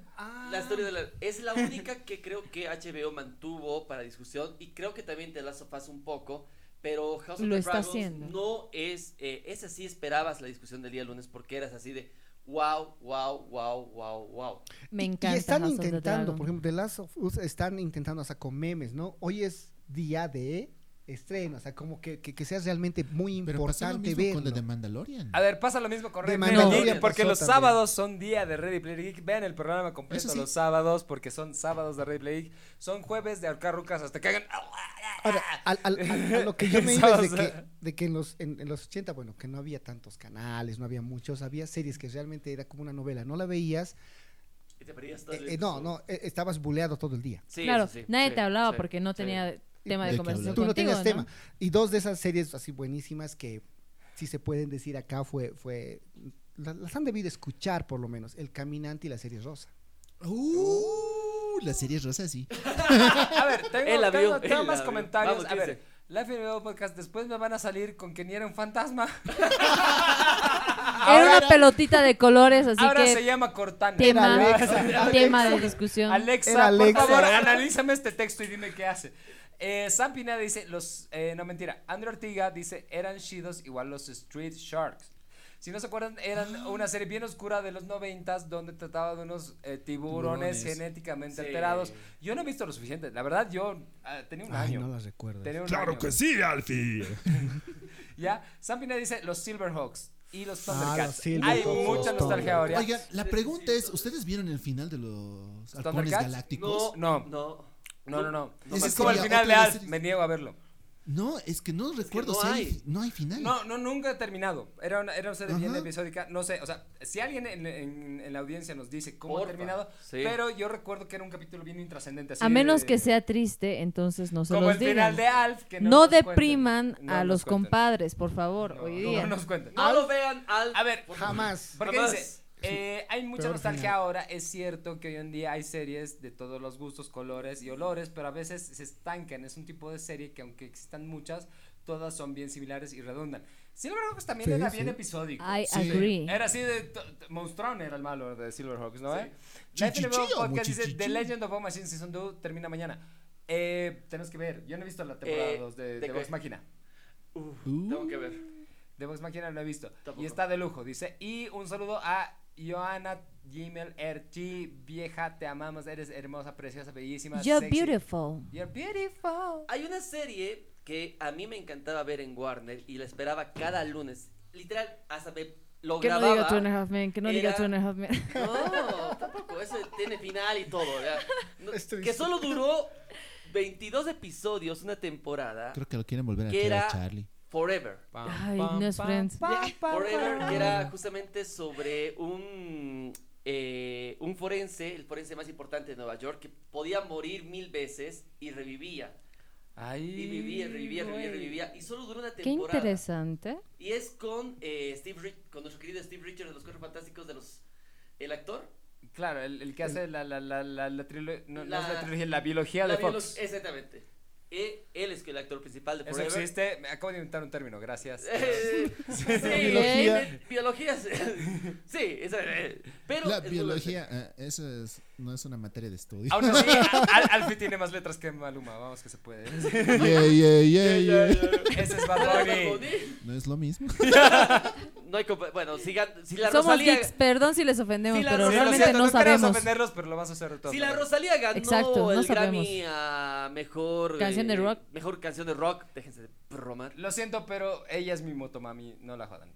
Speaker 2: la historia de la- es la única que creo que HBO mantuvo para discusión y creo que también The Last of Us un poco. Pero House of
Speaker 3: Lo
Speaker 2: the
Speaker 3: está
Speaker 2: Dragons
Speaker 3: haciendo.
Speaker 2: no es. Eh, esa sí esperabas la discusión del día lunes porque eras así de wow, wow, wow, wow, wow.
Speaker 3: Me
Speaker 4: Y-
Speaker 3: encanta.
Speaker 4: Y están
Speaker 3: House of the
Speaker 4: intentando,
Speaker 3: Dragon.
Speaker 4: por ejemplo, The Last of Us están intentando hasta con memes, ¿no? Hoy es día de estreno, o sea, como que, que, que sea realmente muy
Speaker 5: Ah, Pero pasó lo
Speaker 4: importante
Speaker 5: mismo
Speaker 4: verlo.
Speaker 5: con The de Mandalorian.
Speaker 1: A ver, pasa lo mismo con
Speaker 4: De
Speaker 1: Ready Player
Speaker 4: Mandalorian
Speaker 1: Geek, porque
Speaker 4: pasó
Speaker 1: los
Speaker 4: también.
Speaker 1: sábados son día de Ready Player Geek. Vean el programa completo
Speaker 5: Eso sí.
Speaker 1: los sábados, porque son sábados de Ready Player Geek. Son jueves de ahorcar rucas hasta que hagan.
Speaker 4: Ahora, al- al- al- a lo que yo me iba es de que,
Speaker 5: ¿eh?
Speaker 4: de que en, los, en, en los 80, bueno, que no había tantos canales, no había muchos, había series que realmente era como una novela, no la veías,
Speaker 2: Y te perdías todo
Speaker 4: eh,
Speaker 2: el-
Speaker 4: eh, no, no, eh, estabas buleado todo el día.
Speaker 2: Sí,
Speaker 3: claro,
Speaker 2: eso sí,
Speaker 3: nadie
Speaker 2: sí,
Speaker 3: te hablaba
Speaker 2: sí,
Speaker 3: porque no
Speaker 2: sí.
Speaker 3: tenía tema de,
Speaker 5: ¿De qué
Speaker 3: conversación
Speaker 5: hablar?
Speaker 4: Tú no
Speaker 3: contigo,
Speaker 4: tenías tema. Y dos de esas series así buenísimas que si se pueden decir acá fue, fue la- las han debido escuchar por lo menos, El Caminante y la serie Rosa.
Speaker 5: Uh, la serie rosa sí.
Speaker 1: A
Speaker 2: [LAUGHS]
Speaker 1: ver, tengo,
Speaker 2: Él la
Speaker 1: tengo-
Speaker 2: vio,
Speaker 1: tengo
Speaker 2: él la
Speaker 1: más
Speaker 2: vio.
Speaker 1: comentarios.
Speaker 2: Vamos,
Speaker 1: a
Speaker 2: ¿qué
Speaker 1: ver,
Speaker 2: dice?
Speaker 1: Life in Video Podcast, después me van a salir con que ni era un
Speaker 2: [LAUGHS]
Speaker 1: fantasma.
Speaker 4: Ah,
Speaker 3: Era una pelotita de colores, así
Speaker 1: Ahora se
Speaker 3: que
Speaker 1: llama Cortana.
Speaker 3: tema,
Speaker 4: Era
Speaker 3: [LAUGHS]
Speaker 4: Alexa.
Speaker 3: tema de discusión.
Speaker 1: Alexa,
Speaker 4: Era Alexa. [LAUGHS]
Speaker 1: por favor, analízame este texto y dime qué hace. Eh, Sam Pineda dice, los, eh, no mentira, Andrew Ortega dice, eran chidos igual los Street Sharks. Si no se acuerdan, eran una serie bien oscura de los noventas donde trataba de unos eh, tiburones,
Speaker 5: Tiburones.
Speaker 1: genéticamente
Speaker 2: Sí.
Speaker 1: alterados. Yo no he visto lo suficiente, la verdad yo ah, tenía un
Speaker 4: Ay,
Speaker 1: año.
Speaker 4: no las recuerdo.
Speaker 1: Tenía un
Speaker 6: Claro
Speaker 1: año.
Speaker 6: que sí, Alfie.
Speaker 1: [LAUGHS] ¿Ya? Sam Pineda dice, los Silverhawks y los
Speaker 4: Ah, los
Speaker 1: Thundercats. Hay
Speaker 4: Silverhawks,
Speaker 1: mucha
Speaker 4: los
Speaker 1: nostalgia ahora.
Speaker 5: Oigan, la pregunta es, ¿ustedes vieron el final de los halcones
Speaker 1: ¿Thundercats?
Speaker 5: galácticos?
Speaker 2: No,
Speaker 1: No.
Speaker 2: no, no.
Speaker 1: No, no, no. Ese
Speaker 5: No, más
Speaker 1: es como el
Speaker 5: sería
Speaker 1: final de
Speaker 5: otra
Speaker 1: Alf,
Speaker 5: serie.
Speaker 1: me niego a verlo.
Speaker 5: No, es que no recuerdo
Speaker 2: no
Speaker 5: si hay-
Speaker 2: hay.
Speaker 5: no hay final.
Speaker 1: No, no, nunca he terminado. Era una, era una serie bien
Speaker 5: Ajá.
Speaker 1: episódica. No sé, o sea, si alguien en, en- en la audiencia nos dice cómo ha
Speaker 2: Porfa,
Speaker 1: terminado,
Speaker 2: sí.
Speaker 1: pero yo recuerdo que era un capítulo bien intrascendente. así
Speaker 3: A menos
Speaker 1: de-
Speaker 3: que sea triste, entonces no se
Speaker 1: como
Speaker 3: los
Speaker 1: el
Speaker 3: digan.
Speaker 1: final de Alf. Que no
Speaker 3: no
Speaker 1: nos
Speaker 3: depriman
Speaker 1: cuenten. No
Speaker 3: a
Speaker 1: nos
Speaker 3: los
Speaker 1: cuenten.
Speaker 3: compadres, por favor,
Speaker 1: No,
Speaker 3: hoy
Speaker 1: no,
Speaker 3: día.
Speaker 1: No nos cuenten.
Speaker 3: Ah.
Speaker 2: No lo vean al.
Speaker 1: A ver,
Speaker 4: Jamás.
Speaker 1: Porque
Speaker 2: Jamás.
Speaker 1: dice, eh, hay mucha
Speaker 4: Peor
Speaker 1: nostalgia
Speaker 4: final.
Speaker 1: ahora. Es cierto que hoy en día hay series de todos los gustos, colores y olores, pero a veces se estancan. Es un tipo de serie que, aunque existan muchas, todas son bien similares y redundan. Silverhawks también
Speaker 4: Sí,
Speaker 1: era bien
Speaker 4: sí.
Speaker 1: episódico.
Speaker 3: I
Speaker 5: Sí.
Speaker 3: agree.
Speaker 1: Era así de. t- t- Monstrón era el malo de Silverhawks, ¿no? eh?
Speaker 5: Sí.
Speaker 1: Life in a Video
Speaker 5: Chichichi o
Speaker 1: Podcast dice:
Speaker 5: muchichichi.
Speaker 1: The Legend of Vox Machine Season 2 termina mañana. Eh, tenemos que ver. Yo no he visto la temporada
Speaker 2: Eh,
Speaker 1: 2 de,
Speaker 2: ¿de
Speaker 1: de Vox
Speaker 2: qué?
Speaker 1: Máquina.
Speaker 5: Uh,
Speaker 2: Tengo que ver.
Speaker 1: De Vox Máquina no he visto.
Speaker 2: Tampoco.
Speaker 1: Y está de lujo, dice. Y un saludo a Joana Gmail RT. Vieja, te amamos. Eres hermosa, preciosa, bellísima.
Speaker 3: You're
Speaker 1: sexy.
Speaker 3: beautiful.
Speaker 1: You're beautiful.
Speaker 2: Hay una serie que a mí me encantaba ver en Warner y la esperaba cada lunes. Literal, hasta me lo
Speaker 3: Que no
Speaker 2: grababa.
Speaker 3: diga Two and a Half Men, que no diga
Speaker 2: Era-
Speaker 3: Two and a Half Men.
Speaker 2: No, tampoco. Eso tiene final y todo. ya. No,
Speaker 4: Estoy
Speaker 2: que
Speaker 4: so-
Speaker 2: solo duró 22 episodios, una temporada.
Speaker 5: creo que lo quieren volver a
Speaker 2: Que
Speaker 5: traer a
Speaker 2: era-
Speaker 5: Charlie.
Speaker 2: Forever.
Speaker 1: Pam,
Speaker 3: Ay, no es Friends.
Speaker 2: Forever
Speaker 1: pam.
Speaker 2: era justamente sobre un, eh, un forense, el forense más importante de Nueva York, que podía morir mil veces y revivía.
Speaker 1: Ay,
Speaker 2: Y vivía, revivía, revivía,
Speaker 1: güey.
Speaker 2: revivía. Y solo duró una
Speaker 3: Qué
Speaker 2: temporada.
Speaker 3: interesante.
Speaker 2: Y es con eh, Steve Rich- con nuestro querido Steve Richards de los Cuatro Fantásticos de los el actor.
Speaker 1: Claro, el, el que hace la, la, la, la, la trilogía. No, no es
Speaker 2: La-
Speaker 1: la trilogía, la biología de
Speaker 2: La biolo-
Speaker 1: Fox.
Speaker 2: Exactamente. Eh, él es el actor principal de
Speaker 1: Eso
Speaker 2: Forever.
Speaker 1: existe. Me acabo de inventar un término,
Speaker 2: [LAUGHS]
Speaker 1: gracias.
Speaker 2: Eh, [LAUGHS] sí,
Speaker 3: Biología.
Speaker 2: eh, biología es- sí, esa- eh, pero
Speaker 5: La
Speaker 2: es-
Speaker 5: biología, ah, eso es, no es una materia de estudio. [LAUGHS]
Speaker 1: Aún así, Al- Alfie tiene más letras que Maluma. Vamos que se puede.
Speaker 5: Yeah, yeah, yeah,
Speaker 2: Ya, ya,
Speaker 5: yeah.
Speaker 2: ya.
Speaker 1: Ese es
Speaker 2: Bad
Speaker 1: Bad Bunny.
Speaker 2: Bunny.
Speaker 5: No es lo mismo.
Speaker 2: no hay compa- Bueno, si, gan- si la
Speaker 3: Somos
Speaker 2: Rosalía.
Speaker 3: geeks, perdón si les ofendemos,
Speaker 2: Si la
Speaker 3: pero
Speaker 2: Rosalía-
Speaker 3: realmente
Speaker 2: Lo
Speaker 3: no
Speaker 1: queremos
Speaker 3: sabemos.
Speaker 1: ofenderlos, pero lo vas a hacer de todas
Speaker 2: Si la
Speaker 1: maneras.
Speaker 2: Rosalía ganó
Speaker 3: Exacto, no
Speaker 2: el
Speaker 3: sabemos.
Speaker 2: Grammy a mejor eh,
Speaker 3: Canción de rock.
Speaker 2: Mejor canción de rock, déjense de bromar.
Speaker 1: Lo siento, pero ella es mi motomami, no la
Speaker 3: [LAUGHS]
Speaker 1: jodan.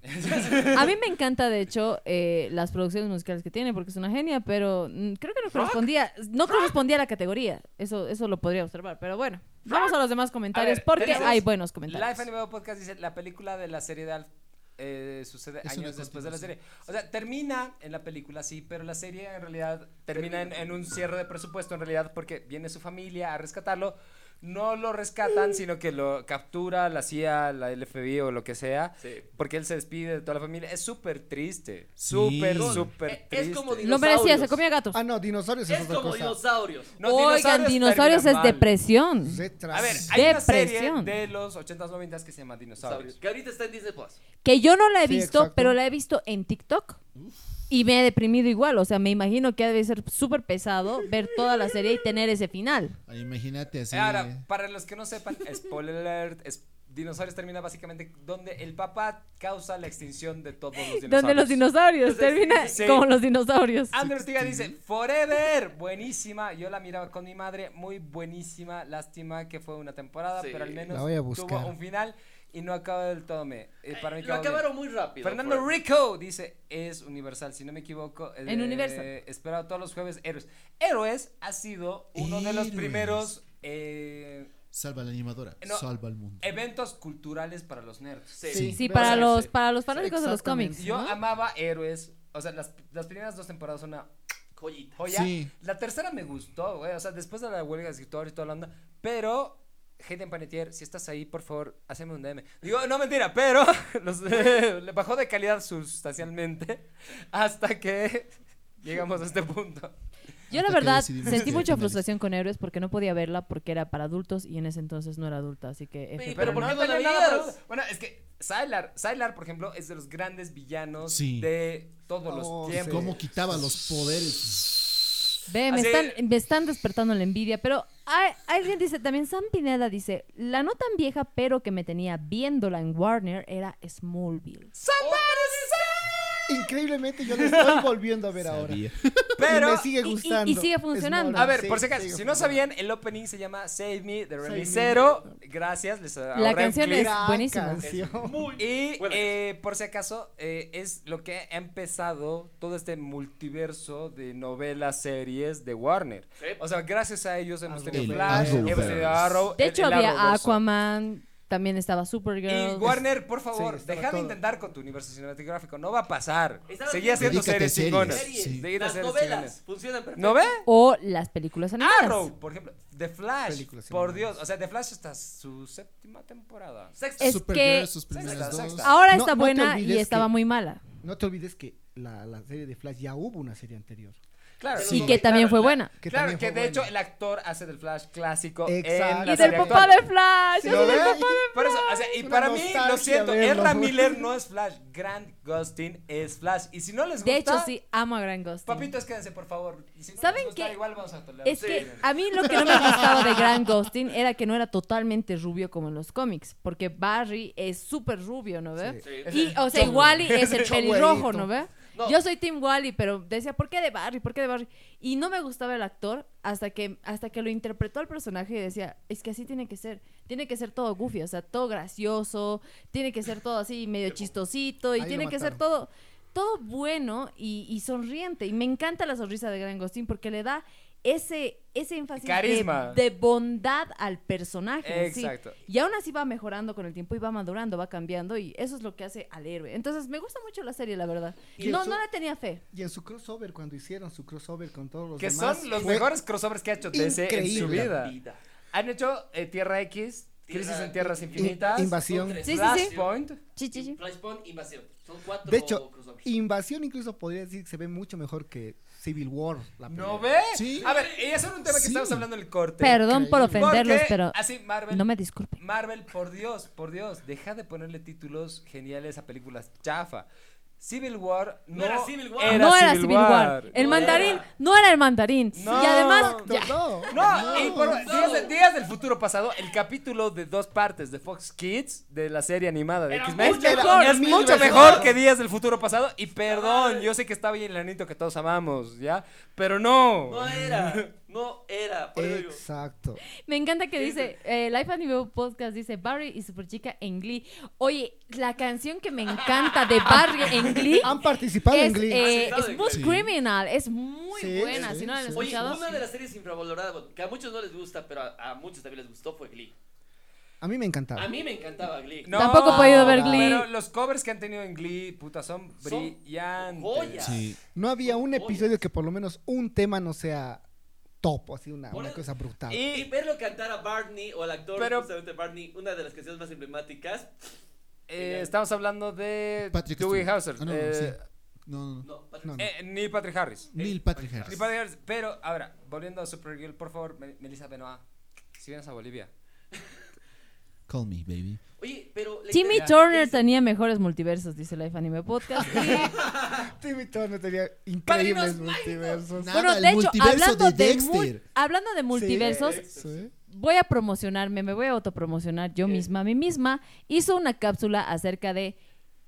Speaker 1: [LAUGHS]
Speaker 3: [LAUGHS] A mí me encanta, de hecho, eh, las producciones musicales que tiene, porque es una genia, pero mm, creo que no correspondía, no correspondía a la categoría. Eso, eso lo podría observar. Pero bueno, vamos a los demás comentarios,
Speaker 1: A ver,
Speaker 3: porque
Speaker 1: tenemos
Speaker 3: hay buenos comentarios.
Speaker 1: Life Animado Podcast dice, la película de la serie de Alf eh, sucede
Speaker 5: Es una
Speaker 1: años después de la serie.
Speaker 5: continuación.
Speaker 1: O sea, termina en la película, sí, pero la serie en realidad termina en, en un cierre de presupuesto, en realidad, porque viene su familia a rescatarlo. No lo
Speaker 3: [LAUGHS]
Speaker 1: rescatan, sino que lo captura la CIA, la LFB o lo que sea,
Speaker 2: Sí.
Speaker 1: porque él se despide de toda la familia. Es súper triste.
Speaker 5: Sí.
Speaker 1: Súper,
Speaker 5: Son-
Speaker 1: súper
Speaker 2: es-
Speaker 1: triste.
Speaker 2: es como
Speaker 3: Lo merecía, se
Speaker 2: Dinosaurios.
Speaker 3: comía gatos.
Speaker 4: Ah, no, dinosaurios es,
Speaker 2: Es
Speaker 4: otra
Speaker 2: como
Speaker 4: cosa.
Speaker 2: dinosaurios.
Speaker 1: No,
Speaker 3: Oigan, dinosaurios es
Speaker 1: terminan mal.
Speaker 3: depresión.
Speaker 4: Retras-
Speaker 1: A ver, hay una serie
Speaker 3: Depresión.
Speaker 1: de los 80s, 90s que se llama Dinosaurios.
Speaker 2: Que ahorita está en Disney Plus.
Speaker 3: Que yo no la he
Speaker 4: Sí,
Speaker 3: visto,
Speaker 4: exacto.
Speaker 3: pero la he visto en TikTok. Y me he deprimido igual, o sea, me imagino que debe ser súper pesado ver toda la serie y tener ese final.
Speaker 5: Ahora, Imagínate así.
Speaker 1: Ahora, para los que no sepan, [LAUGHS] spoiler alert, es- Dinosaurios termina básicamente donde el papá causa la extinción de todos los dinosaurios.
Speaker 3: Donde los dinosaurios,
Speaker 1: Entonces,
Speaker 3: termina
Speaker 1: sí.
Speaker 3: como los dinosaurios.
Speaker 1: Andrew Ortega dice, Forever, buenísima. Yo la miraba con mi madre, muy buenísima. Lástima que fue una temporada,
Speaker 2: Sí.
Speaker 1: pero al menos
Speaker 4: La voy a
Speaker 1: tuvo
Speaker 4: buscar.
Speaker 1: un final y no acaba del todo me. eh, para mí
Speaker 2: Lo
Speaker 1: acabó bien.
Speaker 2: acabaron muy rápido.
Speaker 1: Fernando
Speaker 2: Rick
Speaker 1: Rico dice, es Universal, si no me equivoco.
Speaker 3: En Universal.
Speaker 1: Esperado todos los jueves, Héroes. Héroes ha sido uno de los
Speaker 5: Héroes.
Speaker 1: primeros eh,
Speaker 5: Salva a la animadora.
Speaker 1: No. eh,
Speaker 5: Salva al mundo.
Speaker 1: eventos culturales para los nerds.
Speaker 5: Sí.
Speaker 3: Sí,
Speaker 4: Pero,
Speaker 3: para
Speaker 4: o sea,
Speaker 3: los,
Speaker 2: sí.
Speaker 3: para los fanáticos de los
Speaker 4: Exactamente.
Speaker 3: cómics.
Speaker 1: Yo
Speaker 3: ¿no?
Speaker 1: amaba Héroes. O sea, las, las primeras dos temporadas son una
Speaker 2: Joyita.
Speaker 1: joya.
Speaker 5: Sí.
Speaker 1: La tercera me gustó, güey. O sea, después de la huelga de escritores y toda la onda. Pero, Hayden Panetier, si estás ahí, por favor, haceme un DM. Digo, no mentira, pero [LAUGHS] los- le bajó de calidad sustancialmente [LAUGHS] hasta que [LAUGHS] llegamos a este punto.
Speaker 3: Yo la
Speaker 5: Hasta que
Speaker 3: verdad
Speaker 5: decidimos
Speaker 3: sentí
Speaker 5: que
Speaker 3: mucha
Speaker 5: finalice.
Speaker 3: frustración con Héroes porque no podía verla porque era para adultos y en ese entonces no era adulta, así que... F
Speaker 2: Sí,
Speaker 3: para
Speaker 2: pero ¿por
Speaker 3: mí.
Speaker 2: qué no la
Speaker 1: tenía nada
Speaker 2: veías?
Speaker 1: para- Bueno, es que Sylar, Sylar, por ejemplo, es de los grandes villanos
Speaker 5: Sí.
Speaker 1: de todos
Speaker 4: Oh,
Speaker 1: los
Speaker 4: sí.
Speaker 1: tiempos.
Speaker 5: ¿Cómo quitaba los poderes?
Speaker 3: Ve, me
Speaker 1: Así-
Speaker 3: están, me están despertando la envidia, pero hay- alguien dice, también Sam Pineda dice, la no tan vieja pero que me tenía viéndola en Warner era Smallville.
Speaker 4: Increíblemente yo
Speaker 1: [LAUGHS]
Speaker 4: la estoy volviendo a ver ahora.
Speaker 5: Sabía.
Speaker 1: Pero-
Speaker 4: Oh, y me sigue
Speaker 3: y- y- y
Speaker 4: gustando.
Speaker 3: sigue funcionando.
Speaker 1: A ver,
Speaker 4: Sí,
Speaker 1: por si acaso,
Speaker 4: sigue
Speaker 1: si no
Speaker 4: funcionando.
Speaker 1: sabían, el opening se llama Save Me de
Speaker 4: Save
Speaker 1: Remisero. Gracias, les ahorré un
Speaker 3: canción
Speaker 1: clip.
Speaker 3: es buenísima.
Speaker 4: canción.
Speaker 2: Muy
Speaker 1: Y
Speaker 2: buena
Speaker 1: eh, por si acaso, eh, es lo que ha empezado todo este multiverso de novelas, series de Warner.
Speaker 2: Sí.
Speaker 1: O sea, gracias a ellos hemos tenido
Speaker 5: El
Speaker 1: Flash, hemos
Speaker 5: Arrowverse.
Speaker 1: tenido Arrow.
Speaker 3: De
Speaker 1: el-
Speaker 3: hecho
Speaker 1: el
Speaker 3: había
Speaker 1: Arrowverse.
Speaker 3: Aquaman, también estaba
Speaker 1: Y
Speaker 3: Supergirl.
Speaker 1: Warner, por favor,
Speaker 4: estaba
Speaker 1: deja de
Speaker 4: todo.
Speaker 1: intentar con tu universo cinematográfico. No va a pasar.
Speaker 2: Estaba
Speaker 1: Seguía
Speaker 2: bien.
Speaker 1: haciendo
Speaker 5: Dedícate a
Speaker 1: series
Speaker 5: series.
Speaker 1: chingonas.
Speaker 2: series.
Speaker 5: Sí.
Speaker 1: Seguía
Speaker 2: Las
Speaker 1: haciendo
Speaker 2: novelas
Speaker 1: chingonas.
Speaker 2: funcionan perfecto.
Speaker 1: ¿No ve?
Speaker 3: O las películas animadas.
Speaker 1: Arrow, por ejemplo. The Flash.
Speaker 4: Películas
Speaker 1: Por
Speaker 4: animadas.
Speaker 1: Dios. O sea, The Flash está su séptima temporada.
Speaker 2: Sexta.
Speaker 3: Es
Speaker 5: Supergirl,
Speaker 3: que-
Speaker 5: sus primeras
Speaker 1: Sexta,
Speaker 5: dos.
Speaker 1: sexta.
Speaker 3: Ahora
Speaker 4: No-
Speaker 3: está
Speaker 4: no te
Speaker 3: buena y
Speaker 4: olvides
Speaker 3: estaba
Speaker 4: que-
Speaker 3: muy mala.
Speaker 4: No te olvides que la, la serie de Flash ya hubo una serie anterior.
Speaker 1: Claro.
Speaker 2: Sí,
Speaker 3: Y que también fue
Speaker 1: claro,
Speaker 3: buena.
Speaker 4: Que
Speaker 1: claro,
Speaker 4: también
Speaker 1: que de
Speaker 4: fue buena.
Speaker 1: hecho el actor hace del Flash clásico.
Speaker 4: Exacto.
Speaker 1: En la
Speaker 3: Y del
Speaker 1: serie
Speaker 3: papá
Speaker 1: actual.
Speaker 3: de Flash.
Speaker 4: Sí,
Speaker 3: eso
Speaker 4: ¿lo
Speaker 3: del
Speaker 4: ves?
Speaker 3: papá de
Speaker 1: Por eso, o sea, y
Speaker 4: Una
Speaker 1: para mí, lo
Speaker 4: nostalgia
Speaker 1: siento,
Speaker 4: verlo.
Speaker 1: Erra Miller no es Flash. Grant Gustin es Flash. Y si no les gusta.
Speaker 3: De hecho, sí, amo a Gran Ghost.
Speaker 1: Papitos, quédense, por favor. Y si no
Speaker 3: ¿Saben
Speaker 1: les gusta,
Speaker 3: qué?
Speaker 1: Igual vamos a tolerar.
Speaker 3: Es
Speaker 1: Sí.
Speaker 3: que ah, a mí lo que no me gustaba de Grant Gustin era que no era totalmente rubio como en los cómics, porque Barry es súper rubio, ¿no ve?
Speaker 2: Sí.
Speaker 3: Y, o sea, y Wally es el
Speaker 4: Chon
Speaker 3: pelirrojo,
Speaker 4: güerito.
Speaker 3: ¿no ve?
Speaker 2: No.
Speaker 3: Yo soy Team Wally, pero decía, ¿por qué de Barry? ¿Por qué de Barry? Y no me gustaba el actor hasta que, hasta que lo interpretó al personaje y decía, es que así tiene que ser. Tiene que ser todo goofy, o sea, todo gracioso, tiene que ser todo así medio chistosito y
Speaker 4: Ahí lo
Speaker 3: tiene que ser
Speaker 4: mataron.
Speaker 3: todo todo bueno y, y sonriente. Y me encanta la sonrisa de Gran Gostin porque le da ese, ese énfasis de-
Speaker 1: Carisma.
Speaker 3: De, bondad al personaje. en sí.
Speaker 1: Exacto.
Speaker 3: Y aún así va mejorando con el tiempo y va madurando, va cambiando y eso es lo que hace al héroe. Entonces me gusta mucho la serie, la verdad.
Speaker 4: Y
Speaker 3: No,
Speaker 4: eso-
Speaker 3: no le tenía fe.
Speaker 4: Y en su crossover, cuando hicieron su crossover con todos los
Speaker 1: Que
Speaker 4: demás.
Speaker 1: son los
Speaker 4: fue-
Speaker 1: mejores crossovers que ha hecho DC en su
Speaker 4: increíble.
Speaker 1: vida. Han hecho eh, Tierra X,
Speaker 2: Tierra-
Speaker 1: Crisis en Tierras Infinitas,
Speaker 4: Invasión.
Speaker 2: Son tres.
Speaker 3: Sí, sí, sí.
Speaker 1: Flashpoint.
Speaker 3: Sí, sí, sí.
Speaker 2: Flashpoint, invasión. Son cuatro
Speaker 4: De hecho,
Speaker 2: crossovers.
Speaker 4: Invasión incluso podría decir que se ve mucho mejor que Civil War. La
Speaker 1: ¿No
Speaker 4: primera.
Speaker 1: ve?
Speaker 5: Sí.
Speaker 1: A ver, y eso era un tema que
Speaker 5: Sí.
Speaker 1: estábamos hablando en el corte.
Speaker 3: Perdón por
Speaker 4: Increíble.
Speaker 3: ofenderlos,
Speaker 1: Porque,
Speaker 3: pero
Speaker 1: Así, Marvel.
Speaker 3: no me disculpen.
Speaker 1: Marvel, por Dios, por Dios, deja de ponerle títulos geniales a películas chafa. Civil War no,
Speaker 2: No era Civil War.
Speaker 3: no era Civil War. El mandarín no era el mandarín.
Speaker 1: No.
Speaker 3: Y además,
Speaker 1: No,
Speaker 4: No,
Speaker 3: ya.
Speaker 4: no.
Speaker 1: No, y por días, de- días del futuro pasado, el capítulo de dos partes de Fox Kids de la serie animada de
Speaker 2: Era
Speaker 1: X-Men
Speaker 2: mucho mejor,
Speaker 1: es
Speaker 4: mil
Speaker 1: mucho
Speaker 4: veces
Speaker 1: mejor
Speaker 4: mejor.
Speaker 1: que Días del futuro pasado. Y perdón, yo sé que está bien el anito que todos amamos, ¿ya? Pero no.
Speaker 2: No era, no era. Por eso digo,
Speaker 4: Exacto.
Speaker 3: me encanta que
Speaker 2: Sí,
Speaker 3: dice, eh, Life Anime Podcast dice Barry y Superchica en Glee. Oye, la canción que me encanta de Barry en Glee
Speaker 4: Han participado
Speaker 3: es
Speaker 4: en Glee.
Speaker 3: eh,
Speaker 2: Ah, sí, claro,
Speaker 3: Smooth
Speaker 5: en Glee.
Speaker 3: Criminal. Es muy
Speaker 4: Sí,
Speaker 3: buena.
Speaker 4: sí,
Speaker 3: si no la han
Speaker 4: sí.
Speaker 2: Oye,
Speaker 3: escuchado.
Speaker 2: una de las series infravaloradas, bueno, que a muchos no les gusta, pero a, a muchos también les gustó, fue Glee.
Speaker 4: A mí me encantaba.
Speaker 2: A mlee. mí me encantaba Glee.
Speaker 1: No,
Speaker 3: Tampoco he podido ver Glee.
Speaker 1: Pero los covers que han tenido en Glee, puta, son brillantes.
Speaker 2: joyas.
Speaker 5: Sí.
Speaker 4: No había un
Speaker 2: Oye.
Speaker 4: episodio que por lo menos un tema no sea top, así una,
Speaker 2: Por
Speaker 4: una
Speaker 2: el-
Speaker 4: cosa brutal.
Speaker 2: Y, y verlo cantar a Barney o al actor,
Speaker 1: Pero-
Speaker 2: justamente Barney, una de las canciones más emblemáticas.
Speaker 1: Eh, estamos hablando de
Speaker 5: Patrick
Speaker 1: Eh, Dewey
Speaker 5: Stewart.
Speaker 1: Hauser.
Speaker 5: Ah, no,
Speaker 1: eh,
Speaker 5: sí. No, no, no.
Speaker 2: No,
Speaker 4: No, no.
Speaker 1: eh, ni Patrick Harris.
Speaker 5: Neil Patrick Harris.
Speaker 1: Ni Patrick Harris. Pero, ahora, volviendo a Supergirl, por favor, Me- Melissa Benoit, si vienes a Bolivia.
Speaker 5: Call me, baby.
Speaker 2: Oye, pero. la
Speaker 3: Timmy
Speaker 2: historia-
Speaker 3: Turner
Speaker 2: es-
Speaker 3: tenía mejores multiversos, dice Life Anime
Speaker 5: [LAUGHS]
Speaker 3: Podcast.
Speaker 4: Timmy Turner tenía increíbles
Speaker 1: Padrinos
Speaker 4: multiversos.
Speaker 5: Nada,
Speaker 3: bueno,
Speaker 5: el
Speaker 3: de hecho,
Speaker 5: multiverso
Speaker 3: hablando
Speaker 5: de
Speaker 3: de,
Speaker 5: Dexter.
Speaker 3: mul- hablando de multiversos,
Speaker 4: Sí.
Speaker 3: voy a promocionarme, me voy a autopromocionar yo misma, a mí misma. Hizo una cápsula acerca de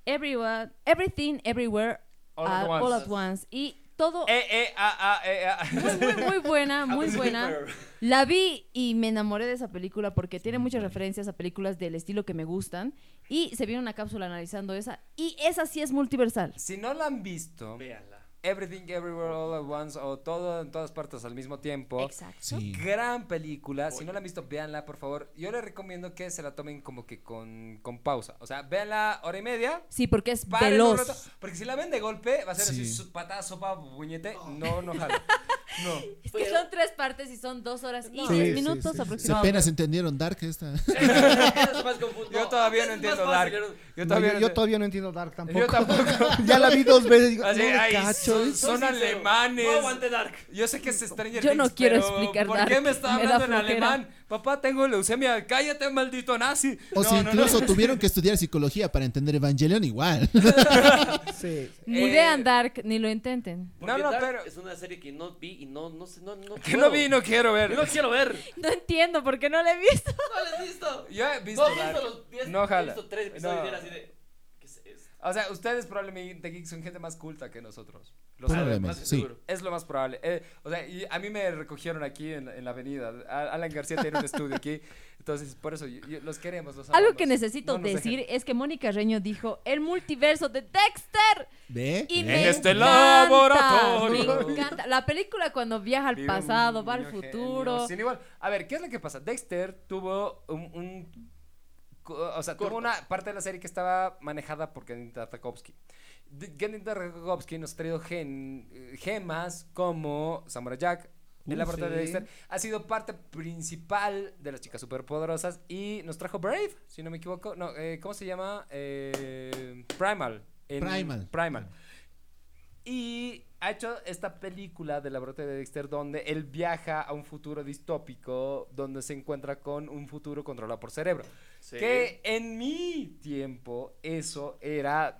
Speaker 3: everyone, everything, everywhere,
Speaker 1: All at
Speaker 3: uh,
Speaker 1: once.
Speaker 3: once. Y todo
Speaker 1: Eh, eh, ah, ah, eh, ah. [LAUGHS]
Speaker 3: muy, muy, muy buena, muy buena. La vi y me enamoré de esa película porque tiene muchas referencias a películas del estilo que me gustan. Y se viene una cápsula analizando esa. Y esa sí es multiversal.
Speaker 1: Si no la han visto,
Speaker 2: Véanla.
Speaker 1: Everything Everywhere All at Once o todo en todas partes al mismo tiempo.
Speaker 3: Exacto.
Speaker 5: Sí.
Speaker 1: Gran película. Si no la han visto, véanla, por favor. Yo les recomiendo que se la tomen como que con, con pausa. O sea, véanla hora y media.
Speaker 3: Sí, porque es
Speaker 1: paren un rato,
Speaker 3: veloz.
Speaker 1: porque si la ven de golpe, va a ser así,
Speaker 5: Sí.
Speaker 1: su patada, sopa, puñete. No, no jala. No.
Speaker 3: Es que son tres partes y son dos horas y
Speaker 4: Sí,
Speaker 3: diez
Speaker 4: sí,
Speaker 3: minutos
Speaker 4: sí, sí.
Speaker 5: Se
Speaker 3: aproximadamente.
Speaker 5: apenas entendieron Dark esta.
Speaker 1: Yo todavía no entiendo Dark. Yo
Speaker 4: No,
Speaker 1: todavía no
Speaker 4: yo, yo
Speaker 1: entiendo-
Speaker 4: todavía no entiendo Dark tampoco.
Speaker 1: Yo tampoco. [LAUGHS]
Speaker 4: [LAUGHS] ya la vi dos veces. Digo,
Speaker 1: Así,
Speaker 4: no le
Speaker 1: ay,
Speaker 4: cacho,
Speaker 1: son-
Speaker 4: es-
Speaker 1: son alemanes.
Speaker 2: No aguante Dark.
Speaker 1: Yo sé que es Stranger
Speaker 3: Yo no
Speaker 1: Things,
Speaker 3: quiero
Speaker 1: pero
Speaker 3: explicar
Speaker 1: ¿Por
Speaker 3: Dark,
Speaker 1: qué me está
Speaker 3: me
Speaker 1: hablando
Speaker 3: da
Speaker 1: en
Speaker 3: flojera.
Speaker 1: alemán? Papá, tengo leucemia. Cállate, maldito nazi.
Speaker 5: O
Speaker 1: No,
Speaker 5: si
Speaker 1: no,
Speaker 5: incluso
Speaker 1: no.
Speaker 5: tuvieron que estudiar psicología para entender Evangelion igual.
Speaker 4: sí.
Speaker 3: Ni
Speaker 1: Eh,
Speaker 3: vean Dark, ni lo intenten.
Speaker 2: No,
Speaker 1: no,
Speaker 2: no,
Speaker 1: pero-
Speaker 2: pero. Es una serie que no vi y no, no sé, no,
Speaker 1: [LAUGHS]
Speaker 2: no.
Speaker 1: Que no
Speaker 2: puedo.
Speaker 1: vi y no quiero ver.
Speaker 2: Yo no quiero ver.
Speaker 3: No entiendo por qué no la he visto.
Speaker 2: No la he visto.
Speaker 1: [LAUGHS] Yo he visto
Speaker 2: No he
Speaker 1: Dark.
Speaker 2: visto los 10.
Speaker 1: No
Speaker 2: He
Speaker 1: jala.
Speaker 2: visto 3
Speaker 1: No.
Speaker 2: episodios y era así de. ¿Qué es esto?
Speaker 1: O sea, ustedes probablemente geeks son gente más culta que nosotros. Lo saben.
Speaker 5: Probablemente,
Speaker 2: Más
Speaker 5: sí.
Speaker 2: seguro.
Speaker 1: Es lo más probable. Eh, o sea, y a mí me recogieron aquí en, en la avenida. A- Alan García tiene un estudio aquí. Entonces, por eso yo- yo- los queremos. Los
Speaker 3: Algo
Speaker 1: amamos.
Speaker 3: que necesito
Speaker 1: No nos
Speaker 3: decir
Speaker 1: dejen.
Speaker 3: es que Mónica Reño dijo el multiverso de Dexter.
Speaker 5: [LAUGHS] ¿Ve?
Speaker 3: Y
Speaker 5: ¿Ve?
Speaker 3: me
Speaker 1: este
Speaker 3: encanta,
Speaker 1: laboratorio.
Speaker 3: Me encanta. La película cuando viaja al
Speaker 1: Vive un
Speaker 3: pasado, va al
Speaker 1: niño genio,
Speaker 3: futuro.
Speaker 1: sin igual. A ver, ¿qué es lo que pasa? Dexter tuvo un. un- co- o sea, tuvo
Speaker 2: Corto.
Speaker 1: una parte de la serie que estaba manejada por Genndy Tartakovsky. D- Genndy Tartakovsky nos ha traído gen- eh, gemas como Samurai Jack. El
Speaker 5: Uh,
Speaker 1: laboratorio
Speaker 5: sí.
Speaker 1: de Dexter ha sido parte principal de las chicas superpoderosas y nos trajo Brave, si no me equivoco. No, eh, ¿cómo se llama? Eh, Primal. en-
Speaker 5: Primal.
Speaker 1: Primal. Y ha hecho esta película del laboratorio de Dexter donde él viaja a un futuro distópico donde se encuentra con un futuro controlado por cerebro.
Speaker 2: Sí.
Speaker 1: Que en mi tiempo eso era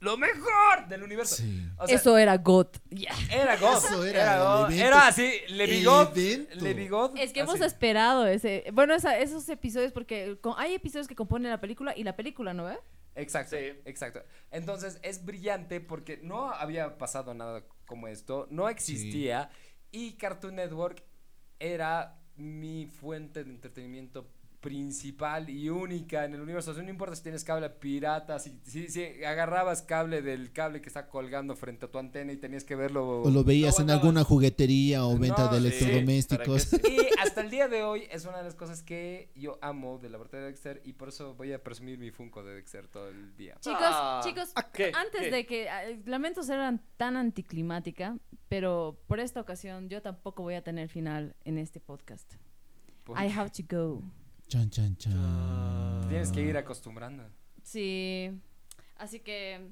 Speaker 1: lo mejor del universo.
Speaker 5: Sí.
Speaker 1: O sea,
Speaker 3: Eso era God. Ya.
Speaker 1: era God.
Speaker 5: Eso
Speaker 1: era,
Speaker 5: era
Speaker 1: God,
Speaker 5: el evento.
Speaker 1: era así, le bigod,
Speaker 5: Evento.
Speaker 1: le bigod,
Speaker 3: Es que hemos
Speaker 1: así.
Speaker 3: esperado ese, bueno, esa- esos episodios porque con- hay episodios que componen la película y la película, ¿no? ve?
Speaker 1: Exacto,
Speaker 2: Sí.
Speaker 1: exacto. Entonces es brillante porque no había pasado nada como esto, no existía y Cartoon Network era mi fuente de entretenimiento principal y única en el universo. O sea, no importa si tienes cable pirata, si, si, si agarrabas cable del cable que está colgando frente a tu antena y tenías que verlo.
Speaker 5: O lo veías en
Speaker 2: aguantabas.
Speaker 5: alguna juguetería o venta
Speaker 1: No,
Speaker 5: de
Speaker 1: sí.
Speaker 5: electrodomésticos.
Speaker 2: ¿Para qué?
Speaker 1: Y hasta el día de hoy es una de las cosas que yo amo del laboratorio de Dexter y por eso voy a presumir mi Funko de Dexter todo el día.
Speaker 3: Chicos,
Speaker 2: Ah.
Speaker 3: chicos,
Speaker 2: Ah, ¿qué?
Speaker 3: antes
Speaker 2: ¿Qué?
Speaker 3: de que eh, lamento ser an- tan anticlimática, pero por esta ocasión yo tampoco voy a tener final en este podcast.
Speaker 1: Porque
Speaker 3: I have to go.
Speaker 5: Chan, chan, chan.
Speaker 1: Tienes que ir acostumbrando.
Speaker 3: Sí. Así que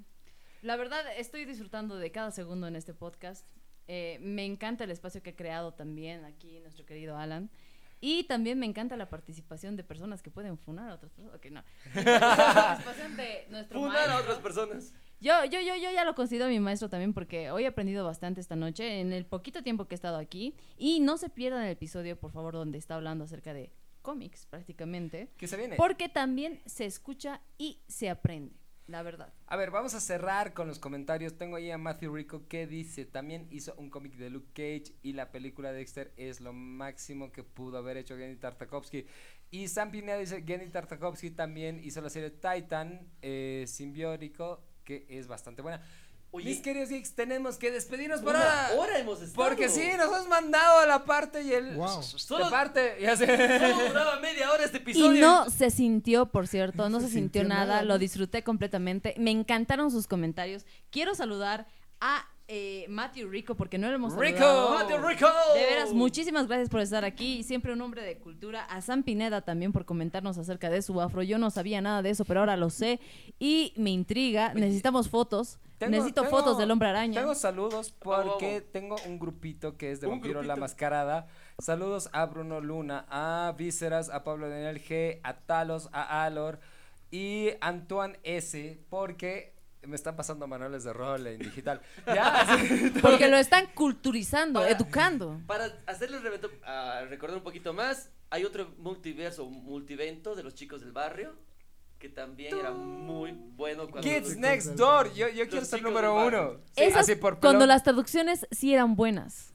Speaker 3: la verdad estoy disfrutando de cada segundo en este podcast. Eh, me encanta el espacio que ha creado también aquí nuestro querido Alan. Y también me encanta la participación de
Speaker 2: [LAUGHS]
Speaker 3: personas que pueden funar a otras personas. Ok, no. La participación de nuestro
Speaker 2: Funar a
Speaker 3: maestro.
Speaker 2: otras personas.
Speaker 3: Yo, yo, yo, yo ya lo considero mi maestro también porque hoy he aprendido bastante esta noche, en el poquito tiempo que he estado aquí. Y no se pierdan el episodio, por favor, donde está hablando acerca de cómics prácticamente.
Speaker 1: ¿Qué se viene?
Speaker 3: Porque también se escucha y se aprende, la verdad.
Speaker 1: A ver, vamos a cerrar con los comentarios. Tengo ahí a Matthew Rico que dice, también hizo un cómic de Luke Cage y la película de Dexter es lo máximo que pudo haber hecho Genny Tartakovsky. Y Sam Pineda dice, Genny Tartakovsky también hizo la serie Titan, eh, simbiótico, que es bastante buena.
Speaker 2: Oye.
Speaker 1: Mis queridos geeks, tenemos que despedirnos por
Speaker 2: Una
Speaker 1: ahora.
Speaker 2: hora hemos estado.
Speaker 1: Pues Porque sí, nos has mandado a la parte y el...
Speaker 4: Wow.
Speaker 1: La
Speaker 2: Solo,
Speaker 1: parte, ya sé.
Speaker 2: solo duraba media hora este
Speaker 3: Y
Speaker 2: episodio.
Speaker 3: no se sintió, por cierto, no se,
Speaker 4: se
Speaker 3: sintió,
Speaker 4: sintió
Speaker 3: nada,
Speaker 4: nada,
Speaker 3: lo
Speaker 4: ¿no?
Speaker 3: disfruté completamente. Me encantaron sus comentarios. Quiero saludar a eh, Matthew Rico porque no lo hemos
Speaker 1: Rico,
Speaker 3: saludado.
Speaker 2: Mateo Rico.
Speaker 3: De veras, muchísimas gracias por estar aquí. Siempre un hombre de cultura. A Sam Pineda también por comentarnos acerca de su afro. Yo no sabía nada de eso, pero ahora lo sé. Y me intriga. Necesitamos fotos.
Speaker 1: Tengo-
Speaker 3: Necesito
Speaker 1: tengo-
Speaker 3: fotos del hombre araña.
Speaker 1: Tengo saludos
Speaker 2: huevo.
Speaker 1: porque tengo un grupito que es de
Speaker 2: Un
Speaker 1: Vampiro la
Speaker 2: grupito.
Speaker 1: Mascarada. Saludos a Bruno Luna, a Vísceras, a Pablo Daniel G, a Talos, a Alor y Antoine S. Porque me están pasando manuales de rol en digital. [LAUGHS] Ya, así, todo. [LAUGHS]
Speaker 3: Porque lo están culturizando,
Speaker 2: Para-
Speaker 3: educando.
Speaker 2: Para hacerles revento- a recordar un poquito más, hay otro multiverso, multivento de los chicos del barrio, que también era muy bueno cuando...
Speaker 1: Kids
Speaker 2: los-
Speaker 1: Next Door. Yo, yo quiero
Speaker 2: Los
Speaker 1: ser
Speaker 2: chicos
Speaker 1: número
Speaker 2: del barrio.
Speaker 1: uno.
Speaker 2: Sí.
Speaker 3: Esas-
Speaker 1: Así por
Speaker 3: cuando
Speaker 1: pelón.
Speaker 3: las traducciones sí eran buenas.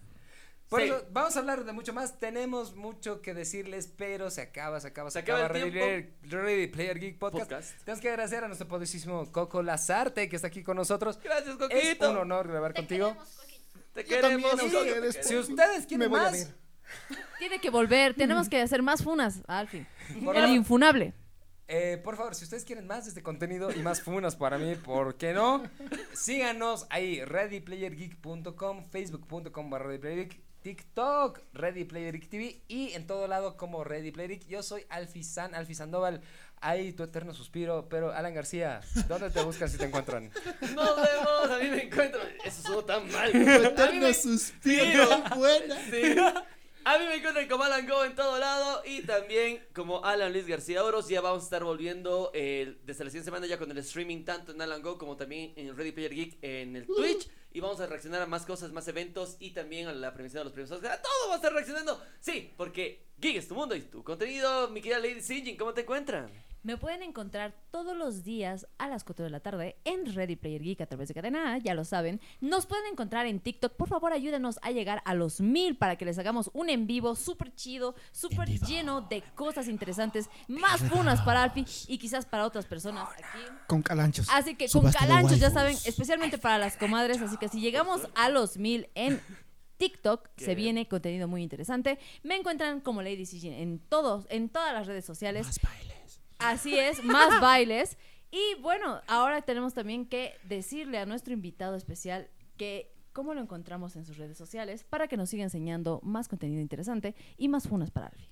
Speaker 1: Por
Speaker 2: Sí.
Speaker 1: eso, vamos a hablar de mucho más. Tenemos mucho que decirles, pero se acaba, se acaba, se,
Speaker 2: Se acaba
Speaker 1: acaba.
Speaker 2: el
Speaker 1: Ready, Player- Ready Player Geek Podcast.
Speaker 2: Podcast.
Speaker 1: Tenemos que agradecer a nuestro poderosísimo Coco Lazarte, que está aquí con nosotros.
Speaker 2: Gracias,
Speaker 1: Es
Speaker 2: Coquito.
Speaker 1: un honor grabar contigo.
Speaker 2: Te
Speaker 4: Yo también,
Speaker 2: queremos.
Speaker 4: a
Speaker 2: Coco, te
Speaker 4: ustedes,
Speaker 2: queremos.
Speaker 1: Si ustedes
Speaker 4: Me
Speaker 1: quieren
Speaker 4: voy a
Speaker 1: más,
Speaker 4: ver.
Speaker 3: Tiene que volver. Tenemos que hacer más funas, Alfie.
Speaker 1: Por
Speaker 3: El
Speaker 1: favor.
Speaker 3: infunable.
Speaker 1: eh, por favor, si ustedes quieren más de este contenido y más funas para mí, ¿por qué no? Síganos ahí, readyplayergeek.com, facebook.com barra readyplayergeek, TikTok, Ready Player Geek TV y en todo lado como Ready Player Geek. Yo soy Alfi San, Alfi Sandoval, ahí tu eterno suspiro, pero Alan García, ¿dónde te buscas si te encuentran?
Speaker 2: Nos vemos, a mí me encuentro. Eso sonó tan
Speaker 1: [LAUGHS]
Speaker 2: mal. A mí
Speaker 5: Eterno
Speaker 2: me-
Speaker 5: suspiro. Buena.
Speaker 2: [LAUGHS] Sí. A mí me encuentran como Alan Go en todo lado y también como Alan Luis García Oros. Ya vamos a estar volviendo eh, desde la siguiente semana ya con el streaming tanto en Alan Go como también en Ready Player Geek en el Twitch. Y vamos a reaccionar a más cosas, más eventos y también a la premiación de los premios Oscar. ¡A todo vamos a estar reaccionando! Sí, porque Geek es tu mundo y tu contenido. Mi querida Lady Singing, ¿cómo te encuentran?
Speaker 3: Me pueden encontrar todos los días a las 4 de la tarde en Ready Player Geek a través de Cadena A, ya lo saben. Nos pueden encontrar en TikTok. Por favor, ayúdenos a llegar a los mil para que les hagamos un en vivo súper chido, súper lleno de cosas interesantes, más funas para Alfie y quizás para otras personas aquí.
Speaker 4: Con calanchos.
Speaker 3: Así que con
Speaker 5: Subasta de
Speaker 3: calanchos, ya
Speaker 5: waifus.
Speaker 3: saben, especialmente para las comadres. Así que si llegamos a los mil en TikTok, se
Speaker 2: ¿Qué?
Speaker 3: viene contenido muy interesante. Me encuentran como Lady Sijin en todos, en todas las redes sociales.
Speaker 5: Más bailes.
Speaker 3: Así es, más bailes. Y bueno, ahora tenemos también que decirle a nuestro invitado especial que cómo lo encontramos en sus redes sociales para que nos siga enseñando más contenido interesante y más funas para Alfie.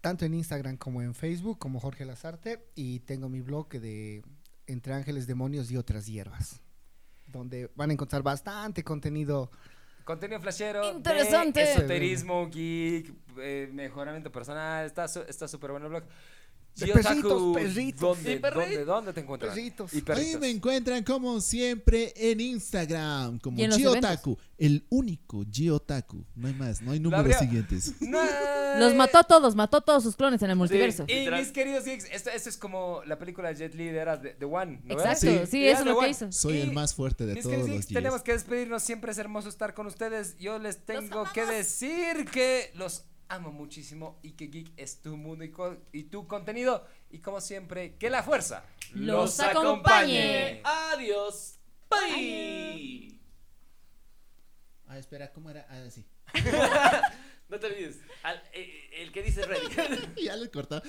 Speaker 4: tanto en Instagram como en Facebook, como Jorge Lazarte, y tengo mi blog de Entre Ángeles, Demonios y otras hierbas, donde van a encontrar bastante contenido.
Speaker 1: Contenido flashero.
Speaker 3: Interesante.
Speaker 1: de esoterismo, geek, eh, mejoramiento personal. Está su- está súper bueno el blog.
Speaker 4: De
Speaker 1: Gio
Speaker 4: perritos,
Speaker 1: Taku,
Speaker 4: perritos.
Speaker 1: ¿Dónde,
Speaker 2: Y perritos.
Speaker 1: dónde, dónde te encuentras?
Speaker 4: Perritos.
Speaker 1: Y
Speaker 5: Ahí
Speaker 1: perritos.
Speaker 5: me encuentran como siempre en Instagram, como
Speaker 3: Y en los
Speaker 5: Giotaku, el único Giotaku. No hay más, no hay números
Speaker 1: abrió.
Speaker 5: siguientes.
Speaker 1: No.
Speaker 3: Los mató a todos, mató a todos sus clones en el multiverso.
Speaker 1: Eh, Y
Speaker 2: Literal.
Speaker 1: mis queridos geeks, esto, esto es como la película de Jet Li de era The, The One, ¿no
Speaker 3: Exacto,
Speaker 1: ves?
Speaker 3: sí,
Speaker 1: Era
Speaker 3: eso es
Speaker 1: The
Speaker 3: lo que
Speaker 1: One.
Speaker 3: hizo.
Speaker 5: Soy
Speaker 1: Y
Speaker 5: el más fuerte de
Speaker 1: mis queridos
Speaker 5: todos
Speaker 1: geeks,
Speaker 5: los
Speaker 1: tenemos
Speaker 5: días.
Speaker 1: que despedirnos, siempre es hermoso estar con ustedes. Yo les tengo
Speaker 3: amamos.
Speaker 1: que decir que los amo muchísimo y que geek es tu mundo y, co- y tu contenido y como siempre, que la fuerza
Speaker 3: Los acompañe.
Speaker 2: Adiós. Bye.
Speaker 5: Ah, espera, ¿cómo era? Ah, [LAUGHS] sí.
Speaker 2: No te olvides. al- eh, el que dice Ready.
Speaker 5: ya le cortó.